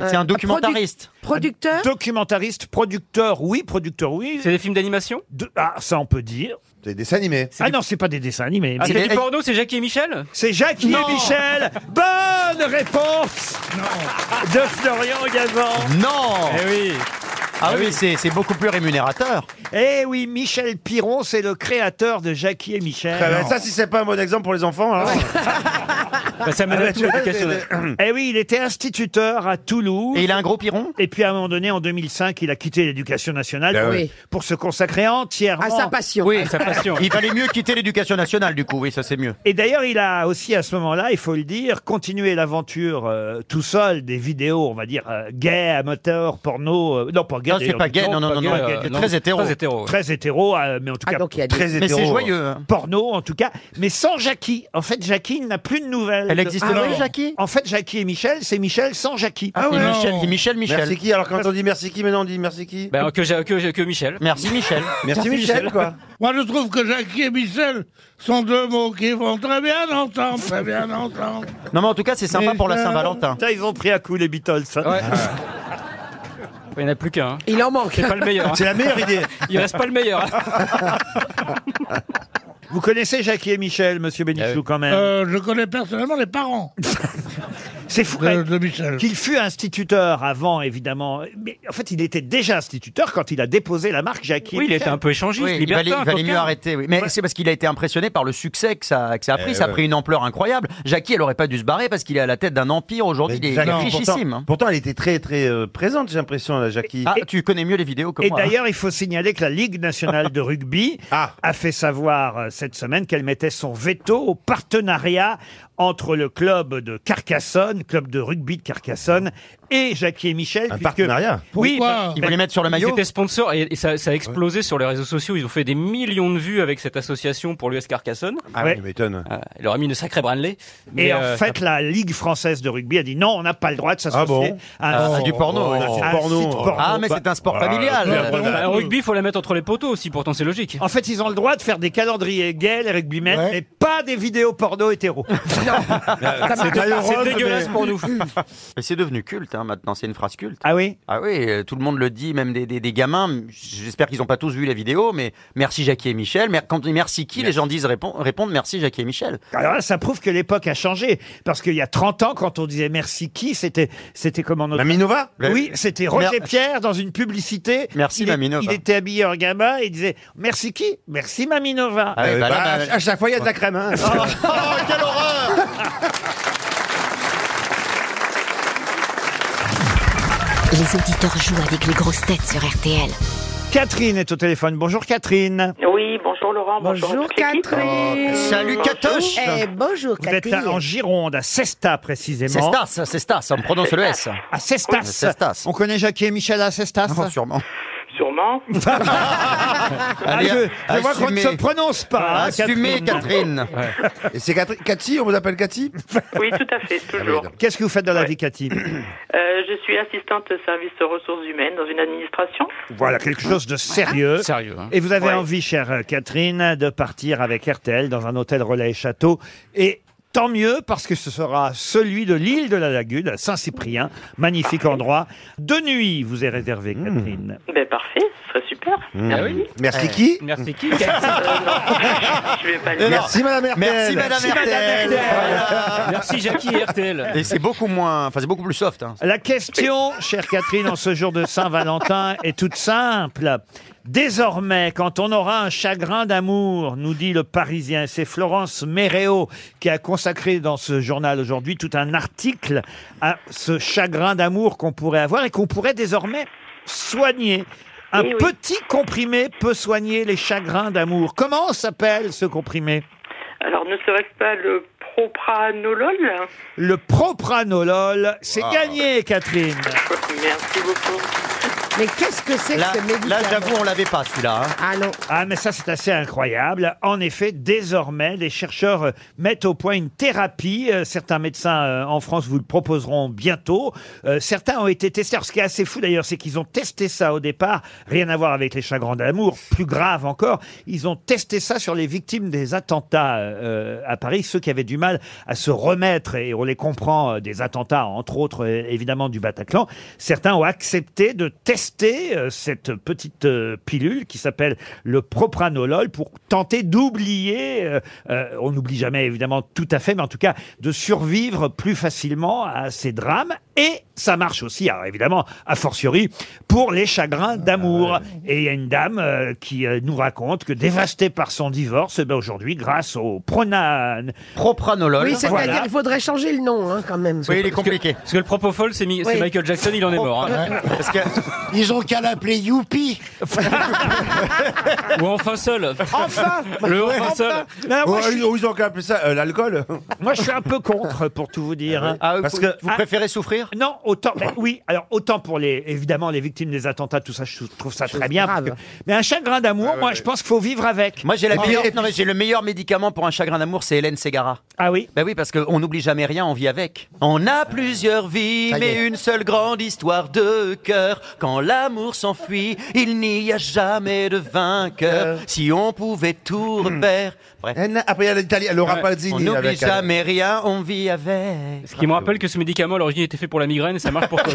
Speaker 8: C'est un documentariste.
Speaker 15: Producteur
Speaker 1: Documentariste, producteur, oui, producteur, oui.
Speaker 9: C'est des films d'animation
Speaker 1: De- Ah, ça on peut dire.
Speaker 17: C'est des dessins animés.
Speaker 1: Ah non, c'est pas des dessins animés.
Speaker 9: Ah,
Speaker 1: mais-
Speaker 9: C'est du porno, c'est Jackie et Michel
Speaker 1: C'est Jackie et Michel. Bonne réponse de Florian Gazan.
Speaker 8: Non
Speaker 9: Eh oui.
Speaker 8: Ah oui, c'est c'est beaucoup plus rémunérateur.
Speaker 1: Eh oui, Michel Piron, c'est le créateur de Jackie et Michel.
Speaker 17: Ah bah, ça, si c'est pas un bon exemple pour les enfants, alors.
Speaker 9: Bah, ça mène
Speaker 17: (laughs) Ah bah,
Speaker 9: à tout
Speaker 17: tu vois,
Speaker 9: l'éducationnel.
Speaker 1: Eh oui, il était instituteur à Toulouse.
Speaker 8: Et il a un gros piron
Speaker 1: Et puis à un moment donné, en 2005, il a quitté l'éducation nationale
Speaker 17: Ben
Speaker 1: pour,
Speaker 15: oui.
Speaker 1: pour se consacrer entièrement.
Speaker 15: À sa passion.
Speaker 8: Oui,
Speaker 9: Sa passion.
Speaker 8: il valait mieux quitter l'éducation nationale, du coup, oui, ça c'est mieux.
Speaker 1: Et d'ailleurs, il a aussi à ce moment-là, il faut le dire, continué l'aventure euh, tout seul des vidéos, on va dire euh, gay, amateur, porno. euh, non, pas gay.
Speaker 8: Non, c'est
Speaker 1: d'ailleurs,
Speaker 8: pas
Speaker 1: du
Speaker 8: gay,
Speaker 1: tout,
Speaker 8: non, non,
Speaker 1: pas
Speaker 8: non,
Speaker 1: gay,
Speaker 8: non,
Speaker 1: pas
Speaker 8: euh,
Speaker 1: gay,
Speaker 8: non. Très hétéro.
Speaker 9: Très hétéro. ouais.
Speaker 1: Très hétéro, euh, mais en tout
Speaker 15: Ah,
Speaker 1: cas euh,
Speaker 15: donc il y a des...
Speaker 17: Très
Speaker 8: Mais c'est
Speaker 17: hétéro.
Speaker 8: joyeux. hein.
Speaker 1: porno, en tout cas. Mais sans Jackie. En fait, Jackie n'a plus de nouvelles.
Speaker 8: Elle existe
Speaker 1: Ah
Speaker 8: plus,
Speaker 1: ouais.
Speaker 8: Jackie
Speaker 1: En fait, Jackie et Michel, c'est Michel sans Jackie.
Speaker 17: Ah
Speaker 8: Et
Speaker 17: ouais.
Speaker 8: Michel, et Michel, Michel.
Speaker 17: Merci qui Alors quand on dit merci qui, maintenant on dit merci qui
Speaker 9: Bah, que, j'ai- que, j'ai- que Michel.
Speaker 8: Merci Michel.
Speaker 17: Merci Michel, quoi.
Speaker 16: Moi, je trouve que Jackie et Michel sont deux mots qui vont très bien entendre, très bien entendre.
Speaker 8: Non mais en tout cas c'est sympa pour la Saint-Valentin.
Speaker 1: Ça, ils ont pris à coup les Beatles. hein.
Speaker 9: Ouais. Il n'y en a plus qu'un. hein.
Speaker 15: Il en manque.
Speaker 9: C'est pas le meilleur. hein.
Speaker 17: C'est la meilleure idée.
Speaker 9: (laughs) Il reste pas le meilleur.
Speaker 1: (laughs)
Speaker 9: hein.
Speaker 1: Vous connaissez Jackie et Michel, monsieur Bénichou, quand même.
Speaker 16: Euh, je connais personnellement les parents.
Speaker 1: (laughs) C'est fou quand même qu'il fut instituteur avant, évidemment. Mais en fait, il était déjà instituteur quand il a déposé la marque Jackie.
Speaker 8: Oui, il était un peu échangiste, Oui, il libertin, valait- il valait coquin. mieux arrêter, oui. Mais c'est parce qu'il a été impressionné par le succès que ça, que ça a pris.
Speaker 1: Eh
Speaker 8: ça a
Speaker 1: ouais.
Speaker 8: pris une ampleur incroyable. Jackie, elle aurait pas dû se barrer parce qu'il est à la tête d'un empire aujourd'hui. Il est, il est
Speaker 3: Non,
Speaker 8: richissime.
Speaker 3: pourtant,
Speaker 8: hein.
Speaker 3: pourtant, elle était très très euh, présente, j'ai l'impression, la Jackie.
Speaker 8: Ah, tu connais mieux les vidéos que
Speaker 1: Et
Speaker 8: moi. hein.
Speaker 1: d'ailleurs, il faut signaler que la Ligue nationale de (laughs) rugby a fait savoir euh, cette semaine qu'elle mettait son veto au partenariat entre le club de Carcassonne, club de rugby de Carcassonne, et Jackie et Michel.
Speaker 21: Un
Speaker 1: partenariat Oui, bah, bah,
Speaker 9: Ils étaient sponsors et, et ça, ça a explosé sur les réseaux sociaux. Ils ont fait des millions de vues avec cette association pour l'US Carcassonne. Euh,
Speaker 1: Ah oui, Ouais.
Speaker 3: m'étonne.
Speaker 9: Il leur a mis une sacrée branlée.
Speaker 1: Et
Speaker 9: Mais,
Speaker 1: en
Speaker 9: euh,
Speaker 1: fait, la Ligue française de rugby a dit non, on n'a pas le droit de s'associer
Speaker 9: bon
Speaker 1: à un
Speaker 9: Ah,
Speaker 1: site-
Speaker 9: du porno,
Speaker 1: à
Speaker 9: oui. Un
Speaker 1: un site
Speaker 9: site porno. Ah,
Speaker 1: porno.
Speaker 9: Bah, bah, bah, au rugby, il faut la mettre entre les poteaux aussi, pourtant c'est logique.
Speaker 1: En fait, ils ont le droit de faire des calendriers gays, les rugbymen, mais pas des vidéos
Speaker 9: (laughs)
Speaker 1: porno hétéro. (laughs)
Speaker 8: Ça
Speaker 1: euh, C'est
Speaker 8: m'a-
Speaker 1: malheureux, mais-
Speaker 8: (laughs) Mais c'est devenu culte hein, maintenant, c'est une phrase culte.
Speaker 1: Ah oui
Speaker 8: Ah oui, euh, tout le monde le dit, même des, des- des gamins. J'espère qu'ils n'ont pas tous vu la vidéo, mais merci Jackie et Michel. Mer- Quand on dit merci qui, les gens disent répon- répondent merci Jackie et Michel.
Speaker 1: Alors là, ça prouve que l'époque a changé. Parce qu'il y a 30 ans, quand on disait merci qui, c'était, c'était comment notre...
Speaker 8: Maminova
Speaker 1: Oui, c'était Roger
Speaker 8: Mer-
Speaker 1: Pierre dans une publicité.
Speaker 8: Merci,
Speaker 1: il est-
Speaker 8: Maminova.
Speaker 1: Il était habillé en gamin et il disait merci qui Merci Maminova.
Speaker 8: Ah
Speaker 3: Eh
Speaker 8: oui, bah là, bah,
Speaker 3: ben, à chaque fois, il y a de la crème.
Speaker 1: (laughs)
Speaker 3: Hein.
Speaker 8: quelle horreur
Speaker 10: Les auditeurs jouent avec les grosses têtes sur RTL.
Speaker 1: Catherine est au téléphone. Bonjour Catherine.
Speaker 10: Oui, bonjour Laurent,
Speaker 1: Bonjour
Speaker 10: Ah,
Speaker 8: Oh,
Speaker 10: ben,
Speaker 1: Catherine. Eh, Salut Catoche.
Speaker 12: bonjour
Speaker 1: Vous
Speaker 14: euh,
Speaker 1: êtes à- en Gironde, à Cesta précisément.
Speaker 8: Cestas, Cestas, on prononce le S.
Speaker 1: À Cestas.
Speaker 8: Oui, Cestas.
Speaker 1: On connaît Jackie et Michel à Cestas
Speaker 8: Non, sûrement.
Speaker 10: Sûrement.
Speaker 1: (laughs) Ah,
Speaker 3: Allez,
Speaker 1: je, je vois qu'on ne
Speaker 3: assumez.
Speaker 1: se prononce pas. hein,
Speaker 3: Et c'est Catherine- Cathy, on vous appelle Cathy
Speaker 10: Oui, tout à fait, toujours.
Speaker 1: Qu'est-ce que vous faites dans la vie, Cathy
Speaker 10: Euh, je suis assistante service ressources humaines dans une administration.
Speaker 1: Voilà, quelque chose de sérieux.
Speaker 10: Sérieux, hein.
Speaker 1: Et vous avez
Speaker 10: Ouais.
Speaker 1: envie, chère euh, Catherine, de partir avec RTL dans un hôtel relais et château. Et tant mieux, parce que ce sera celui de l'île de la Lagune, à Saint-Cyprien. Magnifique endroit. De nuit, vous est réservé, Catherine. Hmm.
Speaker 10: Ben parfait, ce serait super. Merci.
Speaker 1: Merci qui
Speaker 9: Ah Merci qui
Speaker 10: Je vais pas le dire.
Speaker 8: Merci Madame RTL. Voilà.
Speaker 9: Merci, Jackie et RTL.
Speaker 8: Et c'est beaucoup moins, enfin c'est beaucoup plus soft. hein.
Speaker 1: La question, chère Catherine, en ce jour de Saint-Valentin est toute simple. Désormais, quand on aura un chagrin d'amour, nous dit le Parisien, c'est Florence Méréo qui a consacré dans ce journal aujourd'hui tout un article à ce chagrin d'amour qu'on pourrait avoir et qu'on pourrait désormais soigner. Un
Speaker 10: Eh oui.
Speaker 1: petit comprimé peut soigner les chagrins d'amour. Comment s'appelle ce comprimé
Speaker 10: Alors, ne serait-ce pas le propranolol
Speaker 1: Le propranolol. C'est
Speaker 10: Wow.
Speaker 1: gagné, Catherine.
Speaker 10: Merci beaucoup.
Speaker 12: Mais qu'est-ce que c'est
Speaker 8: Là,
Speaker 12: que ce médicament
Speaker 8: là, j'avoue, on l'avait pas celui-là. hein.
Speaker 12: Ah non.
Speaker 1: Ah, mais ça, c'est assez incroyable. En effet, désormais, les chercheurs euh, mettent au point une thérapie. Euh, Certains médecins euh, en France vous le proposeront bientôt. Euh, Certains ont été testés. Alors, ce qui est assez fou, d'ailleurs, c'est qu'ils ont testé ça au départ. Rien à voir avec les chagrins d'amour. Plus grave encore, ils ont testé ça sur les victimes des attentats euh, à Paris, ceux qui avaient du mal à se remettre, et on les comprend, euh, des attentats, entre autres, euh, évidemment, du Bataclan. Certains ont accepté de tester euh, cette petite euh, pilule qui s'appelle le propranolol pour tenter d'oublier, euh, euh, on n'oublie jamais évidemment tout à fait, mais en tout cas de survivre plus facilement à ces drames. Et ça marche aussi, alors évidemment, a fortiori, pour les chagrins d'amour. Et il y a une dame euh, qui euh, nous raconte que dévastée par son divorce, eh ben, aujourd'hui, grâce au pronane...
Speaker 8: propranolol,
Speaker 14: Euh,
Speaker 12: Oui, c'est-à-dire il faudrait changer le nom hein, quand même.
Speaker 9: Parce que le propofol, c'est Mi-
Speaker 12: Oui.
Speaker 9: c'est Michael Jackson, il en est mort. hein.
Speaker 2: Ils ont qu'à l'appeler Youpi.
Speaker 9: Ou enfin seul.
Speaker 2: Enfin
Speaker 9: (laughs) Le
Speaker 2: Ouais.
Speaker 9: enfin seul.
Speaker 1: moi,
Speaker 3: Oh,
Speaker 1: je suis-
Speaker 3: ils ont- Ils ont qu'à appeler ça euh, l'alcool.
Speaker 1: Moi, je suis un peu contre, pour tout vous dire. hein.
Speaker 8: Ah oui,
Speaker 1: Parce
Speaker 8: vous-
Speaker 1: que
Speaker 8: vous préférez souffrir
Speaker 1: Non, autant. ben oui, alors autant pour les, évidemment, les victimes des attentats, tout ça, je trouve ça très bien. parce que- mais un chagrin d'amour, moi, je pense qu'il faut vivre avec.
Speaker 8: Moi, j'ai la
Speaker 1: Ah,
Speaker 8: meilleure-
Speaker 1: et-
Speaker 8: non, mais
Speaker 1: (laughs)
Speaker 8: j'ai le meilleur médicament pour un chagrin d'amour, c'est Hélène Ségara.
Speaker 1: Ah oui
Speaker 8: Bah oui, parce qu'on n'oublie jamais rien, on vit avec. On a plusieurs vies,
Speaker 2: Ça y
Speaker 8: mais
Speaker 2: est.
Speaker 8: une seule grande histoire de cœur. Quand l'amour s'enfuit, il n'y a jamais de vainqueur. Si on pouvait tout refaire. Bref.
Speaker 3: Après, il y a l'Italie, le
Speaker 8: On
Speaker 3: Rapazzini.
Speaker 8: n'oublie
Speaker 3: avec-
Speaker 8: jamais rien, on vit avec.
Speaker 9: Ce qui me rappelle que ce médicament à l'origine était fait pour la migraine, ça marche pour toi.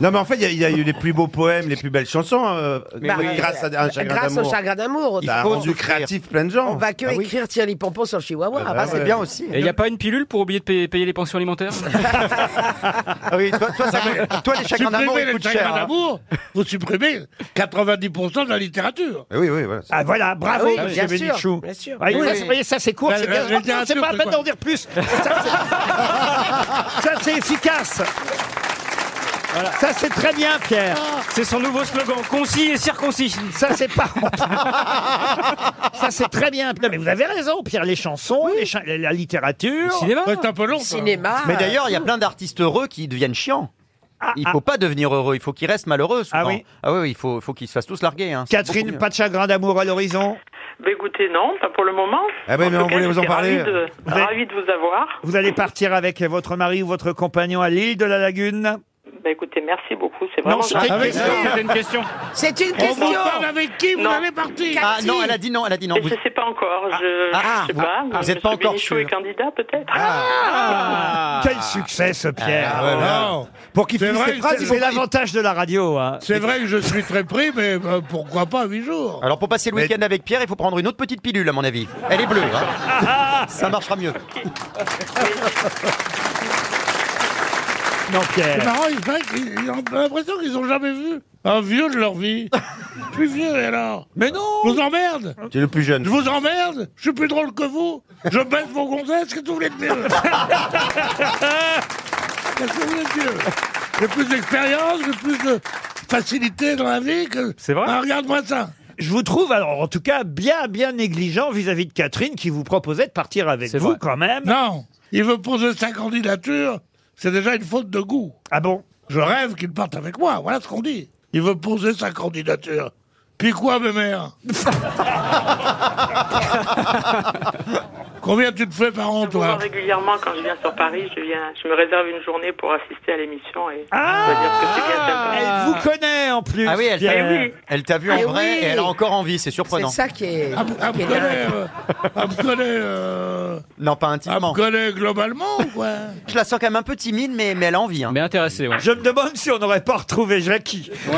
Speaker 3: Non, mais en fait, il y a- il y, a eu les plus beaux poèmes, les plus belles chansons, euh,
Speaker 15: Mais
Speaker 3: bah,
Speaker 15: oui.
Speaker 3: grâce à un chagrin
Speaker 15: grâce
Speaker 3: d'amour.
Speaker 15: au chagrin d'amour.
Speaker 3: Il a
Speaker 15: autant.
Speaker 3: rendu créatif plein de gens.
Speaker 15: On va que
Speaker 3: Ah oui.
Speaker 15: écrire Thierry Pompon sur le Chihuahua.
Speaker 3: Ah bah, c'est bien aussi.
Speaker 9: Et il n'y a pas une pilule pour oublier de payer, payer les pensions alimentaires
Speaker 16: oui, toi,
Speaker 9: les chagrins d'amour, ils coûtent
Speaker 16: les
Speaker 9: cher,
Speaker 16: chagrins
Speaker 9: hein.
Speaker 16: d'amour, vous supprimez 90% de la littérature.
Speaker 3: Oui, oui, voilà.
Speaker 1: Ah voilà,
Speaker 16: Ah
Speaker 1: bravo,
Speaker 16: oui,
Speaker 1: monsieur
Speaker 16: bien sûr,
Speaker 1: Bénichou.
Speaker 16: bien sûr.
Speaker 1: Ah,
Speaker 16: Oui,
Speaker 1: ça,
Speaker 16: oui.
Speaker 1: Vous voyez, ça c'est court,
Speaker 16: La-
Speaker 1: c'est
Speaker 16: la-
Speaker 1: bien.
Speaker 16: la
Speaker 1: Oh, C'est
Speaker 16: littérature,
Speaker 1: pas la
Speaker 16: c'est
Speaker 1: peine
Speaker 16: quoi
Speaker 1: d'en dire plus. Ça, c'est- ça, c'est efficace. Ça c'est très bien, Pierre.
Speaker 8: Ah.
Speaker 9: C'est son nouveau slogan, concis et circoncis.
Speaker 1: Ça c'est pas. Ça c'est très bien. Non, mais vous avez raison, Pierre. Les chansons, les cha- la la littérature.
Speaker 16: Ouais, c'est un peu long. ça.
Speaker 15: euh,
Speaker 8: Mais d'ailleurs, il y a plein d'artistes heureux qui deviennent chiants. Il faut pas devenir heureux, il faut qu'ils restent malheureux souvent.
Speaker 1: Ah oui.
Speaker 8: oui, oui, il faut, faut qu'ils se fassent tous larguer. hein. C'est beaucoup
Speaker 1: Catherine,
Speaker 8: mieux.
Speaker 1: pas de chagrin d'amour à l'horizon.
Speaker 10: Ben écoutez, non, pas pour le moment.
Speaker 1: Ah ben, mais
Speaker 10: tout
Speaker 1: on
Speaker 10: cas,
Speaker 1: voulait vous en
Speaker 10: j'étais
Speaker 1: parler.
Speaker 10: ravie de-
Speaker 1: Vous avez-
Speaker 10: ravie de vous avoir.
Speaker 1: Vous allez partir avec votre mari ou votre compagnon à l'île de la Lagune
Speaker 10: Bah écoutez, merci beaucoup. C'est
Speaker 1: Non,
Speaker 10: vraiment
Speaker 1: c'était une
Speaker 10: gentil.
Speaker 1: question, c'était une question.
Speaker 15: C'est une
Speaker 10: On vous
Speaker 15: question.
Speaker 10: parle avec qui vous
Speaker 15: Non.
Speaker 10: allez partir
Speaker 8: Ah non, elle a dit non, elle a dit non.
Speaker 10: Et Je sais pas encore. Je,
Speaker 8: Ah, ah,
Speaker 10: je sais
Speaker 8: vous-
Speaker 10: pas.
Speaker 8: vous êtes
Speaker 10: Monsieur
Speaker 8: pas encore
Speaker 10: Bénichou
Speaker 8: sûr.
Speaker 10: est candidat peut-être.
Speaker 14: Ah.
Speaker 5: Ah.
Speaker 8: Ah.
Speaker 1: Quel succès ce Pierre
Speaker 16: Ah, ouais, ouais.
Speaker 1: Pour qu'il
Speaker 16: C'est
Speaker 1: finisse
Speaker 16: vrai,
Speaker 1: ses phrases,
Speaker 16: c'est-
Speaker 1: il fait l'avantage de la radio. hein.
Speaker 16: C'est vrai que je suis très pris, mais euh, pourquoi pas 8 jours
Speaker 8: Alors pour passer le week-end avec Pierre, il faut prendre une autre petite pilule à mon avis. Elle est bleue.
Speaker 1: (laughs)
Speaker 8: hein. Ça marchera mieux.
Speaker 1: Non,
Speaker 16: C'est
Speaker 1: Pierre.
Speaker 16: marrant, il paraît qu'ils- ils ont l'impression qu'ils ont jamais vu un vieux de leur (laughs) vie. je suis vieux, et alors
Speaker 1: Mais non
Speaker 16: Je vous emmerde
Speaker 3: Tu es le plus jeune.
Speaker 16: Je vous emmerde Je suis plus drôle que vous Je baisse vos gonzesses, que vous voulez de (laughs) mieux Qu'est-ce que vous voulez de mieux J'ai plus d'expérience, j'ai plus de facilité dans la vie que...
Speaker 1: C'est vrai
Speaker 16: Ah, regarde-moi ça
Speaker 1: Je vous trouve, alors en tout cas, bien, bien négligent vis-à-vis de Catherine qui vous proposait de partir avec vous quand même.
Speaker 16: Non Il veut poser sa candidature, c'est déjà une faute de goût.
Speaker 1: Ah bon
Speaker 16: Je rêve qu'il parte avec moi, voilà ce qu'on dit. Il veut poser sa candidature. Puis quoi, mes
Speaker 1: (laughs)
Speaker 16: mères Combien tu te fais par an,
Speaker 10: Je vous vois
Speaker 16: toi
Speaker 10: régulièrement quand je viens sur Paris, je viens, je me réserve une journée pour assister à l'émission et je dois dire que c'est bien sympa.
Speaker 1: Elle vous connaît en plus.
Speaker 8: Ah oui, elle t'a
Speaker 1: Pierre.
Speaker 8: vu, elle t'a vu en
Speaker 15: Eh
Speaker 8: vrai
Speaker 15: oui.
Speaker 8: et elle a encore envie, c'est surprenant.
Speaker 15: C'est ça qui est.
Speaker 16: Ah, ah,
Speaker 15: qui
Speaker 16: me
Speaker 15: est
Speaker 16: connaît,
Speaker 15: dingue.
Speaker 16: euh, ah, me connaît, euh,
Speaker 8: Non, pas
Speaker 16: ah, me
Speaker 8: intimement.
Speaker 16: connaît globalement ou quoi
Speaker 8: Je la sens quand même un peu timide, mais, mais elle a envie. hein.
Speaker 9: Mais intéressé, ouais.
Speaker 1: Je me demande si on n'aurait pas retrouvé Jackie.
Speaker 5: (laughs)
Speaker 10: Oh,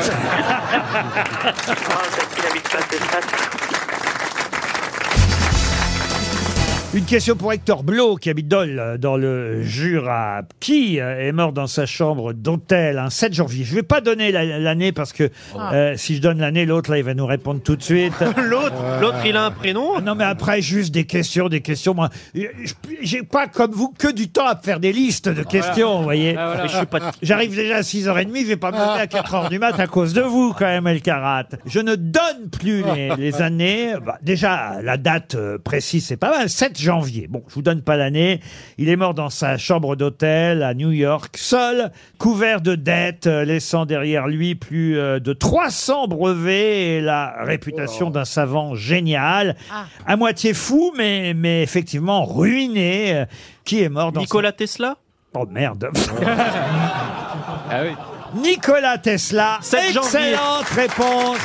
Speaker 10: Ah, parce qu'il habite pas cette face.
Speaker 1: Une question pour Hector Blo, qui habite Dole, euh, dans le Jura, qui euh, est mort dans sa chambre d'hôtel un 7 janvier. Je ne vais pas donner la- l'année parce que euh, si je donne l'année, l'autre, là, il va nous répondre tout de suite.
Speaker 13: Ah. (laughs) L'autre, l'autre, il a un prénom.
Speaker 1: Non, mais après, juste des questions, des questions. Moi, je- je- j'ai pas, comme vous, que du temps à faire des listes de questions, vous voyez.
Speaker 13: Ah, voilà. Mais je suis pas-
Speaker 1: J'arrive déjà à 6h30, je vais pas me lever à 4h du mat à cause de vous, quand même, El Karat. Je ne donne plus
Speaker 9: (laughs)
Speaker 1: les, les années. Bah, déjà, la date euh, précise, c'est pas mal. 7 janvier. Bon, je vous donne pas l'année. Il est mort dans sa chambre d'hôtel à New York, seul, couvert de dettes, euh, laissant derrière lui plus euh, de 300 brevets et la réputation d'un savant génial. À moitié fou, mais, mais effectivement ruiné, euh, qui est mort dans sa-
Speaker 13: Nicolas Tesla
Speaker 1: Oh merde.
Speaker 9: (laughs) Ah oui.
Speaker 1: Nicolas Tesla.
Speaker 13: 7 janvier.
Speaker 1: Excellente réponse.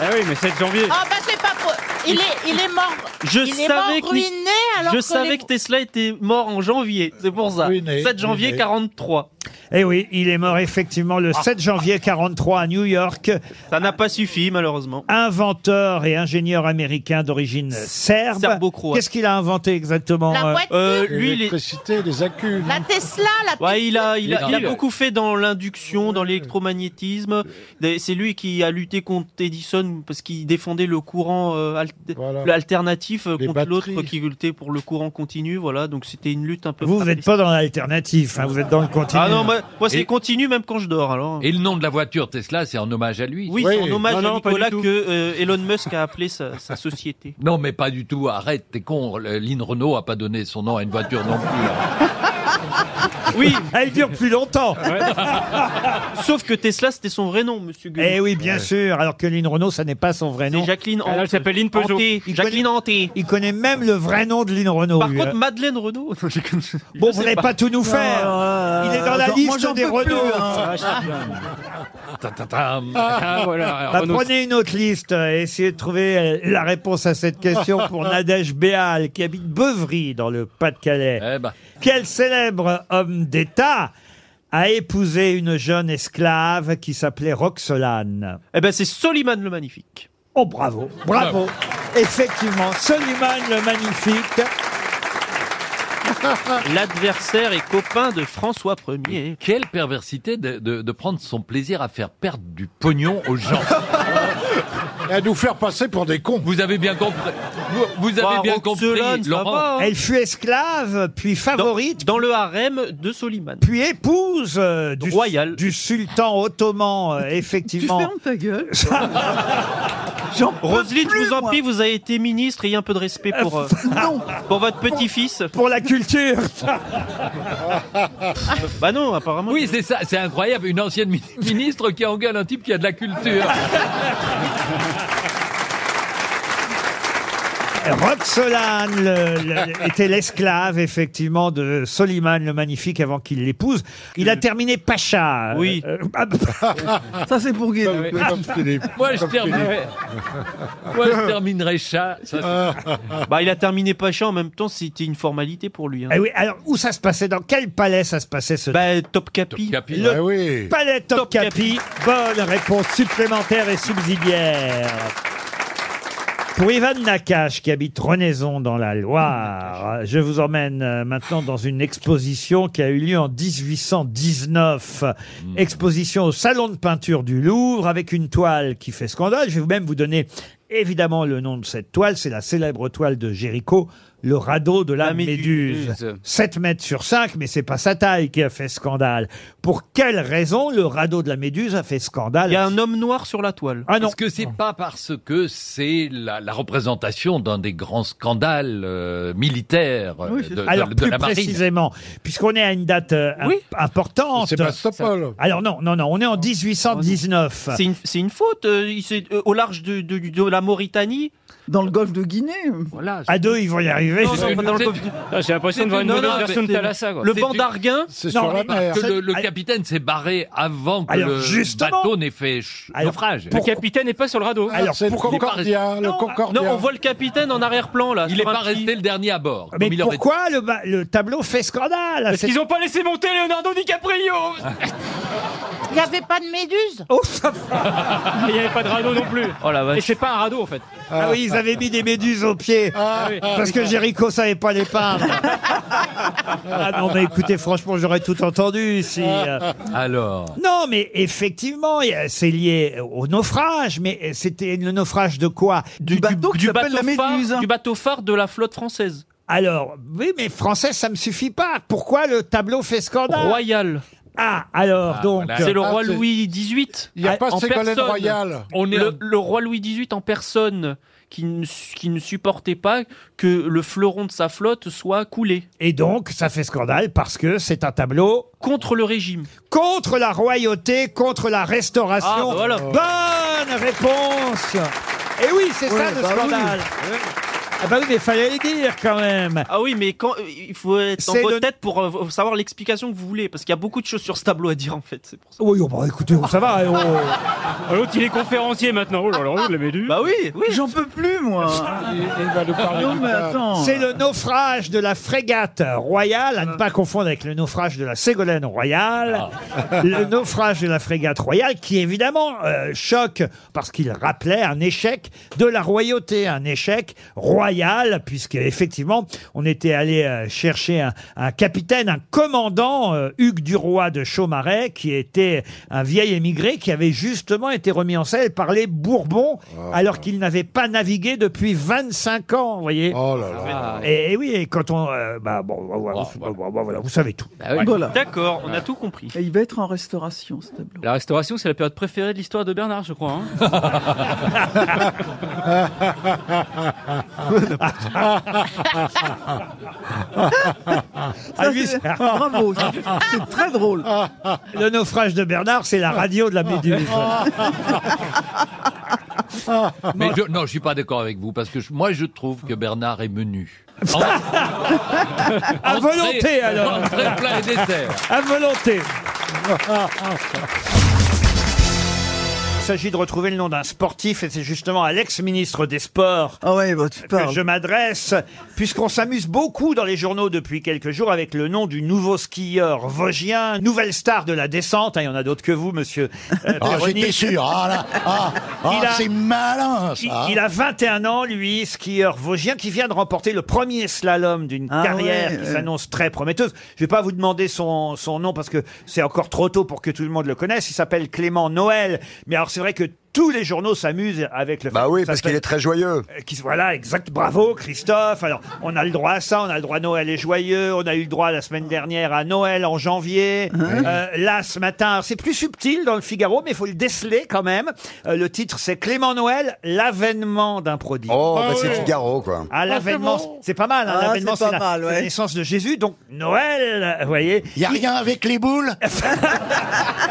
Speaker 9: Ah oui, mais 7 janvier.
Speaker 14: Ah bah c'est pas faux. Il est, il est mort.
Speaker 13: Je
Speaker 14: il est
Speaker 13: savais
Speaker 14: mort
Speaker 13: que Ni-
Speaker 14: ruiné alors
Speaker 13: Je
Speaker 14: que
Speaker 13: savais
Speaker 14: les-
Speaker 13: que Tesla était mort en janvier, c'est pour ça.
Speaker 1: Ruiné,
Speaker 13: 7 janvier
Speaker 1: ruiné.
Speaker 13: 43.
Speaker 1: Eh oui, il est mort effectivement le
Speaker 13: Ah.
Speaker 1: 7 janvier 43 à New York.
Speaker 13: Ça n'a pas suffi, malheureusement.
Speaker 1: Inventeur et ingénieur américain d'origine serbe.
Speaker 13: Serbo-croate.
Speaker 1: Qu'est-ce qu'il a inventé exactement
Speaker 14: La
Speaker 1: euh,
Speaker 14: voiture.
Speaker 13: Euh, lui, il est-
Speaker 11: L'électricité, les accus.
Speaker 14: La Tesla, la
Speaker 13: Ouais, il a,
Speaker 14: Il
Speaker 13: il a-
Speaker 14: est
Speaker 13: il a
Speaker 14: dingue.
Speaker 13: beaucoup fait dans l'induction, dans l'électromagnétisme. Des- C'est lui qui a lutté contre Edison parce qu'il défendait le courant euh, alt- le alternatif euh, contre l'autre qui luttait pour le courant continu. Voilà, donc c'était une lutte un peu.
Speaker 1: Vous, vous n'êtes
Speaker 13: fratricide.
Speaker 1: pas dans l'alternatif, hein, vous êtes dans le continu.
Speaker 13: Ah non, moi, moi, c'est
Speaker 1: Et-
Speaker 13: continu même quand je dors. Alors.
Speaker 21: Et le nom de la voiture Tesla, c'est en hommage à lui.
Speaker 13: Oui, c'est en hommage à Nicolas que euh, Elon Musk a appelé sa, sa société.
Speaker 21: (laughs) Non, mais pas du tout. Arrête, t'es con. Le- Lynn Renault a pas donné son nom à une voiture non plus. là.
Speaker 13: (laughs) Oui,
Speaker 1: (laughs) elle dure plus longtemps.
Speaker 13: sauf que Tesla, c'était son vrai nom, monsieur Guillaume.
Speaker 1: Eh oui, bien sûr, alors que Lynn Renault, ça n'est pas son vrai nom.
Speaker 13: Jacqueline
Speaker 1: Ah, Elle, elle
Speaker 13: Hante.
Speaker 1: s'appelle Lynn Peugeot.
Speaker 13: Hantée.
Speaker 1: Il
Speaker 13: Jacqueline Hantée.
Speaker 1: Il connaît même le vrai nom de Lynn Renault.
Speaker 13: Par
Speaker 1: lui,
Speaker 13: contre,
Speaker 1: hein.
Speaker 13: Madeleine
Speaker 1: (laughs)
Speaker 13: Renault. (laughs)
Speaker 1: bon, vous n'allez pas tout
Speaker 13: Ah,
Speaker 1: nous faire. Il est dans la liste des Renault.
Speaker 21: hein.
Speaker 1: hein.
Speaker 21: Ta, ta, tam.
Speaker 1: Ah,
Speaker 21: Ah, voilà.
Speaker 1: Bah,
Speaker 21: Renault.
Speaker 1: prenez une autre liste euh, et essayez de trouver euh, la (laughs)
Speaker 21: Eh ben.
Speaker 1: réponse à cette question pour Nadège Béal, qui habite Beuvry, dans le Pas-de-Calais. Quel célèbre homme d'État a épousé une jeune esclave qui s'appelait Roxolane
Speaker 13: Eh ben, c'est Soliman le Magnifique.
Speaker 1: Oh, bravo, bravo. Effectivement, Soliman le
Speaker 13: (laughs)
Speaker 1: Magnifique.
Speaker 13: (laughs) L'adversaire et copain de François Ier.
Speaker 21: Quelle perversité de, de- de prendre son plaisir à faire perdre du pognon aux gens.
Speaker 11: Et à nous faire passer pour des cons.
Speaker 21: Vous avez bien compris. Vous, vous avez
Speaker 13: Bah,
Speaker 21: bien compris,
Speaker 13: Roxelane, ça
Speaker 21: Laurent.
Speaker 13: va. hein.
Speaker 1: Elle fut esclave, puis favorite.
Speaker 13: Dans, le harem de Soliman.
Speaker 1: Puis épouse euh, du, du sultan ottoman, (laughs) euh, effectivement.
Speaker 13: ta
Speaker 14: (laughs)
Speaker 13: gueule. Roselyne, je vous en prie, vous avez été ministre, ayez un peu de respect pour, (laughs) euh, pour votre petit-fils.
Speaker 1: Pour la culture
Speaker 13: (laughs) Bah non, apparemment.
Speaker 21: Oui, c'est ça, c'est incroyable, une ancienne mi- (laughs) ministre qui engueule un type qui a de
Speaker 13: (laughs)
Speaker 21: la culture.
Speaker 1: Roxolane le- le- (laughs) était l'esclave, effectivement, de Soliman le Magnifique avant qu'il l'épouse.
Speaker 21: Euh.
Speaker 1: Il a terminé Pacha. euh, ah,
Speaker 13: Oui.
Speaker 1: (laughs) Ça, c'est
Speaker 13: pour
Speaker 21: (laughs)
Speaker 1: Ah, bah.
Speaker 21: Moi, je termine. Moi, je terminerai chat. Ça,
Speaker 13: (laughs) Bah, il a terminé Pacha en même temps, c'était une formalité pour lui. hein.
Speaker 1: Eh oui, alors où ça se passait Dans quel palais ça se passait ce
Speaker 13: bah, Topkapi.
Speaker 1: Le palais Topkapi. Bonne réponse supplémentaire et subsidiaire. Pour Ivan Nakache, qui habite Renaison dans la Loire, je vous emmène euh, maintenant dans une exposition qui a eu lieu en 1819.
Speaker 13: Hmm.
Speaker 1: Exposition au Salon de peinture du Louvre avec une toile qui fait scandale. Je vais même vous donner évidemment le nom de cette toile. C'est la célèbre toile de Géricault, le radeau de la, Méduse. 7 mètres sur 5, mais c'est pas sa taille qui a fait scandale. Pour quelle raison le radeau de la Méduse a fait scandale
Speaker 13: Il y a un homme noir sur la toile.
Speaker 1: Ah non.
Speaker 21: Est-ce que c'est pas parce que c'est la, la représentation d'un des grands scandales euh, militaires euh, de, de-
Speaker 1: Alors,
Speaker 21: de
Speaker 1: plus
Speaker 21: la marine
Speaker 1: précisément, puisqu'on est à une date euh, imp- importante.
Speaker 13: C'est Sébastopol.
Speaker 1: Alors non, non, non, on est en 1819.
Speaker 13: Oh, C'est une, c'est une faute. euh, il s'est- euh, au large de, de- de la Mauritanie. Dans le golfe de Guinée. Voilà.
Speaker 1: À deux, ils vont y arriver.
Speaker 13: Non, non, pas dans le golfe de-
Speaker 9: Ah, J'ai l'impression de voir une
Speaker 13: Non,
Speaker 9: nouvelle
Speaker 13: non,
Speaker 9: version de
Speaker 13: c'est-
Speaker 9: Thalassa. quoi.
Speaker 13: Le banc d'Arguin
Speaker 9: Non, mais parce que
Speaker 21: Parce que le, le capitaine s'est barré avant que
Speaker 9: Alors,
Speaker 21: le
Speaker 9: justement-
Speaker 21: bateau n'ait fait ch- naufrage.
Speaker 9: Le capitaine n'est pas sur le radeau.
Speaker 21: Alors, C'est le pourquoi- Concordia, le Concordia.
Speaker 13: Non, on voit le capitaine en arrière-plan là.
Speaker 21: Il n'est pas resté le dernier à bord.
Speaker 1: Mais
Speaker 21: comme il aurait dû.
Speaker 1: pourquoi le, ba- le tableau fait scandale
Speaker 9: Parce
Speaker 1: C'est-
Speaker 9: qu'ils n'ont pas laissé monter Leonardo DiCaprio
Speaker 14: (laughs) Il n'y avait pas de méduse
Speaker 1: Oh,
Speaker 9: Il n'y avait pas de radeau non plus. Et c'est pas un radeau en fait.
Speaker 1: Ah oui, ils avaient mis des méduses aux pieds.
Speaker 9: Ah oui.
Speaker 1: Parce que Géricault savait pas les peindre. ah non, mais écoutez, franchement, j'aurais tout entendu si.
Speaker 9: Ah.
Speaker 1: euh,
Speaker 21: Alors.
Speaker 1: Non, mais effectivement, il y a- c'est lié au naufrage, mais euh, c'était le naufrage de quoi Du, bateau
Speaker 13: Du bateau, phare, du bateau phare de la flotte française.
Speaker 1: Alors, oui, mais français, ça me suffit pas. Pourquoi le tableau fait scandale
Speaker 13: Royal.
Speaker 1: Ah, alors
Speaker 13: Ah,
Speaker 1: donc.
Speaker 13: voilà. C'est le roi Louis XVIII.
Speaker 1: Il y a
Speaker 13: en-
Speaker 1: pas
Speaker 13: en
Speaker 1: Ségolène
Speaker 13: personne.
Speaker 1: Royal.
Speaker 13: On est le, le roi Louis XVIII en personne qui ne, su- qui ne supportait pas que le fleuron de sa flotte soit coulé.
Speaker 1: Et donc, ça fait scandale parce que c'est un tableau
Speaker 13: contre le régime,
Speaker 1: contre la royauté, contre la restauration.
Speaker 13: Ah, voilà.
Speaker 1: Bonne réponse. Et oui, c'est ça
Speaker 13: Ouais,
Speaker 1: le
Speaker 13: bah oui.
Speaker 1: scandale. Ah bah oui, mais fallait le dire quand même.
Speaker 13: Ah oui, mais quand euh, il faut être en
Speaker 1: C'est
Speaker 13: bonne
Speaker 1: le-
Speaker 13: tête pour euh, savoir l'explication que vous voulez, parce qu'il y a beaucoup de choses sur ce tableau à dire en fait. c'est pour ça.
Speaker 1: Oui, oh, bah, écoutez, ça va. oh.
Speaker 13: (laughs)
Speaker 9: Ah, L'autre, il est conférencier maintenant. Oh là là, oh, la méduse.
Speaker 13: Bah oui, Ah, oui.
Speaker 9: J'en peux plus, moi.
Speaker 1: Non, mais attends. Ah, C'est le naufrage de la frégate royale, à ne pas confondre avec le naufrage de la Ségolène royale. Le naufrage de la frégate royale qui, évidemment, euh, choque parce qu'il rappelait un échec de la royauté, un échec royal, puisque, effectivement, on était allé euh, chercher un, un capitaine, un commandant, euh, Hugues Duroy de Chaumaret, qui était un vieil émigré qui avait justement été remis en selle par les Bourbons, alors qu'il n'avait pas navigué depuis 25 ans, vous voyez. Ah. Et, et oui, et quand on... euh, bah, bon, bah, bah, bah, bah, bah, voilà, vous savez tout. (laughs)
Speaker 13: Voilà. Ah D'accord, on a tout compris.
Speaker 12: Et il va être en restauration, ce tableau.
Speaker 9: La restauration, c'est la période préférée de l'histoire de Bernard, je
Speaker 1: (laughs)
Speaker 9: crois. hein. (laughs)
Speaker 1: Ah, lui, c'est-
Speaker 12: Bravo, c'est- c'est très drôle.
Speaker 1: (laughs) Le naufrage de Bernard, c'est la radio de la Méduse.
Speaker 14: Oh,
Speaker 13: (laughs)
Speaker 1: Ah,
Speaker 21: Mais je, non, je suis pas d'accord avec vous parce que je- moi, je trouve que Bernard
Speaker 13: (laughs)
Speaker 21: est menu.
Speaker 1: À volonté, alors.
Speaker 21: Entrée, plat et dessert.
Speaker 1: À volonté. s'agit de retrouver le nom d'un sportif et c'est justement à l'ex-ministre des Sports
Speaker 2: Ah
Speaker 1: que
Speaker 4: parles.
Speaker 1: je m'adresse, puisqu'on s'amuse beaucoup dans les journaux depuis quelques jours avec le nom du nouveau skieur vosgien, nouvelle star de la descente. hein, Il y en a d'autres que vous, monsieur. euh,
Speaker 2: Ah,
Speaker 1: Perroni.
Speaker 2: j'étais sûr. Ah, là, ah, ah,
Speaker 1: Il a-
Speaker 2: c'est malin, ça.
Speaker 1: Il, il a 21 ans, lui, skieur vosgien, qui vient de remporter le premier slalom d'une
Speaker 2: Ah
Speaker 1: carrière
Speaker 4: ouais,
Speaker 1: qui
Speaker 4: euh.
Speaker 1: s'annonce très prometteuse. Je vais pas vous demander son, son nom parce que c'est encore trop tôt pour que tout le monde le connaisse. Il s'appelle Clément Noël. Mais alors, c'est vrai que tous les journaux s'amusent avec le Bah oui,
Speaker 4: parce qu'il est très joyeux.
Speaker 1: Euh, Voilà, exact. Bravo, Christophe. Alors, on a le droit à ça. On a le droit à Noël est joyeux. On a eu le droit la semaine dernière à Noël en janvier. Euh, là, ce matin, alors, c'est plus subtil dans le Figaro, mais il faut le déceler quand même. Euh, le titre, c'est Clément Noël, l'avènement d'un produit.
Speaker 4: Oh, bah, c'est Figaro, quoi.
Speaker 1: Ah, l'avènement, c'est pas mal. Hein,
Speaker 4: Ah,
Speaker 1: l'avènement,
Speaker 4: c'est pas
Speaker 1: la-
Speaker 4: mal, ouais.
Speaker 1: la naissance de Jésus, donc Noël, euh, vous voyez.
Speaker 2: Il n'y a rien avec les boules
Speaker 1: (laughs)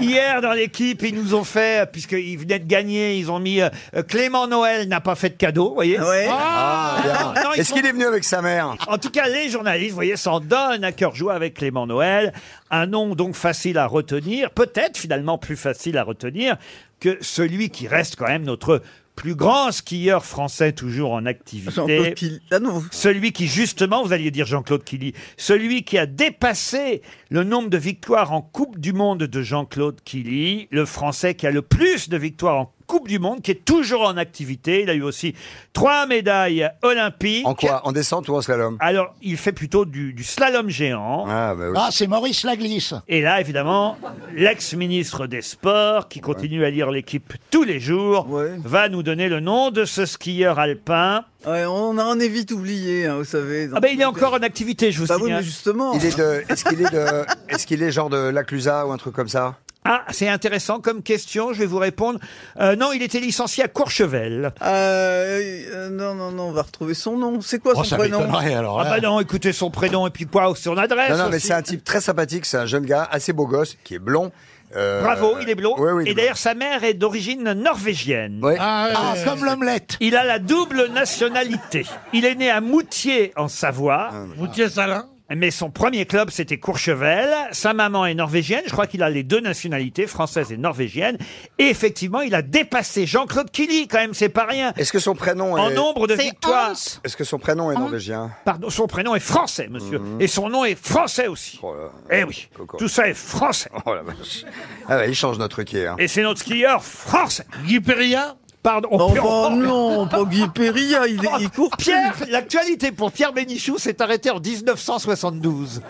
Speaker 1: Hier, dans l'équipe, ils nous ont fait, euh, puisqu'ils venaient de gagner, ils ont mis euh, euh, Clément Noël n'a pas fait de cadeau, vous voyez.
Speaker 4: Ah, bien.
Speaker 1: Non, ils
Speaker 4: Est-ce
Speaker 1: sont-
Speaker 4: qu'il est venu avec sa mère
Speaker 1: En tout cas, les journalistes, vous voyez, s'en donnent à cœur joie avec Clément Noël. Un nom donc facile à retenir, peut-être finalement plus facile à retenir que celui qui reste quand même notre plus grand skieur français toujours en activité.
Speaker 4: Jean-Claude
Speaker 1: Celui qui justement, vous alliez dire Jean-Claude Killy, celui qui a dépassé le nombre de victoires en Coupe du Monde de Jean-Claude Killy, le Français qui a le plus de victoires en Coupe du Monde, qui est toujours en activité. Il a eu aussi trois médailles olympiques.
Speaker 4: En quoi En descente ou en slalom
Speaker 1: Alors, il fait plutôt du, du slalom géant.
Speaker 4: Ah, bah oui.
Speaker 2: Ah, c'est Maurice Laglisse.
Speaker 1: Et là, évidemment, l'ex-ministre des Sports, qui continue à lire l'équipe tous les jours, va nous donner le nom de ce skieur alpin.
Speaker 4: Ouais, on en est vite oublié, hein, vous savez.
Speaker 1: Ah ben, il est encore en activité, je vous
Speaker 4: Bah oui,
Speaker 1: signale.
Speaker 4: mais justement. Il est de, est-ce qu'il est de, est-ce qu'il est genre de Laclusa ou un truc comme ça
Speaker 1: Ah, c'est intéressant comme question, je vais vous répondre. Euh, non, il était licencié à Courchevel.
Speaker 4: Euh, non, non, non, on va retrouver son nom. C'est quoi
Speaker 1: son prénom Ah bah non, écoutez son prénom et puis quoi, son adresse
Speaker 4: Non, non, mais
Speaker 1: aussi.
Speaker 4: c'est un type très sympathique, c'est un jeune gars, assez beau gosse, qui est blond. euh,
Speaker 1: Bravo, il est blond.
Speaker 4: Oui, oui, il est
Speaker 1: et d'ailleurs, sa mère est d'origine norvégienne.
Speaker 4: Ah,
Speaker 2: Ah, comme l'omelette.
Speaker 1: Il a la double nationalité. Il est né à Moutier, en Savoie.
Speaker 4: Ah,
Speaker 16: Salin.
Speaker 1: Mais son premier club, c'était Courchevel. Sa maman est norvégienne. Je crois qu'il a les deux nationalités, française et norvégienne. Et effectivement, il a dépassé Jean-Claude Killy, quand même, c'est pas rien.
Speaker 4: Est-ce que son prénom
Speaker 1: En
Speaker 4: est-
Speaker 1: nombre de
Speaker 4: C'est
Speaker 1: victoires.
Speaker 4: Est-ce que son prénom est norvégien
Speaker 1: Ah.
Speaker 4: Mhm.
Speaker 1: Pardon, son prénom est français, monsieur. Et son nom est français aussi. eh oui,
Speaker 4: Oh Coco.
Speaker 1: tout ça est français.
Speaker 4: Oh la vache. Ah ouais, il change notre équipe.
Speaker 1: Et c'est notre skieur français. Guy Perria Pardon.
Speaker 4: Oh,
Speaker 1: Pierre-
Speaker 4: bah non,
Speaker 1: pas Guy il, court. Pierre, l'actualité pour Pierre Bénichou s'est arrêtée en 1972.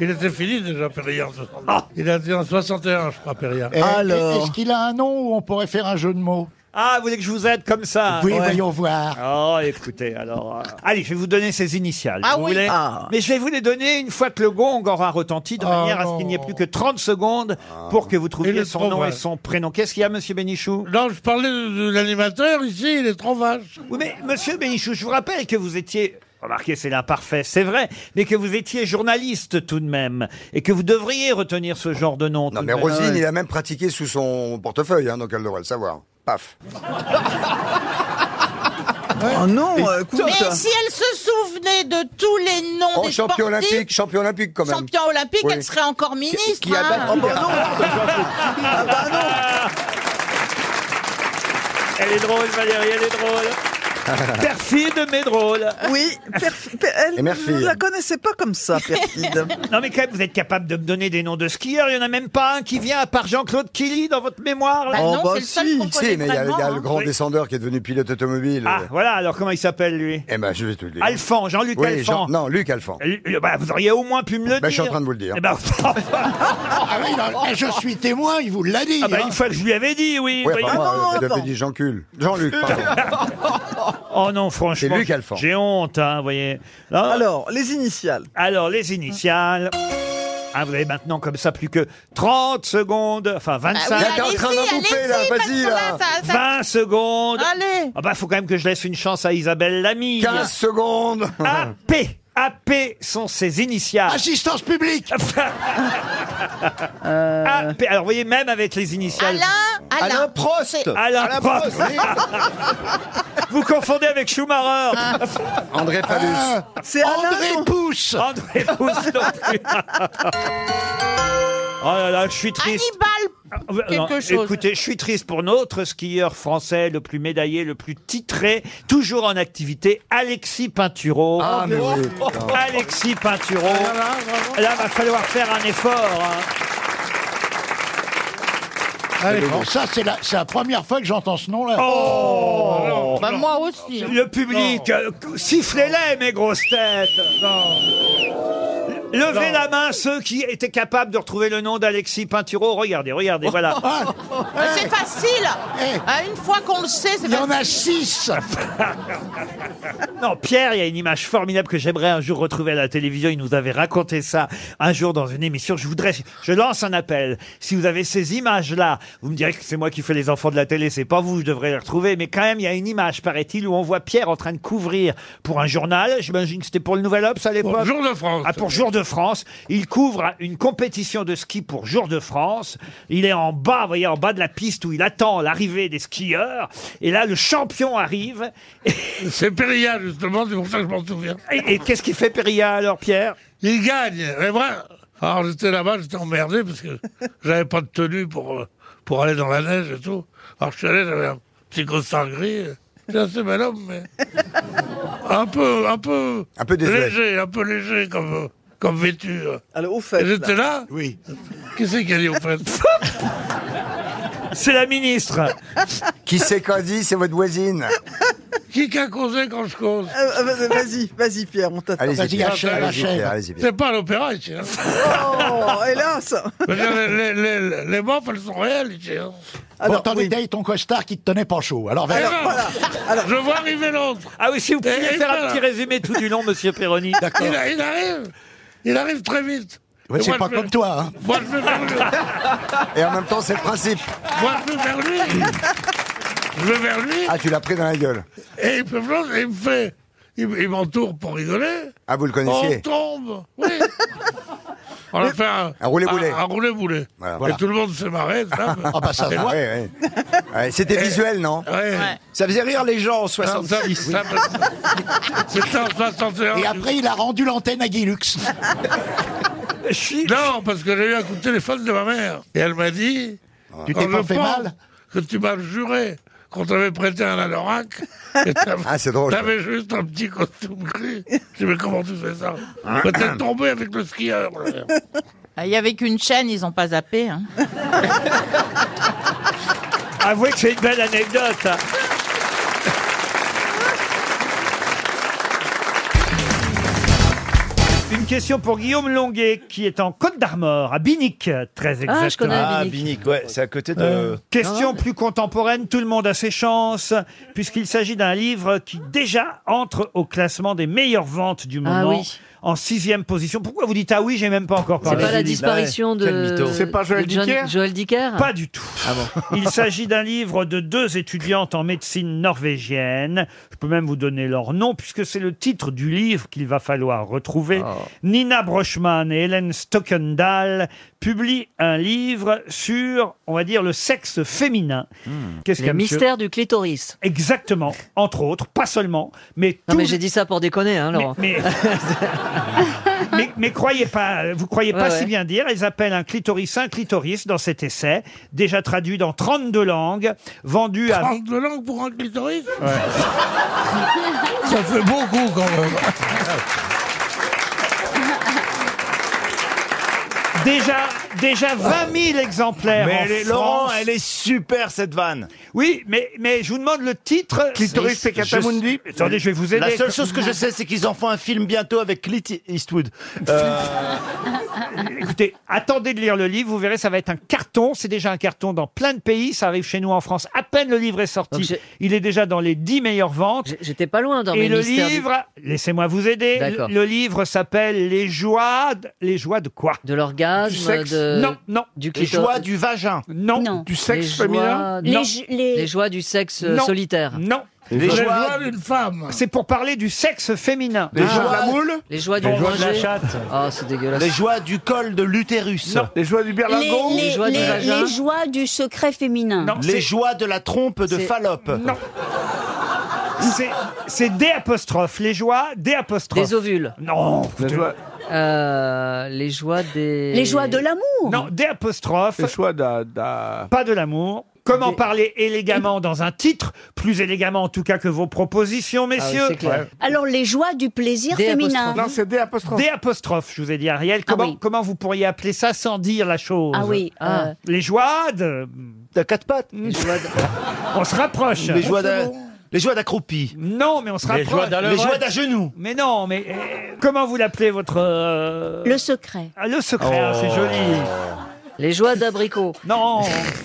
Speaker 16: Il était fini déjà, Perrier. en 60.
Speaker 1: Ah.
Speaker 16: Il a été en 61, je crois, Perrier.
Speaker 2: Eh, Est-ce qu'il a un nom où on pourrait faire un jeu de mots
Speaker 1: Ah, vous voulez que je vous aide comme ça
Speaker 2: Oui, voyons voir.
Speaker 1: Oh, écoutez, alors. euh, Allez, je vais vous donner ses initiales.
Speaker 2: Ah
Speaker 1: vous
Speaker 2: oui.
Speaker 1: voulez
Speaker 2: Ah.
Speaker 1: Mais je vais vous les donner une fois que le gong aura retenti,
Speaker 16: Oh.
Speaker 1: de manière à ce qu'il n'y ait plus que 30 secondes pour que vous
Speaker 16: Il
Speaker 1: trouviez
Speaker 16: est
Speaker 1: son
Speaker 16: trop
Speaker 1: nom et
Speaker 16: vache.
Speaker 1: son prénom. Qu'est-ce qu'il y a, monsieur Bénichou
Speaker 16: Non, je parlais de, de l'animateur ici, il est trop vache.
Speaker 1: Oui, mais monsieur Bénichou, je vous rappelle que vous étiez. Remarquez, c'est l'imparfait, c'est vrai, mais que vous étiez journaliste tout de même, et que vous devriez retenir ce genre de Ah nom.
Speaker 4: Non, mais Rosine, il a même pratiqué sous son portefeuille, hein, donc elle devrait le savoir. Paf. Oh non,
Speaker 14: Mais si elle se souvenait de tous les noms
Speaker 4: Oh,
Speaker 14: des
Speaker 4: champion
Speaker 14: sportifs,
Speaker 4: olympique, champion olympique quand même.
Speaker 14: champion olympique,
Speaker 4: Oui.
Speaker 14: elle serait encore ministre.
Speaker 4: qui a
Speaker 14: hein.
Speaker 4: battu- Oh, bah non, Ah bah
Speaker 1: Elle est drôle, Valérie, elle est drôle. Perfide, mais drôle.
Speaker 18: Oui, perf- per- elle,
Speaker 1: Et merci.
Speaker 18: je la connaissais pas comme ça, perfide.
Speaker 1: Non mais quand même, vous êtes capable de me donner des noms de skieurs. Il n'y en a même pas un qui vient à part Jean-Claude Killy dans votre mémoire. là.
Speaker 4: Oh, bah si, si, mais il y a, il y a le grand
Speaker 14: hein.
Speaker 4: descendeur qui est devenu pilote automobile.
Speaker 1: Ah, voilà, alors comment il s'appelle lui
Speaker 4: Eh ben, je vais te le dire.
Speaker 1: Alphand, Jean-Luc
Speaker 4: Oui, Jean-
Speaker 1: Alphand.
Speaker 4: non, Luc Alphand.
Speaker 1: Lui- bah, vous auriez au moins pu me le
Speaker 4: Bah,
Speaker 1: dire.
Speaker 4: je suis en train de vous le dire.
Speaker 1: Eh ben,
Speaker 2: Ah oui, non, eh, je suis témoin, il vous l'a dit.
Speaker 1: ah bah,
Speaker 2: hein.
Speaker 1: une fois que je lui avais dit, oui.
Speaker 4: Ouais,
Speaker 1: voyez.
Speaker 4: enfin, moi,
Speaker 14: Ah,
Speaker 4: vous avez dit Jean-Cul. Jean-Luc, pardon.
Speaker 1: Oh non, franchement.
Speaker 4: C'est Luc Alphand.
Speaker 1: J'ai honte, hein, vous voyez. Alors, les initiales. Alors, les initiales. Ah, vous avez maintenant comme ça plus que 30 secondes, enfin 25.
Speaker 4: Ah oui, Là, t'es en allez-y, train d'en bouffer, là, allez-y, parce vas-y, que là, là. ça- ça-
Speaker 1: 20 secondes.
Speaker 4: Allez.
Speaker 1: Ah bah, faut quand même que je laisse une chance à Isabelle Lamy.
Speaker 4: 15 secondes.
Speaker 1: AP. AP sont ses initiales.
Speaker 2: Assistance
Speaker 1: (laughs)
Speaker 2: publique.
Speaker 1: AP. Alors, vous voyez, même avec les initiales.
Speaker 14: Alain, Alain. Alain Prost. C'est-
Speaker 1: Alain
Speaker 14: Alain
Speaker 1: Prost. Vous confondez avec Schumacher.
Speaker 4: Ah. André Phallus.
Speaker 1: Ah, C'est André Pousse. André Pousse non plus. Oh là là, je suis triste.
Speaker 14: Hannibal
Speaker 1: Non,
Speaker 14: Quelque chose.
Speaker 1: Écoutez, je suis triste pour notre skieur français le plus médaillé, le plus titré, toujours en activité, Alexis Pinturo. Oh,
Speaker 17: Ah, mais oui, putain.
Speaker 1: Alexis Pinturo. Ah, Là, va falloir faire un effort. hein.
Speaker 16: Ah,
Speaker 2: Allez, bon, ça, c'est la, c'est la première fois que j'entends ce nom-là.
Speaker 1: Oh
Speaker 14: Bah, moi aussi.
Speaker 1: Le public, euh, sifflez-les, mes grosses têtes. Levez la main ceux qui étaient capables de retrouver le nom d'Alexis Pinturo. Regardez, regardez,
Speaker 14: (laughs)
Speaker 1: voilà.
Speaker 14: Ah, Mais C'est facile. Ah, Une fois qu'on le sait, c'est facile. Il y en a
Speaker 2: six.
Speaker 1: (laughs) Non, Pierre, il y a une image formidable que j'aimerais un jour retrouver à la télévision. Il nous avait raconté ça un jour dans une émission. Je voudrais, je lance un appel. Si vous avez ces images-là, vous me direz que c'est moi qui fais les enfants de la télé, c'est pas vous, je devrais les retrouver. Mais quand même, il y a une image, paraît-il, où on voit Pierre en train de couvrir pour un journal. J'imagine que c'était pour le Nouvel Obs à l'époque. Pour Jour de France. Ah, pour Jour de France. Il couvre une compétition de ski pour Jour de France. Il est en bas, vous voyez, en bas de la piste où il attend l'arrivée des skieurs. Et là, le champion arrive.
Speaker 16: (laughs) C'est Péria, justement, c'est pour ça que je m'en souviens.
Speaker 1: Et, et qu'est-ce qui fait Péria alors, Pierre
Speaker 16: Il gagne, et voilà. Alors j'étais là-bas, j'étais emmerdé parce que j'avais pas de tenue pour, euh, pour aller dans la neige et tout. Alors je suis allé, j'avais un petit costard gris. J'ai un assez bel homme, mais un peu, un peu,
Speaker 4: un peu désuet.
Speaker 16: léger, un peu léger comme, euh, comme vêtu.
Speaker 18: Alors, au
Speaker 16: Et
Speaker 18: fait.
Speaker 16: J'étais là Oui. Qu'est-ce qui a dit au fait
Speaker 1: C'est la ministre.
Speaker 4: (laughs) Qui c'est qu'a dit C'est votre voisine.
Speaker 16: (laughs) Qui qu'a causé quand je cause
Speaker 18: Euh, euh, Vas-y, vas-y, Pierre, on t'attend.
Speaker 4: Allez-y, Pierre, allez-y, Pierre, allez-y, Pierre.
Speaker 16: C'est pas à l'opéra ici.
Speaker 2: (laughs)
Speaker 16: hein.
Speaker 18: Oh, hélas
Speaker 16: Mais les, les, les, les morts, elles sont réelles ici. hein.
Speaker 2: Alors, t'en étais ton costard qui te tenait pas chaud. Alors,
Speaker 16: Alors,
Speaker 2: voilà.
Speaker 16: je vois arriver l'autre.
Speaker 1: Ah oui, si vous pouviez
Speaker 16: Et- et
Speaker 1: faire un
Speaker 16: voilà.
Speaker 1: petit résumé tout du long, monsieur Perroni.
Speaker 16: Il, a- il arrive, il arrive très vite.
Speaker 2: Ouais,
Speaker 16: Et
Speaker 2: c'est
Speaker 16: moi,
Speaker 2: pas
Speaker 16: je
Speaker 2: comme
Speaker 16: vais-
Speaker 2: toi, hein.
Speaker 16: Moi, je vais vers lui.
Speaker 4: Et en même temps, c'est le principe.
Speaker 16: Moi, je vais vers lui. Je vais vers lui
Speaker 4: Ah, tu l'as pris dans la gueule.
Speaker 16: et il me fait- il me fait, il, il m'entoure pour rigoler.
Speaker 4: Ah, vous le
Speaker 16: On
Speaker 4: connaissiez
Speaker 16: tombe, oui. Oh, On a fait un,
Speaker 4: Un roulé-boulé.
Speaker 16: Un, un roulé-boulé.
Speaker 4: Voilà.
Speaker 16: Et
Speaker 4: Voilà.
Speaker 16: tout le monde s'est marré. ça.
Speaker 2: Ah bah, ça se
Speaker 16: Et-
Speaker 2: voit.
Speaker 4: Ouais, ouais. Ouais, C'était
Speaker 1: Eh.
Speaker 4: visuel, non
Speaker 16: Ouais.
Speaker 4: Ça faisait rire les gens en
Speaker 16: Ça- ça-
Speaker 4: 66.
Speaker 1: Ah,
Speaker 16: ça- C'était en 61.
Speaker 2: Et après, il a rendu l'antenne à Guy Lux.
Speaker 16: Non, parce que j'ai eu un coup de téléphone de ma mère. Et elle m'a dit
Speaker 19: Ah.
Speaker 2: Tu t'es
Speaker 16: on
Speaker 2: pas
Speaker 16: me
Speaker 2: fait
Speaker 16: pense
Speaker 2: mal
Speaker 16: Que tu m'as juré qu'on t'avait prêté un anorak. et
Speaker 19: (laughs)
Speaker 16: t'avais-
Speaker 4: Ah, c'est drôle.
Speaker 16: T'avais juste un petit costume gris. Je dis, mais comment tu fais ça Mais T'es tombé avec le skieur. là.
Speaker 14: Ah, Il y avait qu'une chaîne, ils ont pas zappé. hein.
Speaker 1: Avouez que c'est une belle anecdote. hein. Une question pour Guillaume Longuet, qui est en Côte d'Armor, à Binic, très exactement.
Speaker 6: Ah, je connais
Speaker 19: Ah,
Speaker 6: Binic. Ah.
Speaker 19: Binic, ouais, c'est à côté de.
Speaker 1: Euh, question plus contemporaine, tout le monde a ses chances, puisqu'il s'agit d'un livre qui déjà entre au classement des meilleures ventes du moment,
Speaker 6: Ah oui.
Speaker 1: en sixième position. Pourquoi vous dites ah oui, j'ai même pas encore
Speaker 6: C'est
Speaker 1: parlé
Speaker 6: pas la disparition de.
Speaker 19: C'est pas Joël
Speaker 6: de John-
Speaker 19: Dicker
Speaker 6: Joël Dicker
Speaker 1: Pas du tout. (laughs) Il s'agit d'un livre de deux étudiantes en médecine norvégienne. Je peux même vous donner leur nom puisque c'est le titre du livre qu'il va falloir retrouver. Nina Brochman et Hélène Stockendal publient un livre sur, on va dire, le sexe féminin. Qu'est-ce qu'il y
Speaker 6: Le
Speaker 1: a, monsieur
Speaker 6: mystère du clitoris.
Speaker 1: Exactement, entre autres, pas seulement, mais
Speaker 6: Non,
Speaker 1: tout-
Speaker 6: mais j'ai dit ça pour déconner, hein, Laurent.
Speaker 1: mais,
Speaker 6: (laughs)
Speaker 1: mais, mais croyez pas, euh, vous croyez pas
Speaker 6: Ouais, ouais.
Speaker 1: si bien dire. Elles appellent un clitoris un clitoris dans cet essai, déjà traduit dans 32 langues, vendu à.
Speaker 16: Parle de langue pour un clitoris
Speaker 6: (laughs)
Speaker 16: Ça fait beaucoup quand même.
Speaker 1: Déjà, déjà 20 000
Speaker 19: Ah.
Speaker 1: exemplaires.
Speaker 19: Mais
Speaker 1: en
Speaker 19: elle est- Laurent,
Speaker 1: France.
Speaker 19: elle est super cette vanne.
Speaker 1: Oui, mais, mais je vous demande le titre.
Speaker 19: Clitoris
Speaker 1: Je-
Speaker 19: Peccatamundi
Speaker 1: Attendez, je vais vous aider.
Speaker 19: La seule chose que je sais, c'est qu'ils en font un film bientôt avec Clint Eastwood.
Speaker 1: (laughs)
Speaker 19: Euh,
Speaker 1: Écoutez, attendez de lire le livre, vous verrez, ça va être un carton. C'est déjà un carton dans plein de pays. Ça arrive chez nous en France. À peine le livre est
Speaker 6: Donc,
Speaker 1: sorti.
Speaker 6: j'ai-
Speaker 1: Il est déjà dans les 10 meilleures ventes.
Speaker 6: J- J'étais pas loin dans
Speaker 1: Et
Speaker 6: mes
Speaker 1: le
Speaker 6: mystères du-
Speaker 1: livre, laissez-moi vous aider.
Speaker 6: D'accord.
Speaker 1: Le, le livre s'appelle Les joies, de- les joies de quoi
Speaker 6: de l'orgasme,
Speaker 19: Du sexe
Speaker 6: de...
Speaker 1: Non, non.
Speaker 6: du
Speaker 19: les
Speaker 6: clitoris.
Speaker 19: joies du vagin.
Speaker 1: Non.
Speaker 19: Du
Speaker 6: les
Speaker 19: sexe
Speaker 6: joies-
Speaker 19: féminin.
Speaker 6: non.
Speaker 1: Non.
Speaker 6: Les joies du sexe euh,
Speaker 1: Non.
Speaker 6: solitaire.
Speaker 1: Non.
Speaker 19: Les
Speaker 16: Je
Speaker 19: joies.
Speaker 16: vois une femme.
Speaker 1: C'est pour parler du sexe féminin. Ah.
Speaker 19: Les joies de la moule.
Speaker 6: Les joies du
Speaker 19: Les joies de la
Speaker 6: manger.
Speaker 19: chatte.
Speaker 6: Ah, c'est dégueulasse.
Speaker 19: Les joies du col de l'utérus.
Speaker 1: Non.
Speaker 19: Les joies du berlingot.
Speaker 6: les joies du vagin.
Speaker 5: joies du secret féminin.
Speaker 1: Non,
Speaker 19: Les
Speaker 1: c'est-
Speaker 19: joies de la trompe de
Speaker 6: C'est-
Speaker 19: Fallope.
Speaker 1: Non. C'est- C'est D apostrophe, les joies, D apostrophe.
Speaker 5: Les ovules.
Speaker 1: Non.
Speaker 5: Les
Speaker 1: tu-
Speaker 5: joies. Euh, les joies des.
Speaker 1: Les joies de l'amour. Non, des apostrophes. Les
Speaker 5: joies
Speaker 1: Pas de l'amour. Comment parler élégamment dans un titre, plus élégamment en tout cas que vos propositions, messieurs
Speaker 20: Ah c'est clair. Alors, les joies du plaisir féminin.
Speaker 1: D apostrophe. D apostrophe, je vous ai dit, Ariel. Comment, comment vous pourriez appeler ça sans dire la chose
Speaker 20: Ah oui, Ah. euh.
Speaker 1: Les joies de... De quatre pattes. on se rapproche.
Speaker 19: Les joies d'a-
Speaker 1: Les joies d'accroupi. Non, mais on se
Speaker 19: Les
Speaker 1: rapproche.
Speaker 19: joies d'à l'œuvre. Les joies d'à
Speaker 1: genoux. Mais non, mais euh, comment vous l'appelez votre... euh,
Speaker 20: Le secret.
Speaker 1: Ah, le secret, hein, c'est joli.
Speaker 5: Les joies d'abricot.
Speaker 1: Non.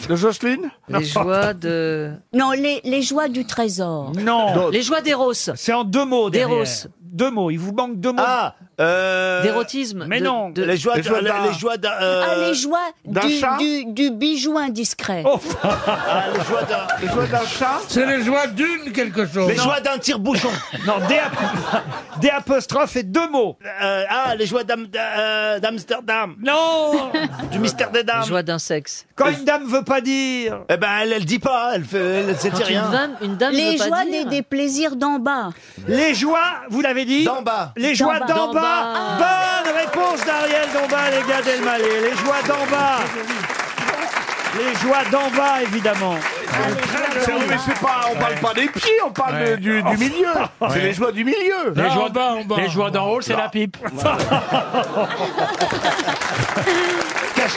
Speaker 5: De
Speaker 1: (laughs)
Speaker 5: Jocelyne Les joies de.
Speaker 20: Non, les, les joies du trésor.
Speaker 1: Non.
Speaker 5: Les joies d'Eros.
Speaker 1: C'est en deux mots. derrière.
Speaker 5: D'Eros.
Speaker 1: Deux mots. Il vous manque deux mots.
Speaker 5: Ah,
Speaker 1: euh...
Speaker 5: D'érotisme.
Speaker 1: Mais
Speaker 5: De-
Speaker 1: non.
Speaker 5: de- Les joies Les de- joies les- d'un- les joies d'un, euh,
Speaker 20: Ah, les joies
Speaker 5: d'un
Speaker 20: du,
Speaker 5: chat
Speaker 20: du, du bijou indiscret.
Speaker 14: Oh, (laughs)
Speaker 19: (laughs) les joies d'un- les joies d'un chat
Speaker 16: C'est les joies d'une quelque chose.
Speaker 19: Les joies
Speaker 1: d'un tire-bouchon. (laughs) non, des, ap- (laughs) des apostrophes et deux mots.
Speaker 19: Euh, ah, les joies d'Am- d'A- euh, d'Amsterdam.
Speaker 1: Non
Speaker 19: Du mystère des dames.
Speaker 5: Les joies d'un sexe.
Speaker 1: Quand une dame veut pas dire.
Speaker 19: Eh ben, elle, elle dit pas, elle fait, elle, elle sait
Speaker 5: Quand
Speaker 19: rien.
Speaker 5: une Ah, dame, une dame
Speaker 20: les
Speaker 5: veut pas
Speaker 20: joies
Speaker 5: dire.
Speaker 20: des, des plaisirs d'en bas.
Speaker 1: Les joies, vous l'avez dit
Speaker 19: D'en bas.
Speaker 1: Les
Speaker 20: D'en
Speaker 1: joies
Speaker 20: bas.
Speaker 1: d'en
Speaker 20: D'en
Speaker 1: bas.
Speaker 20: bas.
Speaker 1: Bonne réponse d'Ariel Dombas, les gars d'Elmaleh. Les joies d'en bas. Les joies d'en bas, évidemment.
Speaker 17: Mais c'est pas, on parle pas des pieds, on parle
Speaker 1: Ouais.
Speaker 17: de- du, du
Speaker 1: (laughs)
Speaker 17: milieu.
Speaker 1: Ouais.
Speaker 17: C'est les joies du milieu.
Speaker 1: Les joies- les joies
Speaker 17: d'en haut, c'est la pipe.
Speaker 19: Cache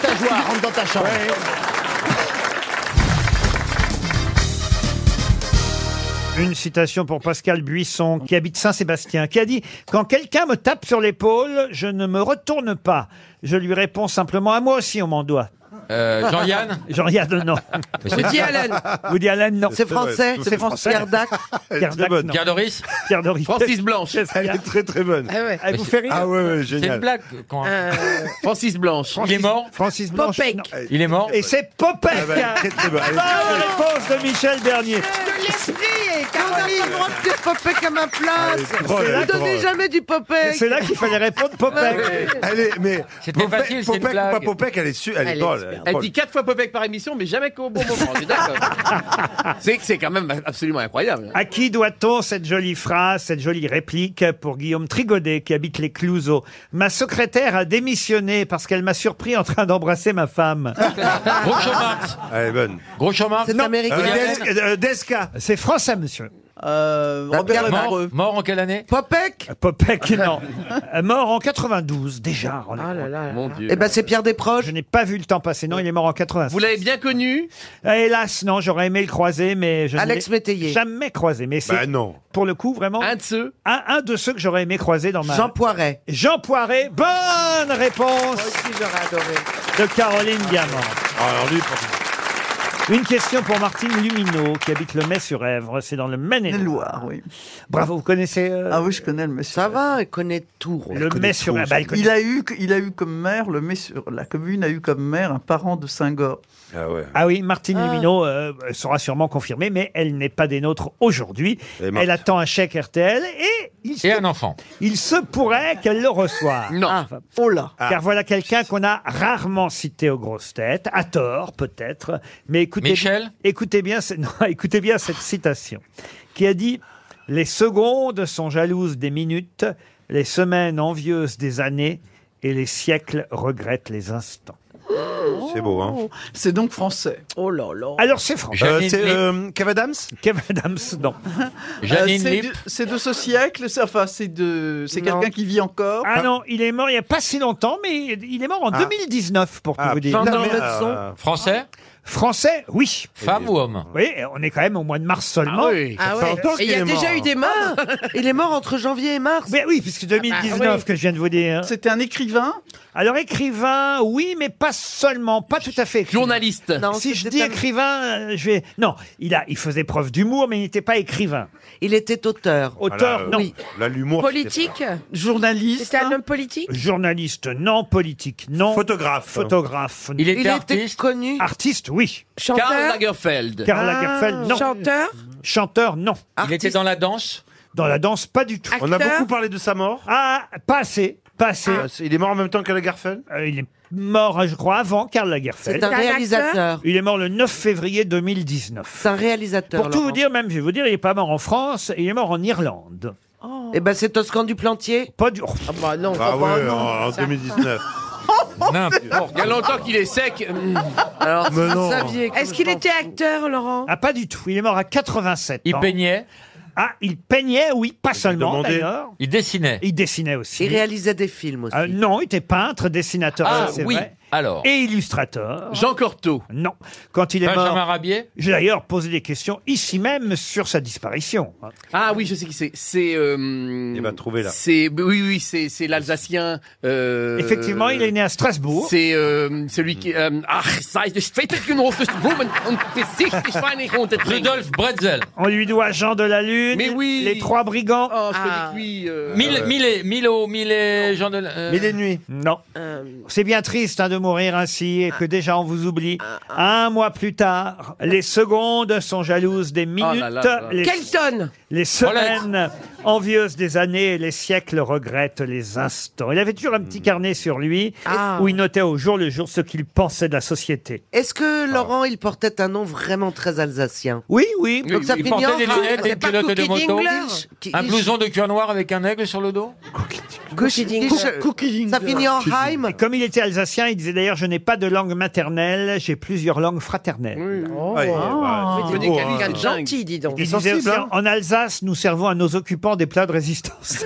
Speaker 19: ta joie, rentre dans ta chambre.
Speaker 1: Une citation pour Pascal Buisson, qui habite Saint-Sébastien, qui a dit « Quand quelqu'un me tape sur l'épaule, je ne me retourne pas. Je lui réponds simplement à moi aussi, on m'en doit. » (laughs)
Speaker 22: Euh, Jean-Yann
Speaker 1: Jean-Yann, non.
Speaker 22: Woody Allen.
Speaker 1: Woody Allen, non.
Speaker 22: C'est français, c'est français.
Speaker 1: Pierre Dac. Pierre Dac, non.
Speaker 22: Pierre Doris
Speaker 1: Pierre Doris.
Speaker 22: Francis Blanche.
Speaker 1: Elle est
Speaker 22: très très bonne.
Speaker 1: Ah ouais. Elle vous fait rire Ah ouais, ouais,
Speaker 22: C'est
Speaker 1: génial.
Speaker 22: une blague. quand- Francis Blanche. Il est mort
Speaker 1: Francis Blanche.
Speaker 22: Popek.
Speaker 1: non.
Speaker 22: Il est mort
Speaker 1: Et c'est Popek
Speaker 22: Ah bah, très, très bonne.
Speaker 1: Bonne réponse de Michel Bernier
Speaker 12: Esprit, Caroline. On n'a pas le droit de dire Popek à ma place.
Speaker 1: Elle est drôle, elle
Speaker 12: Ne
Speaker 1: est
Speaker 12: donnez
Speaker 1: drôle.
Speaker 12: jamais du Popek.
Speaker 1: C'est là qu'il fallait répondre Popek.
Speaker 22: Allez, mais. C'était
Speaker 1: Popek-
Speaker 22: facile, c'est une
Speaker 1: Popek ou
Speaker 22: blague.
Speaker 1: pas Popek, elle est su- elle est drôle, elle est
Speaker 22: Elle
Speaker 1: drôle.
Speaker 22: dit 4 fois Popek par émission, mais jamais qu'au bon moment. on est
Speaker 1: (laughs)
Speaker 22: d'accord. C'est que c'est quand même absolument incroyable.
Speaker 1: À qui doit-on cette jolie phrase, cette jolie réplique pour Guillaume Trigodet qui habite les Clouseaux Ma secrétaire a démissionné parce qu'elle m'a surpris en train d'embrasser ma femme.
Speaker 22: Groucho Marx.
Speaker 1: Elle est bonne.
Speaker 22: Gros Marx.
Speaker 1: Non, euh,
Speaker 22: Des-
Speaker 1: Des- euh, Desca. C'est français, monsieur.
Speaker 22: Robert mort, mort en quelle année
Speaker 1: Popek Popek, non. Euh, mort en 92, déjà. Ah là là.
Speaker 22: Mon Dieu.
Speaker 1: Eh ben, c'est Pierre Desproges. Je n'ai pas vu le temps passer. Non, il est mort en 96.
Speaker 22: Vous l'avez bien connu
Speaker 1: Eh, Hélas, non, j'aurais aimé le croiser, mais je ne
Speaker 22: Alex
Speaker 1: l'ai
Speaker 22: Métayer.
Speaker 1: Jamais croisé, mais c'est.
Speaker 22: Bah non.
Speaker 1: Pour le coup, vraiment. Un de
Speaker 22: ceux.
Speaker 1: Un, de ceux que j'aurais aimé croiser dans ma.
Speaker 22: Jean Poiret.
Speaker 1: Jean Poiret, bonne réponse
Speaker 12: j'aurais adoré.
Speaker 1: de Caroline Diamant.
Speaker 22: Ah,
Speaker 1: Une question pour Martine Lumineau, qui habite le Mai-sur-Èvre. C'est dans le Maine-et-Loire.
Speaker 12: oui.
Speaker 1: Bravo, vous connaissez. euh,
Speaker 12: Ah oui, je connais le Messie. Ça va, elle connaît tout.
Speaker 1: Le Elle connaît Messie, tout, ah bah, elle connaît-
Speaker 12: il a eu, il a eu comme maire, le Messie, la commune a eu comme maire un parent de Saint-Gor.
Speaker 1: Ah, oui, Martine Lumineau euh, sera sûrement confirmée, mais elle n'est pas des nôtres aujourd'hui. Elle attend un chèque RTL et... Il se,
Speaker 22: un enfant.
Speaker 1: Il se pourrait qu'elle le reçoive.
Speaker 22: Non.
Speaker 1: oh là. Car voilà quelqu'un qu'on a rarement cité aux grosses têtes, à tort peut-être, mais écoutez,
Speaker 22: Michel
Speaker 1: écoutez, bien, ce- (laughs) non, écoutez bien cette citation qui a dit « Les secondes sont jalouses des minutes, les semaines envieuses des années, et les siècles regrettent les instants. » C'est beau, hein
Speaker 12: C'est donc français. Oh là là.
Speaker 1: alors c'est français.
Speaker 12: Janine Euh, c'est, Lip. euh,
Speaker 1: Kev Adams Kev Adams, non.
Speaker 12: Euh, c'est du- c'est de ce siècle, c'est enfin c'est de c'est
Speaker 1: Non.
Speaker 12: quelqu'un qui vit encore.
Speaker 1: Ah non, il est mort il n'y a pas si longtemps, mais il est mort en
Speaker 12: Ah.
Speaker 1: 2019, pour tout vous dire.
Speaker 22: putain, mais, euh, Français
Speaker 1: Français, oui.
Speaker 22: Femme ou homme
Speaker 1: Oui, on est quand même au mois de mars seulement.
Speaker 22: Ah ouais.
Speaker 1: Et il y a déjà eu des
Speaker 12: morts. il est mort entre janvier et mars.
Speaker 1: Mais Ah oui,
Speaker 5: Ah
Speaker 1: puisque
Speaker 5: bah
Speaker 1: 2019 que je viens de vous dire. hein.
Speaker 12: C'était un écrivain
Speaker 1: Alors écrivain, oui, mais pas seulement, pas tout à fait.
Speaker 22: Journaliste.
Speaker 1: si je dis écrivain, euh, je vais. Non, il a, il faisait preuve d'humour, mais il n'était pas écrivain.
Speaker 22: Il était auteur.
Speaker 1: Auteur, non.
Speaker 3: Là, l'humour.
Speaker 12: Journaliste.
Speaker 20: C'était un homme politique
Speaker 1: Journaliste, non. Politique, non. Photographe. Photographe. non.
Speaker 22: Il était Il était artiste
Speaker 20: connu.
Speaker 1: Artiste, oui.
Speaker 22: Karl Lagerfeld.
Speaker 1: Karl Lagerfeld, non.
Speaker 20: Chanteur
Speaker 1: Chanteur, non.
Speaker 22: Il était dans la danse
Speaker 1: Dans la danse, pas du tout.
Speaker 20: Acteur On a beaucoup
Speaker 1: parlé de sa mort. Ah, pas assez. passé.
Speaker 14: Il est mort en même temps que Lagerfeld
Speaker 1: Il est mort, je crois, avant Karl Lagerfeld.
Speaker 5: C'est un C'est un réalisateur. acteur
Speaker 1: Il est mort le 9 février 2019. C'est
Speaker 5: un réalisateur.
Speaker 1: Pour tout vous dire, même, je vais vous dire, il n'est pas mort en France, il est mort en Irlande.
Speaker 5: Et ben c'est Toscan du Plantier
Speaker 1: Pas du.
Speaker 5: Ah bah non, Oh,
Speaker 14: Ah ouais, en, en
Speaker 5: (laughs)
Speaker 14: 2019.
Speaker 7: (laughs)
Speaker 1: ah,
Speaker 7: Oh, Il y a longtemps qu'il est
Speaker 1: (laughs)
Speaker 7: sec.
Speaker 5: Alors,
Speaker 1: Mais non.
Speaker 5: Est-ce qu'il était acteur, Laurent
Speaker 1: Ah, pas du tout. Il est mort à 87
Speaker 34: Il
Speaker 1: ans.
Speaker 34: peignait
Speaker 1: Ah, il peignait, oui, pas seulement
Speaker 34: demandais.
Speaker 1: d'ailleurs.
Speaker 34: Il dessinait.
Speaker 1: Il dessinait aussi.
Speaker 5: Il réalisait des films aussi.
Speaker 1: Euh, non, il était peintre, dessinateur,
Speaker 5: Ah,
Speaker 1: ça, c'est
Speaker 5: oui.
Speaker 1: vrai.
Speaker 35: Alors.
Speaker 1: Et illustrateur.
Speaker 7: Jean Corteau.
Speaker 1: Non. Quand il est
Speaker 35: Benjamin
Speaker 1: mort.
Speaker 35: Rabier
Speaker 1: J'ai d'ailleurs posé des questions ici même sur sa disparition.
Speaker 7: Ah oui, je sais qui c'est. C'est. Euh,
Speaker 14: Il va trouver là.
Speaker 7: C'est oui oui c'est c'est l'Alsacien. euh,
Speaker 1: Effectivement, il est né à Strasbourg.
Speaker 7: C'est euh, celui qui. Euh, ach, sei des Spätgenossen Blumen und Gesicht, ich war nicht unterdrückt.
Speaker 35: Rudolf Bretzel.
Speaker 1: On lui doit Jean de la Lune, les trois brigands.
Speaker 7: Oh, je connais que lui, euh,
Speaker 35: Mille,
Speaker 1: euh,
Speaker 35: mille, et- mille, au- mille et Jean de. euh,
Speaker 1: nuits. Non.
Speaker 5: Euh,
Speaker 1: C'est bien triste hein, de mourir ainsi et que déjà on vous oublie.
Speaker 5: Ah,
Speaker 1: Un mois plus tard, les secondes sont jalouses
Speaker 14: Oh
Speaker 1: des minutes.
Speaker 5: là là là.
Speaker 1: Les,
Speaker 5: Kelton
Speaker 1: Les semaines envieuses des années et les siècles regrettent les instants. Il avait toujours un
Speaker 14: Hmm.
Speaker 1: petit carnet sur lui
Speaker 5: Ah.
Speaker 1: où il notait au jour le jour ce qu'il pensait de la société.
Speaker 5: Est-ce que Laurent, il portait un nom vraiment très alsacien
Speaker 1: Oui, oui.
Speaker 5: Donc ça
Speaker 35: il
Speaker 5: fait bien
Speaker 35: portait des
Speaker 5: envie.
Speaker 35: lunettes et
Speaker 5: C'est
Speaker 35: une
Speaker 5: pas
Speaker 35: culotte de
Speaker 5: Cookie
Speaker 35: moto.
Speaker 5: Dingler. Qui-
Speaker 35: Un
Speaker 5: qui-
Speaker 35: blouson de cuir noir avec un aigle sur le dos.
Speaker 5: Cookie Dingler. Ça finit en Heim.
Speaker 1: Et comme il était alsacien, il disait d'ailleurs Je n'ai pas de langue maternelle, j'ai plusieurs langues fraternelles.
Speaker 5: Oh.
Speaker 1: Oh.
Speaker 14: Ah, il est- bah, c'est beau, hein.
Speaker 5: gentil, dis donc.
Speaker 1: Il disait aussi, en Alsace, nous servons à nos occupants des plats de résistance.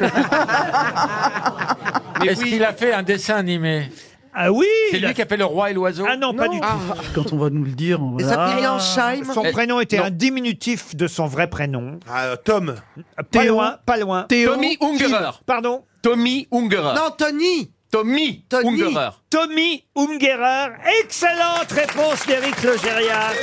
Speaker 35: Est-ce qu'il a fait un dessin animé
Speaker 1: Ah oui
Speaker 35: C'est lui qui a fait Le Roi et l'Oiseau
Speaker 1: Ah non, pas du tout.
Speaker 36: Quand on va nous le dire, on va-
Speaker 1: Ah. Son prénom était un diminutif de son vrai prénom. Ah, euh, Tom. Pas
Speaker 36: Théo.
Speaker 1: loin, pas loin.
Speaker 36: Théo.
Speaker 7: Tommy Ungerer.
Speaker 1: Pardon
Speaker 7: Tommy Ungerer.
Speaker 5: Non, Tony.
Speaker 7: Tommy, Ungerer.
Speaker 1: Tommy Ungerer. Excellente réponse d'Éric Logérias.